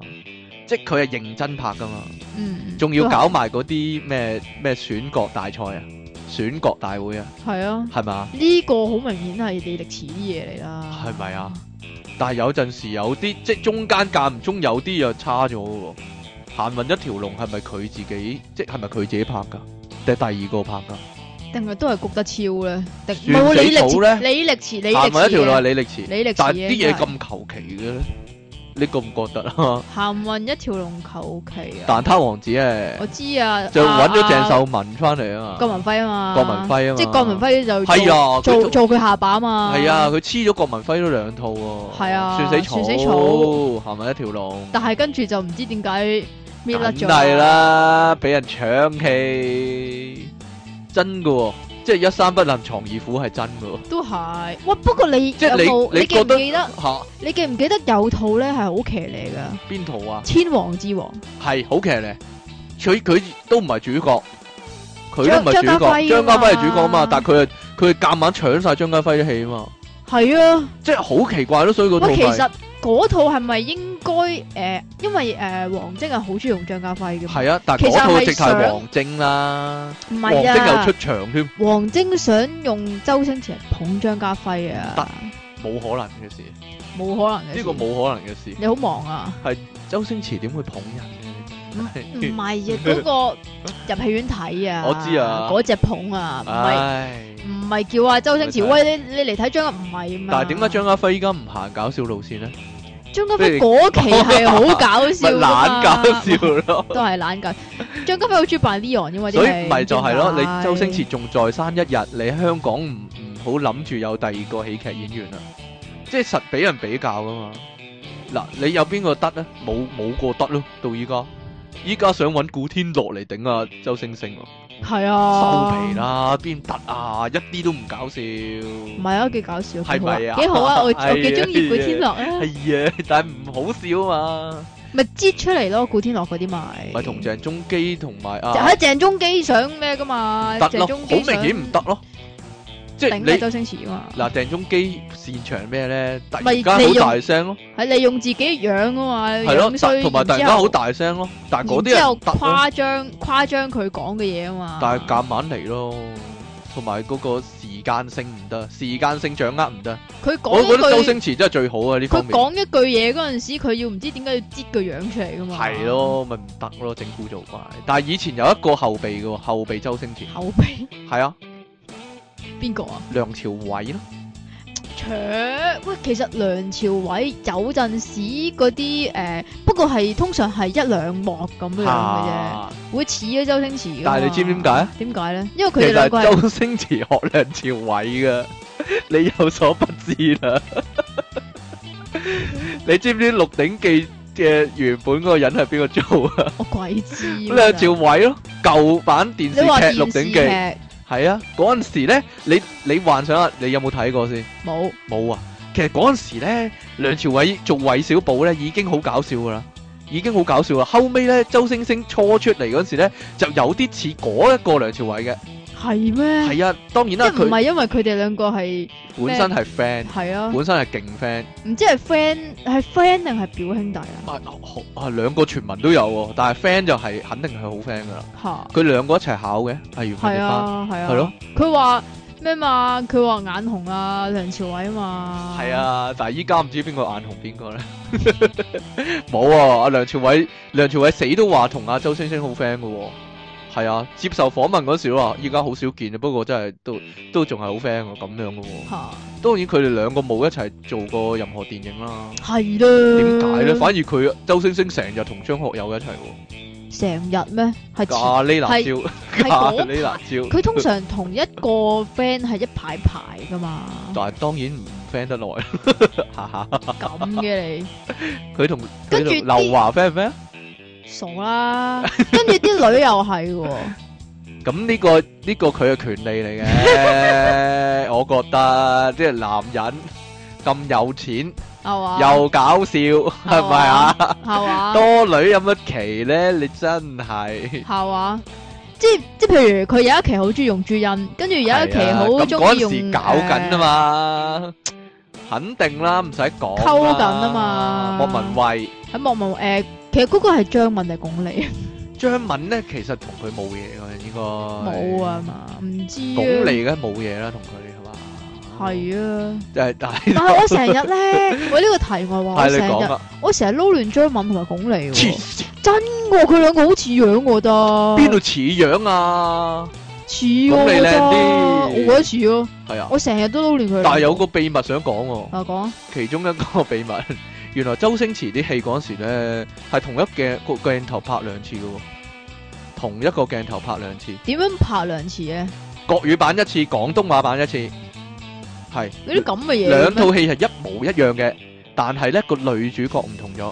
Speaker 1: 即係佢係認真拍噶嘛。
Speaker 2: 嗯，
Speaker 1: 仲要搞埋嗰啲咩咩選角大賽啊、選角大會啊，
Speaker 2: 系啊，
Speaker 1: 係咪啊？
Speaker 2: 呢個好明顯係你歷史啲嘢嚟啦，
Speaker 1: 係咪啊？但係有陣時有啲即係中間間唔中有啲又差咗嘅喎。行運一條龍係咪佢自己即係咪佢自己拍㗎？定係第二個拍㗎？
Speaker 2: 定係都係谷得超咧？定
Speaker 1: 算
Speaker 2: 冇
Speaker 1: 死
Speaker 2: 你歷
Speaker 1: 草
Speaker 2: 史
Speaker 1: 咧
Speaker 2: 你歷史你
Speaker 1: 行
Speaker 2: 歷
Speaker 1: 運一
Speaker 2: 史
Speaker 1: 條龍係
Speaker 2: 嘅，
Speaker 1: 李力持，
Speaker 2: 你歷
Speaker 1: 但係啲
Speaker 2: 史
Speaker 1: 嘢咁求其嘅咧，你覺唔覺得 啊？
Speaker 2: 行運一條龍求其啊！
Speaker 1: 蛋撻王子咧
Speaker 2: 我知啊，
Speaker 1: 就揾咗鄭
Speaker 2: 啊
Speaker 1: 秀文翻嚟啊
Speaker 2: 啊郭
Speaker 1: 嘛，
Speaker 2: 文輝啊嘛，
Speaker 1: 郭文輝啊嘛，
Speaker 2: 即係郭文輝就
Speaker 1: 係啊，
Speaker 2: 做
Speaker 1: 佢
Speaker 2: 做
Speaker 1: 做
Speaker 2: 做佢下巴嘛，
Speaker 1: 係啊，，佢黐咗郭文輝都兩套喎。
Speaker 2: 係啊
Speaker 1: 算死草，
Speaker 2: 算死草
Speaker 1: 行埋一條龍。
Speaker 2: 但係跟住就唔知點解搣甩咗，
Speaker 1: 梗係，啦，俾人搶戲，真噶喎，即係一山不能藏二虎係真噶喎。
Speaker 2: 都係。喂，不過你有
Speaker 1: 即係
Speaker 2: 冇
Speaker 1: 你
Speaker 2: 你記
Speaker 1: 覺
Speaker 2: 唔記得？
Speaker 1: 吓
Speaker 2: 你記唔記得有套咧係好騎呢噶？
Speaker 1: 邊套啊？
Speaker 2: 千王之王
Speaker 1: 係好騎呢，佢佢都唔係主角，佢都唔係主
Speaker 2: 張
Speaker 1: 角，張
Speaker 2: 張家輝啊嘛
Speaker 1: 家輝係主角啊嘛，但係佢係佢係夾硬搶晒張家輝啲戲啊嘛，
Speaker 2: 係啊，
Speaker 1: 即係好奇怪咯，所以嗰套
Speaker 2: 喂，其
Speaker 1: 係
Speaker 2: 實嗰套係咪應該誒？因為誒王晶係好中意用張家輝嘅嘛，
Speaker 1: 係啊，但係
Speaker 2: 其實
Speaker 1: 嗰套直
Speaker 2: 係
Speaker 1: 頭
Speaker 2: 想
Speaker 1: 係王晶啦，
Speaker 2: 唔
Speaker 1: 王晶
Speaker 2: 係
Speaker 1: 又
Speaker 2: 啊
Speaker 1: 出？場添，
Speaker 2: 王晶想用周星馳嚟捧張家輝啊，
Speaker 1: 冇可能嘅事，
Speaker 2: 冇可能嘅。
Speaker 1: 呢個，冇可能嘅事。
Speaker 2: 你好忙啊？
Speaker 1: 周星馳點會捧人
Speaker 2: 唔 係啊，嗰個入戲院睇啊，
Speaker 1: 我知啊
Speaker 2: 嗰只捧啊，唔係
Speaker 1: 唉，
Speaker 2: 唔唔係叫啊周星馳
Speaker 1: 咪
Speaker 2: 喂你你嚟睇張家唔係嘛？
Speaker 1: 但係點解張家輝依家唔行搞笑路線咧？
Speaker 2: 張家輝嗰期係好搞笑
Speaker 1: 咪
Speaker 2: 㗎
Speaker 1: 懶
Speaker 2: 嘛
Speaker 1: 搞笑 咯。
Speaker 2: 都係懶搞。張家輝好中意扮 Leon 嘅嘛，啲
Speaker 1: 所以
Speaker 2: 戲
Speaker 1: 咪就係咯，
Speaker 2: 點解
Speaker 1: 你周星馳仲在生一日，你香港唔唔好諗住有第二個喜劇演員啦，即係實俾人比較噶嘛。嗱，你有邊個得咧？冇冇個得咯，到依家。依家想揾古天樂嚟頂啊，周星星啊
Speaker 2: 係
Speaker 1: 收
Speaker 2: 啊，
Speaker 1: 皮。啦，邊得啊？一啲都唔搞笑。
Speaker 2: 唔係啊，幾搞笑，
Speaker 1: 係咪啊
Speaker 2: 幾好 啊！我
Speaker 1: 係啊
Speaker 2: 我幾中意古天樂啊，
Speaker 1: 係啊， 但係唔好笑啊嘛。
Speaker 2: 咪擠出嚟咯，古天樂嗰啲咪
Speaker 1: 咪同鄭中基同埋
Speaker 2: 就
Speaker 1: 啊
Speaker 2: 喺鄭中基想咩噶嘛？
Speaker 1: 得
Speaker 2: 鄭
Speaker 1: 咯，
Speaker 2: 中
Speaker 1: 好
Speaker 2: 基
Speaker 1: 明顯唔得咯。即係
Speaker 2: 頂啊
Speaker 1: 你
Speaker 2: 周星馳啊嘛，
Speaker 1: 嗱，鄭中基擅長咩咧？突
Speaker 2: 咪
Speaker 1: 然間好
Speaker 2: 利用
Speaker 1: 大聲咯，
Speaker 2: 係利用自己樣啊嘛，
Speaker 1: 係咯，
Speaker 2: 樣
Speaker 1: 突
Speaker 2: 衰
Speaker 1: 同埋突然
Speaker 2: 之
Speaker 1: 間好
Speaker 2: 後，
Speaker 1: 大聲咯，但係嗰
Speaker 2: 然
Speaker 1: 啲
Speaker 2: 之後
Speaker 1: 人突咯，
Speaker 2: 誇張誇張佢講嘅嘢啊嘛，
Speaker 1: 但係夾硬嚟咯，同埋嗰個時間性唔得，時間性掌握唔得。
Speaker 2: 佢講
Speaker 1: 我覺得周
Speaker 2: 一句
Speaker 1: 星馳真係最好啊呢方
Speaker 2: 佢
Speaker 1: 面，
Speaker 2: 講一句嘢嗰陣時，佢要唔知點解要擠個樣出嚟噶嘛，
Speaker 1: 係，咯，咪唔得咯，整蠱做怪。但係以前有一個後備嘅喎，後備周星馳，
Speaker 2: 後備
Speaker 1: 係啊，
Speaker 2: 邊個啊？
Speaker 1: 梁朝偉咯，
Speaker 2: 扯喂，其實梁朝偉有陣時嗰啲誒，不過係通常係一兩幕咁樣嘅啫，
Speaker 1: 嚇
Speaker 2: 會似咗周星馳㗎嘛。
Speaker 1: 但係你知唔知點解？
Speaker 2: 點解咧？因為
Speaker 1: 其
Speaker 2: 佢哋
Speaker 1: 實
Speaker 2: 兩個係
Speaker 1: 係周星馳學梁朝偉噶， 你有所不知啦。你知唔知《鹿鼎記》嘅原本嗰個人係邊個做啊？
Speaker 2: 我鬼知㗎。
Speaker 1: 梁朝偉咯，舊版電視劇
Speaker 2: 你話
Speaker 1: 《鹿
Speaker 2: 電
Speaker 1: 鼎
Speaker 2: 視
Speaker 1: 記》
Speaker 2: 劇
Speaker 1: 係啊，嗰陣時咧，你你幻想下，你有冇睇過先？
Speaker 2: 冇
Speaker 1: 冇啊！其實嗰陣時咧，梁朝偉做韋小寶咧已經好搞笑噶啦，已經好搞笑啦。後尾咧，周星星初出嚟嗰陣時咧，就有啲似嗰一個梁朝偉嘅。
Speaker 2: 係咩？
Speaker 1: 係啊，當然
Speaker 2: 即
Speaker 1: 啦，
Speaker 2: 係唔
Speaker 1: 佢。
Speaker 2: 係因為佢哋兩個係
Speaker 1: 本身係 friend，
Speaker 2: 係啊？
Speaker 1: 本身係勁 friend，
Speaker 2: 唔知係 friend 係 friend 定係表兄弟啊？
Speaker 1: 啊好啊兩個傳聞都有喎，但係 friend 就係肯定係好 friend 噶啦。
Speaker 2: 嚇
Speaker 1: 佢兩個一齊考嘅，係袁
Speaker 2: 係
Speaker 1: 佢哋
Speaker 2: 啊係啊
Speaker 1: 係咯。
Speaker 2: 佢話咩嘛？佢話眼紅啊，梁朝偉啊嘛。
Speaker 1: 翻。係啊，但係依家唔知邊個眼紅邊個咧？ 冇啊！阿梁朝偉，梁朝偉死都話同阿周星星好 friend 嘅喎。係啊，接受訪問嗰時都話，依家好少見啊，不過真係都
Speaker 2: 嗯
Speaker 1: 都仲係好 friend 喎，咁樣嘅喎。
Speaker 2: 嚇。
Speaker 1: 當然佢哋兩個冇一齊做過任何電影啦。
Speaker 2: 係啦。
Speaker 1: 點解咧？反而佢周星星成日同張學友一齊喎。
Speaker 2: 成日咩？係前
Speaker 1: 咖喱辣椒，
Speaker 2: 係
Speaker 1: 咖
Speaker 2: 嗰
Speaker 1: 喱辣椒。
Speaker 2: 佢通常同一個 friend 係一排排 噶嘛，
Speaker 1: 但係當然唔 friend 得 耐，哈哈
Speaker 2: 咁嘅
Speaker 1: 佢同佢
Speaker 2: 跟
Speaker 1: 同
Speaker 2: 住
Speaker 1: 劉華 friend 唔 friend？
Speaker 2: 你傻啦。跟住啲女又係喎，
Speaker 1: 咁呢個呢個佢嘅權利嚟嘅，我覺得即係男人咁有錢
Speaker 2: 係嘛？
Speaker 1: 又搞笑，
Speaker 2: Ờ.
Speaker 1: 係咪啊？
Speaker 2: 係嘛？
Speaker 1: 多女有乜奇咧？你真係。
Speaker 2: 係嘛？即即譬如佢有一期好中意用朱茵，跟住有一期
Speaker 1: 係啊
Speaker 2: 好
Speaker 1: 咁
Speaker 2: 中意
Speaker 1: 嗰陣時
Speaker 2: 用
Speaker 1: 搞緊啊，嘛，肯定啦，唔使講啦。
Speaker 2: 溝緊啊嘛
Speaker 1: 莫文蔚、
Speaker 2: 誒喺莫文誒，其實嗰個係張敏定鞏俐啊？
Speaker 1: 張敏咧，其實同佢冇嘢嘅應該。
Speaker 2: 冇啊嘛，唔知啊
Speaker 1: 鞏俐梗係冇嘢啦，同佢係嘛？
Speaker 2: 係 啊，
Speaker 1: 誒，但係
Speaker 2: 但 係我成日咧，我呢個題外話，我
Speaker 1: 係你
Speaker 2: 成
Speaker 1: 講
Speaker 2: 日
Speaker 1: 啦，
Speaker 2: 我成日撈亂張敏同埋鞏
Speaker 1: 黐
Speaker 2: 俐喎。
Speaker 1: 線
Speaker 2: 我佢兩個好似樣，我覺
Speaker 1: 邊
Speaker 2: 得
Speaker 1: 度似樣啊？
Speaker 2: 似喎
Speaker 1: 咁你
Speaker 2: 我覺得
Speaker 1: 靚啲
Speaker 2: 我覺得似咯。
Speaker 1: 係啊，
Speaker 2: 我成日都撈亂佢。
Speaker 1: 但係有個秘密想講喎，
Speaker 2: 啊講啊
Speaker 1: 其中一個秘密， 原來周星馳啲戲嗰時咧係同一鏡個鏡頭拍兩次嘅喎，同一個鏡頭拍兩次，
Speaker 2: 點樣拍啊兩次咧？
Speaker 1: 國語版一次，廣東話版一次，係
Speaker 2: 嗰啲咁嘅嘢
Speaker 1: 兩
Speaker 2: 嘅咩
Speaker 1: 套戲係一模一樣嘅，但係咧個女主角唔同咗，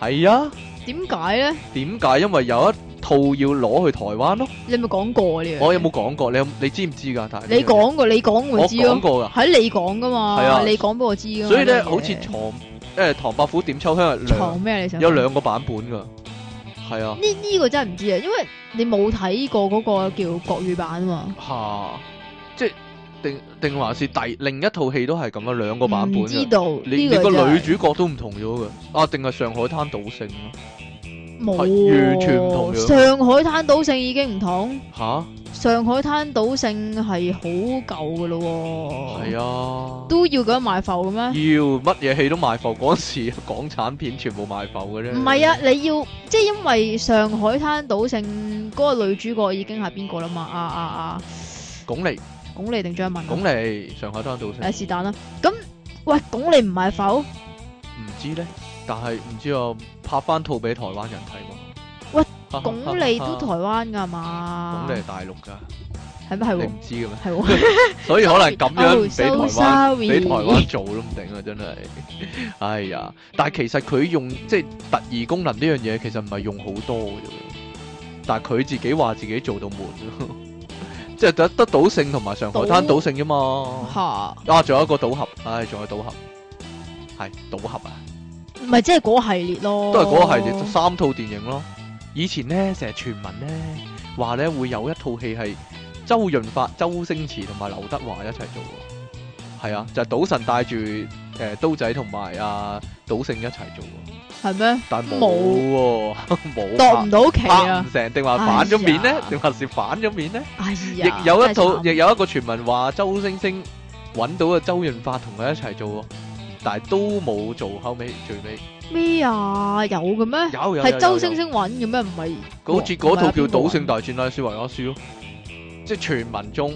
Speaker 1: 係啊。
Speaker 2: 點解咧？
Speaker 1: 點解？因為有一套要攞去台灣咯。
Speaker 2: 你咪講過啊呢樣嘢？
Speaker 1: 我有冇講過？你有你知唔知㗎？但係呢
Speaker 2: 你
Speaker 1: 樣嘢
Speaker 2: 講過，你講我
Speaker 1: 我
Speaker 2: 知咯
Speaker 1: 講。過㗎。
Speaker 2: 喺你講噶
Speaker 1: 係啊
Speaker 2: 嘛？你講俾我知噶嘛？
Speaker 1: 所以咧，
Speaker 2: 呢樣嘢
Speaker 1: 好似唐誒唐伯虎點秋香有
Speaker 2: 藏
Speaker 1: 兩
Speaker 2: 咩？你想
Speaker 1: 有兩個版本㗎。係啊，
Speaker 2: 呢呢個真係唔知啊，因為你冇睇過嗰個叫國語版啊嘛。
Speaker 1: 嚇！即係定定還是第另一套戲都係咁啊，兩個版本
Speaker 2: 唔知
Speaker 1: 㗎。
Speaker 2: 道
Speaker 1: 你
Speaker 2: 呢
Speaker 1: 你個
Speaker 2: 個真係
Speaker 1: 女主角都唔同咗㗎。啊，定係上海灘賭聖咯？
Speaker 2: 冇
Speaker 1: 係完全唔同樣
Speaker 2: 喎上海灘賭聖已經唔同。
Speaker 1: 吓？
Speaker 2: 上海灘賭聖係好舊噶咯喎，
Speaker 1: 係啊。
Speaker 2: 都要咁樣賣埠嘅
Speaker 1: 要
Speaker 2: 咩？
Speaker 1: 乜嘢戲都賣埠，嗰陣時港產片全部賣埠嘅啫。
Speaker 2: 唔係啊，你要即係因為上海灘賭聖嗰個女主角已經係邊個啦嘛？啊啊啊，
Speaker 1: 鞏俐
Speaker 2: 鞏俐定張文啊？
Speaker 1: 咁嚟上海灘賭城
Speaker 2: 誒是但啦。咁喂，鞏俐唔係否？
Speaker 1: 唔知咧，但係唔知我拍翻套俾台灣人睇喎。
Speaker 2: 喂，
Speaker 1: 鞏
Speaker 2: 鞏俐都台灣㗎嘛？
Speaker 1: 鞏俐係大陸㗎，
Speaker 2: 係咪係
Speaker 1: 你
Speaker 2: 喎？
Speaker 1: 唔知嘅咩？
Speaker 2: 係喎，
Speaker 1: 所以可能咁樣
Speaker 2: Oh,
Speaker 1: 俾台
Speaker 2: so
Speaker 1: 灣
Speaker 2: sorry
Speaker 1: 俾台灣做都唔定啊！真係，哎呀！但係其實佢用即係特異功能呢樣嘢，其實唔係用好多嘅啫喎。但係佢自己話自己做到滿咯， 即係得得賭聖同埋上海灘
Speaker 2: 賭
Speaker 1: 賭聖啫 嘛。
Speaker 2: 嚇，
Speaker 1: 啊，仲有一個賭俠，唉，仲有賭俠，係賭俠啊！
Speaker 2: 唔係即係嗰系列咯，
Speaker 1: 都係嗰個系列，三套電影咯。以前咧成日傳聞咧話咧會有一套戲係周潤發、周星馳同埋劉德華一齊做喎。係啊，就係、賭神帶住誒、呃刀仔同埋啊賭聖一齊做喎，
Speaker 2: 係咩？
Speaker 1: 但冇喎
Speaker 2: 冇，度唔
Speaker 1: 冇
Speaker 2: 到期
Speaker 1: 拍拍
Speaker 2: 啊
Speaker 1: 唔！成，定話反咗面
Speaker 2: 哎
Speaker 1: 咧
Speaker 2: 呀？
Speaker 1: 定還是反咗面咧？
Speaker 2: 哎
Speaker 1: 亦
Speaker 2: 呀，
Speaker 1: 有一
Speaker 2: 真係
Speaker 1: 套，
Speaker 2: 慘
Speaker 1: 亦有一個傳聞話周星星揾到啊周潤發同佢一齊做喎，但係都冇做，後尾最尾
Speaker 2: 咩啊？有嘅咩？
Speaker 1: 有有有有
Speaker 2: 係周
Speaker 1: 有
Speaker 2: 星星揾嘅咩？唔係
Speaker 1: 好似嗰套叫《賭聖
Speaker 2: 大
Speaker 1: 大戰拉斯維加斯》咯，即係傳聞中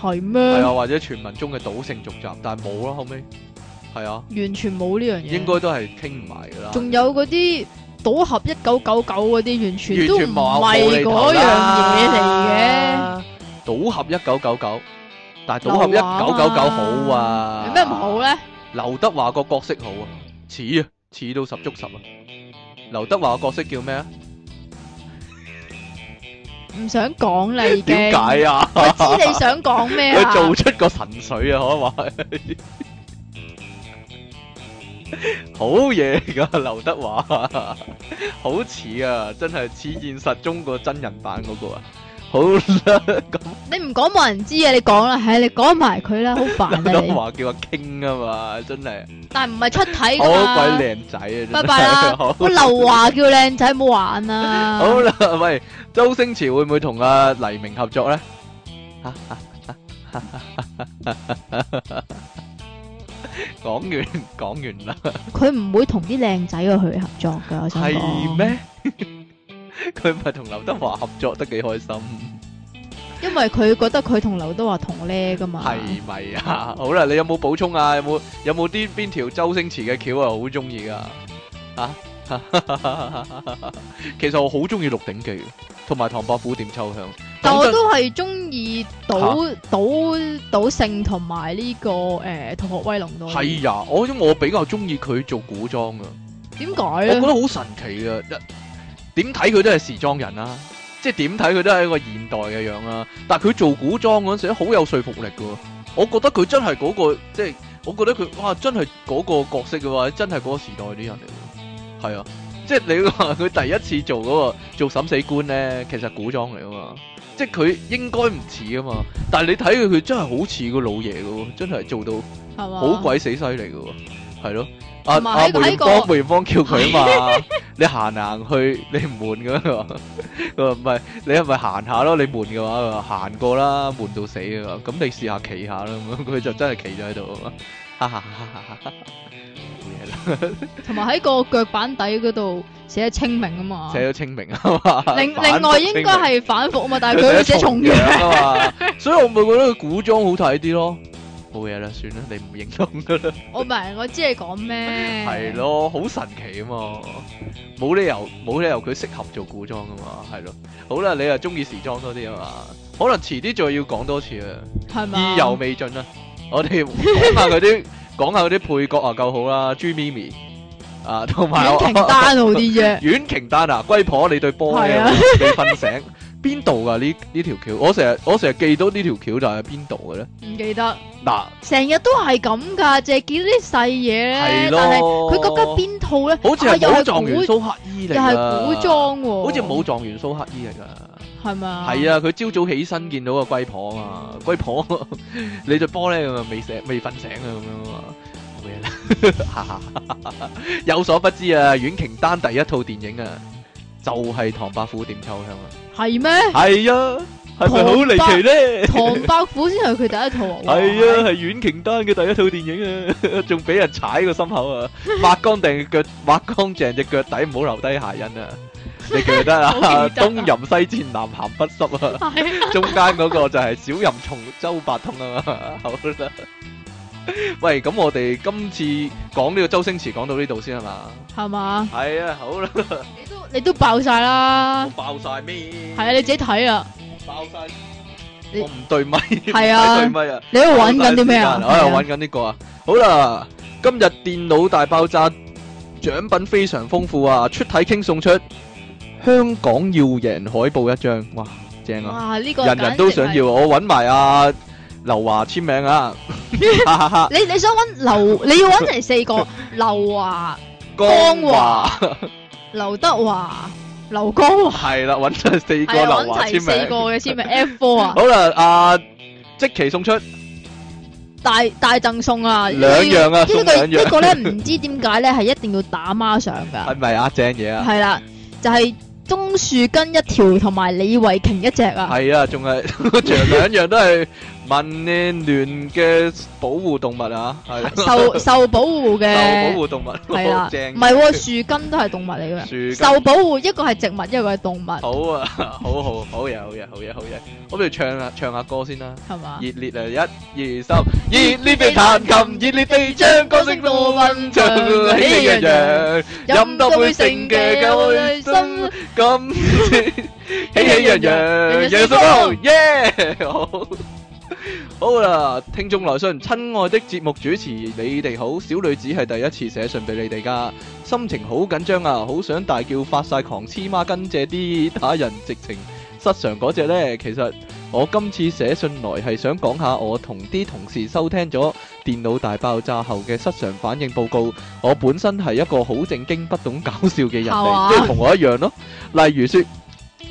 Speaker 2: 係
Speaker 1: 係啊，
Speaker 2: 咩？
Speaker 1: 或者傳聞中嘅賭聖續集，但係冇啦，後尾係啊，
Speaker 2: 完全冇呢樣嘢。
Speaker 1: 應該都係傾唔埋噶啦。
Speaker 2: 仲有嗰啲賭俠一九九九嗰啲，完全
Speaker 1: 完
Speaker 2: 都
Speaker 1: 全
Speaker 2: 唔
Speaker 1: 冇
Speaker 2: 係嗰樣嘢嚟嘅。
Speaker 1: 嚟嘅。賭俠一九九九，但係賭俠
Speaker 2: 劉
Speaker 1: 一
Speaker 2: 華啊
Speaker 1: 九九九好啊。
Speaker 2: 有咩唔好？咧？
Speaker 1: 劉德華個角色好啊，似啊，似到十足十啊。劉德華個角色叫咩啊？
Speaker 2: 唔想講啦，已經。
Speaker 1: 點解啊？
Speaker 2: 我知你想講咩啊？
Speaker 1: 佢做出個神水啊，可唔可以？好嘢㗎，劉德華，好似啊，真係似現實中個真人版嗰個啊。好啦，
Speaker 2: 你唔講冇人知啊！你講啦，唉，你講埋佢啦，好煩
Speaker 1: 劉德
Speaker 2: 啊
Speaker 1: 華叫阿 King 啊嘛，真係
Speaker 2: 你。但唔係出體㗎
Speaker 1: 好
Speaker 2: 嘛。
Speaker 1: 鬼靚仔啊！真係
Speaker 2: 拜拜啦
Speaker 1: 好
Speaker 2: 我劉華叫靚仔，唔好玩啊！
Speaker 1: 好啦，喂，周星馳會唔會同阿黎明合作 咧？講完講完啦。
Speaker 2: 佢唔會同啲靚仔去合作㗎，我想講
Speaker 1: 係？咩？ 佢咪同劉德華合作得幾開心，
Speaker 2: 因為佢覺得佢同劉德華同叻㗎嘛。
Speaker 1: 係咪啊？好啦，你有冇補充啊？有冇有冇啲邊條周星馳嘅橋啊？好中意噶啊！ 其實我好中意《鹿鼎記》同埋《唐伯虎點秋香》，
Speaker 2: 但
Speaker 1: 講
Speaker 2: 我
Speaker 1: 真
Speaker 2: 都係中意賭賭賭聖同埋呢個誒《逃學威龍》多啲。
Speaker 1: 係呀，我因為我比較中意佢做古裝啊。
Speaker 2: 點解
Speaker 1: 我覺得
Speaker 2: 咧？
Speaker 1: 好神奇嘅，一點睇佢都係時裝人啦、啊即係點睇佢都係一個現代嘅樣啦、啊但係佢做古裝嗰陣時咧好有說服力嘅喎，我覺得佢真係嗰、個即係，我覺得佢哇真係嗰個角色嘅話，真係嗰個時代啲人嚟嘅喎，係啊，即係你話佢第一次做嗰、個做審死官咧，其實古裝嚟啊嘛，即係佢應該唔似啊嘛，但係你睇佢佢真係好似個老爺嘅喎，真係做到。
Speaker 2: 係嘛？
Speaker 1: 好鬼死犀利嘅喎，係咯。阿
Speaker 2: 同埋
Speaker 1: 阿
Speaker 2: 喺個
Speaker 1: 梅艷
Speaker 2: 喺個
Speaker 1: 芳，梅艷芳叫佢啊嘛， 你行行去，你唔悶嘅咩？佢話佢話唔係，你係咪行下咯？你悶嘅話，佢話行過啦，悶到死嘅話，咁你試下企下啦，咁樣佢就真係企咗喺度啊嘛，哈哈哈哈哈哈冇嘢啦，
Speaker 2: 同埋喺個腳板底嗰度寫清明啊嘛。
Speaker 1: 寫咗清明啊嘛，
Speaker 2: 另
Speaker 1: 反
Speaker 2: 另外
Speaker 1: 覆
Speaker 2: 應
Speaker 1: 清
Speaker 2: 該
Speaker 1: 明
Speaker 2: 係反覆啊嘛，但係佢會寫重陽。
Speaker 1: 啊嘛，所以我咪覺得佢古裝好睇啲咯。冇嘢啦，算啦，你唔認同噶啦。
Speaker 2: 我明，我知你講咩。
Speaker 1: 係。咯，好神奇啊嘛，冇理由冇理由佢適合做古裝噶嘛，係咯。好啦，你又中意時裝多啲啊嘛，可能遲啲再要講多次啊，
Speaker 2: 係嘛？
Speaker 1: 意猶未盡啊。我哋講下 嗰啲講下嗰啲配角啊，夠好啦，朱咪咪啊，同埋
Speaker 2: 婉瓊丹好啲啫。
Speaker 1: 阮瓊丹啊，龜婆你對波咧
Speaker 2: 係啊
Speaker 1: 你瞓醒邊度噶呢呢條橋？我成日我成日記到呢條橋就係邊度嘅咧？
Speaker 2: 唔記得，
Speaker 1: 嗱，
Speaker 2: 成日都係咁㗎，淨係見啲細嘢咧
Speaker 1: 係。
Speaker 2: 但係
Speaker 1: 咯，
Speaker 2: 佢覺得邊套咧？
Speaker 1: 好似
Speaker 2: 啊
Speaker 1: 係
Speaker 2: 又
Speaker 1: 冇
Speaker 2: 係
Speaker 1: 狀元
Speaker 2: 古
Speaker 1: 蘇乞衣嚟
Speaker 2: 又
Speaker 1: 㗎，
Speaker 2: 係古裝喎。
Speaker 1: 啊好似冇狀元蘇乞衣嚟噶，
Speaker 2: 係嘛？
Speaker 1: 係啊！佢朝早起身見到個龜婆啊嘛，龜婆 你對波咧咁啊未醒未瞓醒啊咁樣啊嘛，冇嘢啦， 哈哈哈哈有所不知啊，阮瓊丹第一套電影啊，就係、唐伯虎點秋香啊，
Speaker 2: 係咩？
Speaker 1: 係啊，係咪好離奇咧？
Speaker 2: 唐伯虎先係佢第一套
Speaker 1: 係
Speaker 2: 啊！
Speaker 1: 啊，係阮瓊丹嘅第一套電影 啊，仲俾 à. à. 人踩個心口啊，抹乾淨隻腳，抹乾淨隻腳底，唔好留低鞋印啊！你記唔記得啊
Speaker 2: 好？記得啊
Speaker 1: 東淫西戰，南鹹北濕啊！中間嗰個就係小淫蟲周伯通 啊嘛，好啦。喂，咁我哋今次講呢個周星馳講到呢度先係嘛？
Speaker 2: 係嘛？
Speaker 1: 係啊，好啦，
Speaker 2: 你都你都爆晒啦，
Speaker 1: 爆晒咩？
Speaker 2: 係啊，你自己 睇啊，
Speaker 1: 爆晒，
Speaker 2: 你
Speaker 1: 我唔對咪，
Speaker 2: 係
Speaker 1: 唔
Speaker 2: 啊
Speaker 1: 對咪啊！
Speaker 2: 你喺度揾緊啲咩啊？
Speaker 1: 我又揾緊呢個啊。好啦，今日電腦大爆炸獎品非常豐富啊！出體傾送出香港要贏海報一張，哇，正啊！
Speaker 2: 哇！呢個
Speaker 1: 人人都想
Speaker 2: 簡直係
Speaker 1: 要，我揾埋阿劉華簽名 啊！哈哈哈，
Speaker 2: 你你想揾 劉，你要揾齊四個劉華、
Speaker 1: 江
Speaker 2: 江
Speaker 1: 華
Speaker 2: 華、劉德華、劉江華，
Speaker 1: 係啦，揾咗四個
Speaker 2: 係啊，
Speaker 1: 劉
Speaker 2: 揾
Speaker 1: 華
Speaker 2: 齊四
Speaker 1: 簽
Speaker 2: 個
Speaker 1: 名。
Speaker 2: 嘅簽名 F four 啊，
Speaker 1: 好啦，阿即期送出
Speaker 2: 大大贈送啊，
Speaker 1: 兩樣啊，送
Speaker 2: 呢
Speaker 1: 兩樣，
Speaker 2: 個呢個咧唔知點解咧係一定要打孖上㗎，
Speaker 1: 係咪啊？正嘢啊！
Speaker 2: 係啦，就係鍾樹根一條同埋李慧瓊一隻啊，
Speaker 1: 係啊，仲係 仲兩樣都係民聯嘅保護動物啊， 係啦
Speaker 2: 受受保護
Speaker 1: 受
Speaker 2: 嘅
Speaker 1: 保。護動物，
Speaker 2: 系啦，
Speaker 1: 正
Speaker 2: 唔係喎，樹根都係動物嚟嘅，
Speaker 1: 樹根
Speaker 2: 受保護一個係植物，一個係動物，
Speaker 1: 好啊， 好好好嘢，好嘢，好嘢，好嘢，我哋唱下唱下歌先啦。
Speaker 2: 係嘛？
Speaker 1: 熱烈啊！一、二、三，熱烈地彈琴，熱烈地唱，歌聲多温唱，喜洋洋，飲多杯剩嘅啊酒，心 咁喜
Speaker 2: Dạ,
Speaker 1: 喜洋洋，洋生好，耶！ 好，好啦，聽眾來信，親愛的節目主持，你哋好，小女子係第一次寫信俾你哋噶，心情好緊張啊，好想大叫發晒狂，黐孖筋借啲打人直情失常嗰只呢，其實。我今次寫信來係想講下我同啲同事收聽咗電腦大爆炸後嘅失常反應報告。我本身係一個好正經、不懂搞笑嘅人
Speaker 2: 係
Speaker 1: 嚟，
Speaker 2: 嘛
Speaker 1: 即係同我一樣咯。例如說，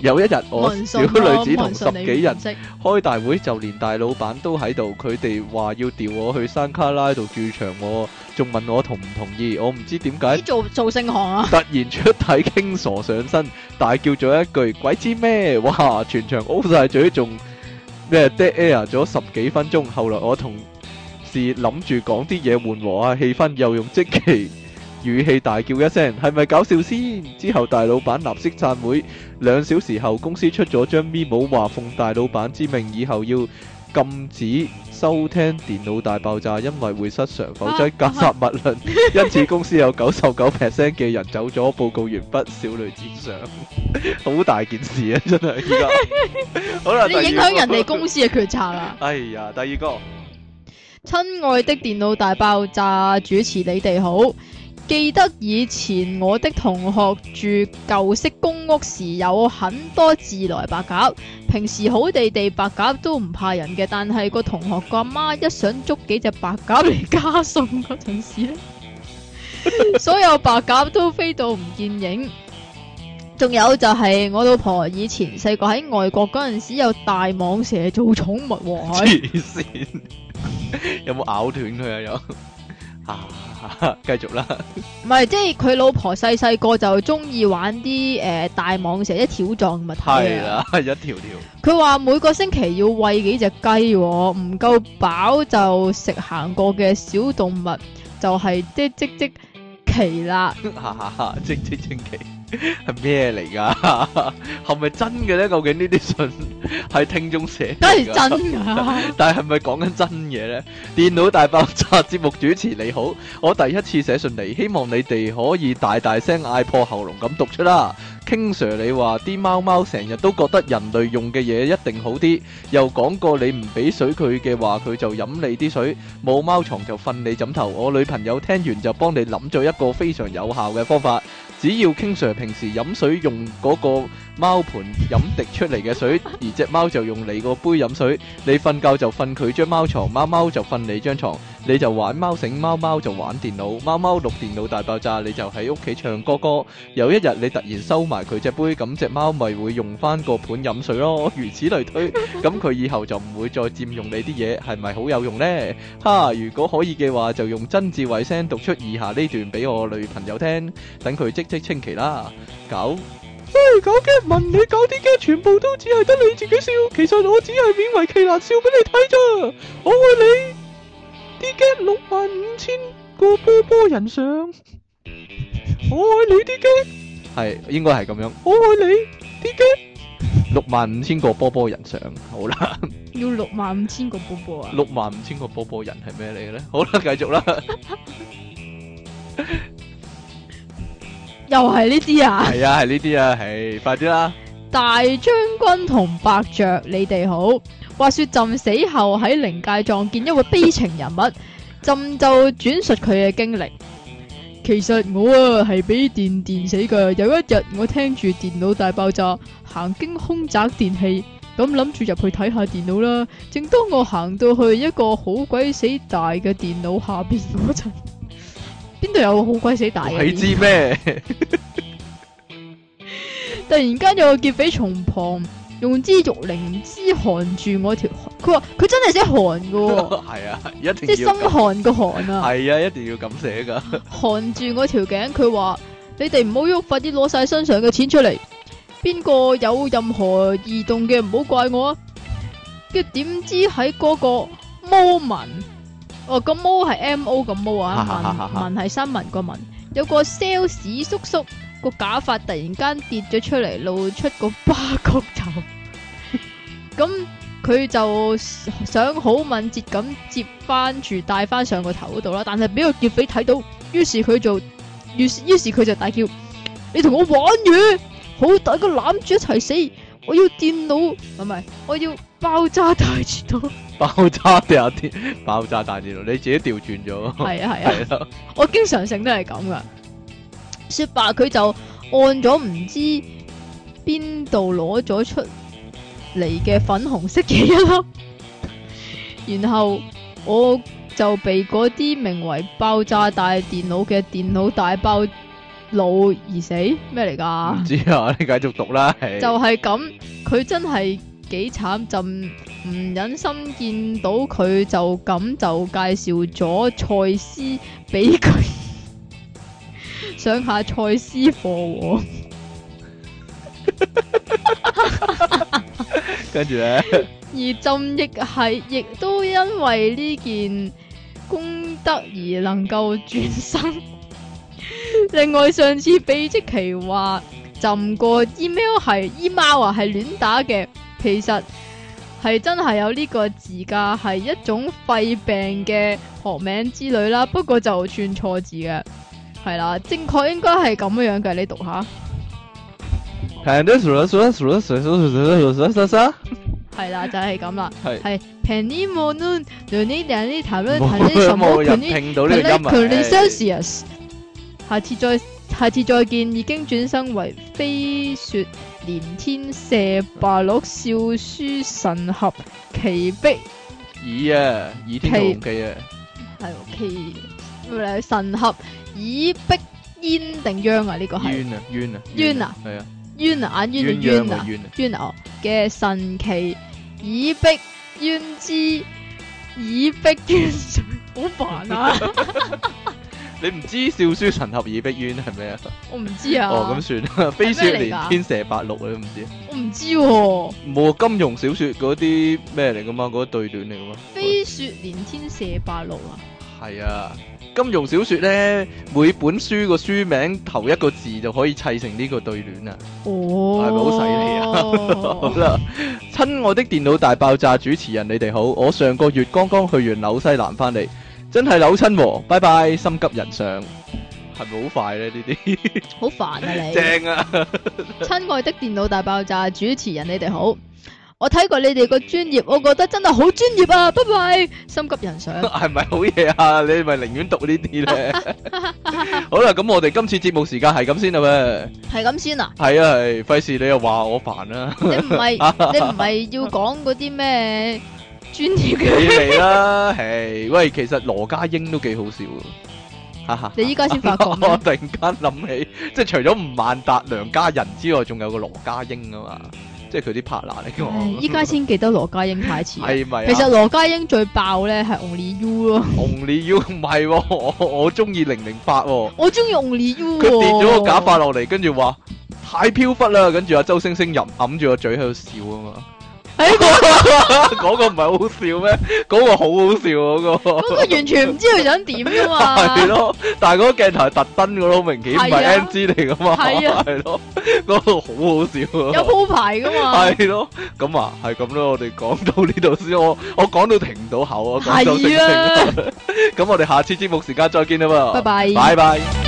Speaker 1: 有一日我
Speaker 2: 文
Speaker 1: 小
Speaker 2: 信咯
Speaker 1: 女子同
Speaker 2: 文
Speaker 1: 十
Speaker 2: 啊信你
Speaker 1: 幾人
Speaker 2: 唔識
Speaker 1: 開大會，就連大老闆都喺度，佢哋話要調我去山卡拉度駐場喎，仲問我同唔同意。我唔知點解
Speaker 2: 咦做做聖行啊，
Speaker 1: 突然出體傾傻上身，大叫咗一句鬼知咩？ 哇！全場 O 晒嘴，仲咩 dead air 咗十幾分鐘。後來我同事諗住講啲嘢緩和下氣氛，又用即其語氣大叫一聲，係咪搞笑先？之後大老闆立即散會。兩小時後，公司出咗張 memo 話奉大老闆之命，以後要禁止收聽電腦大爆炸，因為會失常，否則格殺勿論。因此公司有九十九 percent 嘅人走咗，報告完畢，小女子上，好大件事啊！真係依家，好啦，
Speaker 2: 你
Speaker 1: 第二
Speaker 2: 影響人
Speaker 1: 個
Speaker 2: 哋公司嘅決策啊！
Speaker 1: 哎呀，第二個
Speaker 2: 親愛的電腦大爆炸主持，你哋好。記得以前我的同學住舊式公屋時，有很多自來白鴿。平時好地地白鴿都唔怕人嘅，但係個同學個阿媽一想捉幾隻白鴿嚟加餸嗰陣時咧，所有白鴿都飛到唔見影。仲有就係我老婆以前細個喺外國嗰陣時，有大蟒蛇做寵物喎。係
Speaker 1: 黐線， 有冇咬斷佢啊？有啊，繼續啦，
Speaker 2: 唔係，即係佢老婆細細個就中意玩啲誒、呃大蟒蛇一條狀物體
Speaker 1: 係
Speaker 2: 啊。
Speaker 1: 啦，一條條，
Speaker 2: 佢話每個星期要餵幾隻雞喎，唔夠飽就食行過嘅小動物，就係即即即奇啦。
Speaker 1: 哈哈哈，精精精奇，係咩嚟㗎？係咪真嘅咧？究竟呢啲信係聽眾寫嚟
Speaker 2: 梗係
Speaker 1: 㗎
Speaker 2: 真㗎，
Speaker 1: 但係咪講緊真嘢呢？電腦大爆炸節目主持你好，我第一次寫信嚟，希望你哋可以大大聲嗌破喉嚨咁讀出啦。King Sir，你話啲貓貓成日都覺得人類用嘅嘢一定好啲，又講過你唔俾水佢嘅話，佢就飲你啲水；冇貓床就瞓你枕頭。我女朋友聽完就幫你諗咗一個非常有效嘅方法，只要 King Sir 平時飲水用嗰個貓盤飲滴出嚟嘅水，而只貓就用你個杯飲水。你瞓覺就瞓佢張貓床，貓貓就瞓你張床，你就玩貓繩，貓貓就玩電腦，貓貓錄電腦大爆炸，你就喺屋企唱歌歌。有一日你突然收埋佢只杯，咁只貓咪會用翻個盤飲水咯。 如此類推，咁佢以後就唔會再佔用你啲嘢，係咪好有用呢？哈！如果可以嘅話，就用真智慧聲讀出以下呢段俾我女朋友聽，等佢即即清奇啦。搞。喂，搞嘅問你搞啲嘅全部都只係得你自己笑，其實我只係勉為其難笑俾你睇咋。我愛你，啲嘅六萬五千個波波人上，我愛你啲嘅系应该系咁样。我爱你，點解？六萬五千個波波人上，好啦，
Speaker 2: 要六万五千个波波啊！
Speaker 1: 六萬五千個波波人係咩嚟嘅咧？好啦，繼 續啦，
Speaker 2: 又系呢啲啊！
Speaker 1: 係啊，係呢啲啊，係快啲啦，
Speaker 2: 大将军同伯爵，你哋好。话说朕死后喺灵界撞见一位悲情人物， 朕就转述佢嘅经历。其实我啊系俾电电死噶。有一日我听住电脑大爆炸，行经空宅电器，咁谂住入去睇下电脑啦。正当我行到去一个好鬼死大嘅电脑下边嗰 阵，边度有好鬼死大嘅
Speaker 1: 鬼
Speaker 2: 電腦？
Speaker 1: 知咩？
Speaker 2: 突然間有個劫匪從旁用支玉靈枝寒住我條，佢話佢真係寫寒嘅喎，
Speaker 1: 係啊， 一定
Speaker 2: 即係心
Speaker 1: 要咁，
Speaker 2: 寒個寒啊，
Speaker 1: 係啊，一定要咁寫噶，
Speaker 2: 寒住我條頸。佢話你哋唔好喐，快啲攞晒身上嘅錢出嚟。邊個有任何異動嘅，唔好怪我啊！跟住點知喺嗰個毛文，哦個毛係 M O 個毛啊，文文係新聞個文，有個 sales 叔叔個假髮突然間跌咗出嚟，露出個巴角頭，咁佢就想好敏捷咁接翻住戴翻上個頭嗰度啦，但係俾個劫匪睇到，於是佢就於是於是佢就大叫：你同我玩嘢！好大個攬住一齊死！我要電腦，唔係，我要爆炸大電腦。
Speaker 1: 爆炸掉啲，爆炸大電腦，你自己調轉咗，
Speaker 2: 係啊係啊，
Speaker 1: 係啦，
Speaker 2: 我經常性都係咁噶。說白佢就按咗唔知邊度攞咗出嚟嘅粉紅色嘅一粒，然後我就被嗰啲名為爆炸大電腦嘅電腦大爆腦而死咩嚟㗎？
Speaker 1: 唔知啊，你繼續讀啦，係
Speaker 2: 就係咁，佢真係幾慘，朕唔忍心見到佢就咁就介紹咗賽斯俾佢上下賽斯課喎。
Speaker 1: 跟住咧，
Speaker 2: 而朕亦係亦都因為呢件功德而能夠轉生。 另外上次被即奇話朕個 email 係 email 啊係亂打嘅，其實係真係有呢個字噶，係一種肺病嘅學名之類啦。不過就串錯字嘅，係啦，正確應該係咁樣樣嘅，你讀下。係啦，就係 咁啦，
Speaker 1: 係
Speaker 2: 係 Panimonon l u n i d a n i t a l u n
Speaker 1: 冇
Speaker 2: Tanismo
Speaker 1: 人
Speaker 2: Puni
Speaker 1: 聽到呢個音啊
Speaker 2: p u n i
Speaker 1: 唉
Speaker 2: c i u s 下次再下次再見，已經轉生為飛雪連天射白鹿笑書神俠奇壁
Speaker 1: 咦啊，倚天屠龍記啊，
Speaker 2: 係奇咩嚟神俠以壁煙定殃啊？呢個係
Speaker 1: 冤啊冤啊
Speaker 2: 冤啊，
Speaker 1: 係啊，
Speaker 2: 冤啊眼
Speaker 1: 冤
Speaker 2: 冤
Speaker 1: 冤
Speaker 2: 啊冤啊
Speaker 1: 啊！冤啊，
Speaker 2: 冤牛嘅神奇以逼冤之，以逼冤罪， 好 煩啊！
Speaker 1: 你唔知笑書神俠倚碧冤係咩啊？
Speaker 2: 我唔知啊，
Speaker 1: 哦，咁算啦，飛雪連
Speaker 2: 㗎
Speaker 1: 天射白鹿啊，都唔知。
Speaker 2: 我唔知喎、
Speaker 1: 冇啊金庸小說嗰啲咩嚟噶嘛？嗰對聯嚟噶嘛？
Speaker 2: 飛雪連天射白鹿啊！
Speaker 1: 係啊，金庸小說咧，每本書個書名頭一個字就可以砌成呢個對聯啊！
Speaker 2: 哦，
Speaker 1: 係咪好犀利好
Speaker 2: 啊？
Speaker 1: 啦，親愛的電腦大爆炸主持人，你哋好，我上個月剛剛去完紐西蘭翻嚟，真係扭親喎，拜拜，心急人上，係咪好快咧？呢啲
Speaker 2: 好煩啊你！
Speaker 1: 正啊！
Speaker 2: 親愛的電腦大爆炸主持人，你哋好。我睇過你哋個專業，我覺得真係好專業啊！拜拜，心急人上。
Speaker 1: 系咪好嘢啊？你咪寧願讀呢啲咧。好啦，咁我哋今次節目時間係咁先啦咩？
Speaker 2: 係咁先啊！
Speaker 1: 係啊，係，費事你又話我煩啊啦，
Speaker 2: 你 唔係你唔係要講嗰啲咩專業
Speaker 1: 你
Speaker 2: 嘅？
Speaker 1: 嚟啦，係喂，其實羅家英都幾好笑喎，哈哈。
Speaker 2: 你依家先發覺咩
Speaker 1: 我突然間諗起，即係除咗吳萬達、梁家仁之外，仲有個羅家英啊嘛，即係佢啲 partner 嚟
Speaker 2: 唉
Speaker 1: 嘅。
Speaker 2: 依家先記得羅家英太遲啊。
Speaker 1: 哦係咪
Speaker 2: 其實
Speaker 1: 啊
Speaker 2: 羅家英最爆咧係 Only You 咯，
Speaker 1: ？Only You 唔係喎，我我中意零零八喎。
Speaker 2: 我中意 Only You 喎。
Speaker 1: 佢跌咗個假髮落嚟，跟住話太飄忽啦，跟住阿周星星入揞住個嘴喺度笑啊嘛， 嗰個唔係好笑咩？嗰個好好笑啊嗰個。
Speaker 2: 嗰個完全唔知佢想點噶嘛。
Speaker 1: 係咯，但係嗰個鏡頭係特登嘅咯，明顯唔係
Speaker 2: 係啊
Speaker 1: NG 嚟噶嘛，
Speaker 2: 係啊
Speaker 1: 係咯，嗰個好好笑
Speaker 2: 有
Speaker 1: 啊。
Speaker 2: 鋪排噶嘛。
Speaker 1: 係咯，咁啊，係咁咯，我哋講到呢度先，我我講到停唔到口啊，講到
Speaker 2: 係
Speaker 1: 停
Speaker 2: 啊
Speaker 1: 停。咁我哋下次節目時間再見啦喎，啊
Speaker 2: 拜
Speaker 1: 拜
Speaker 2: 拜
Speaker 1: 拜。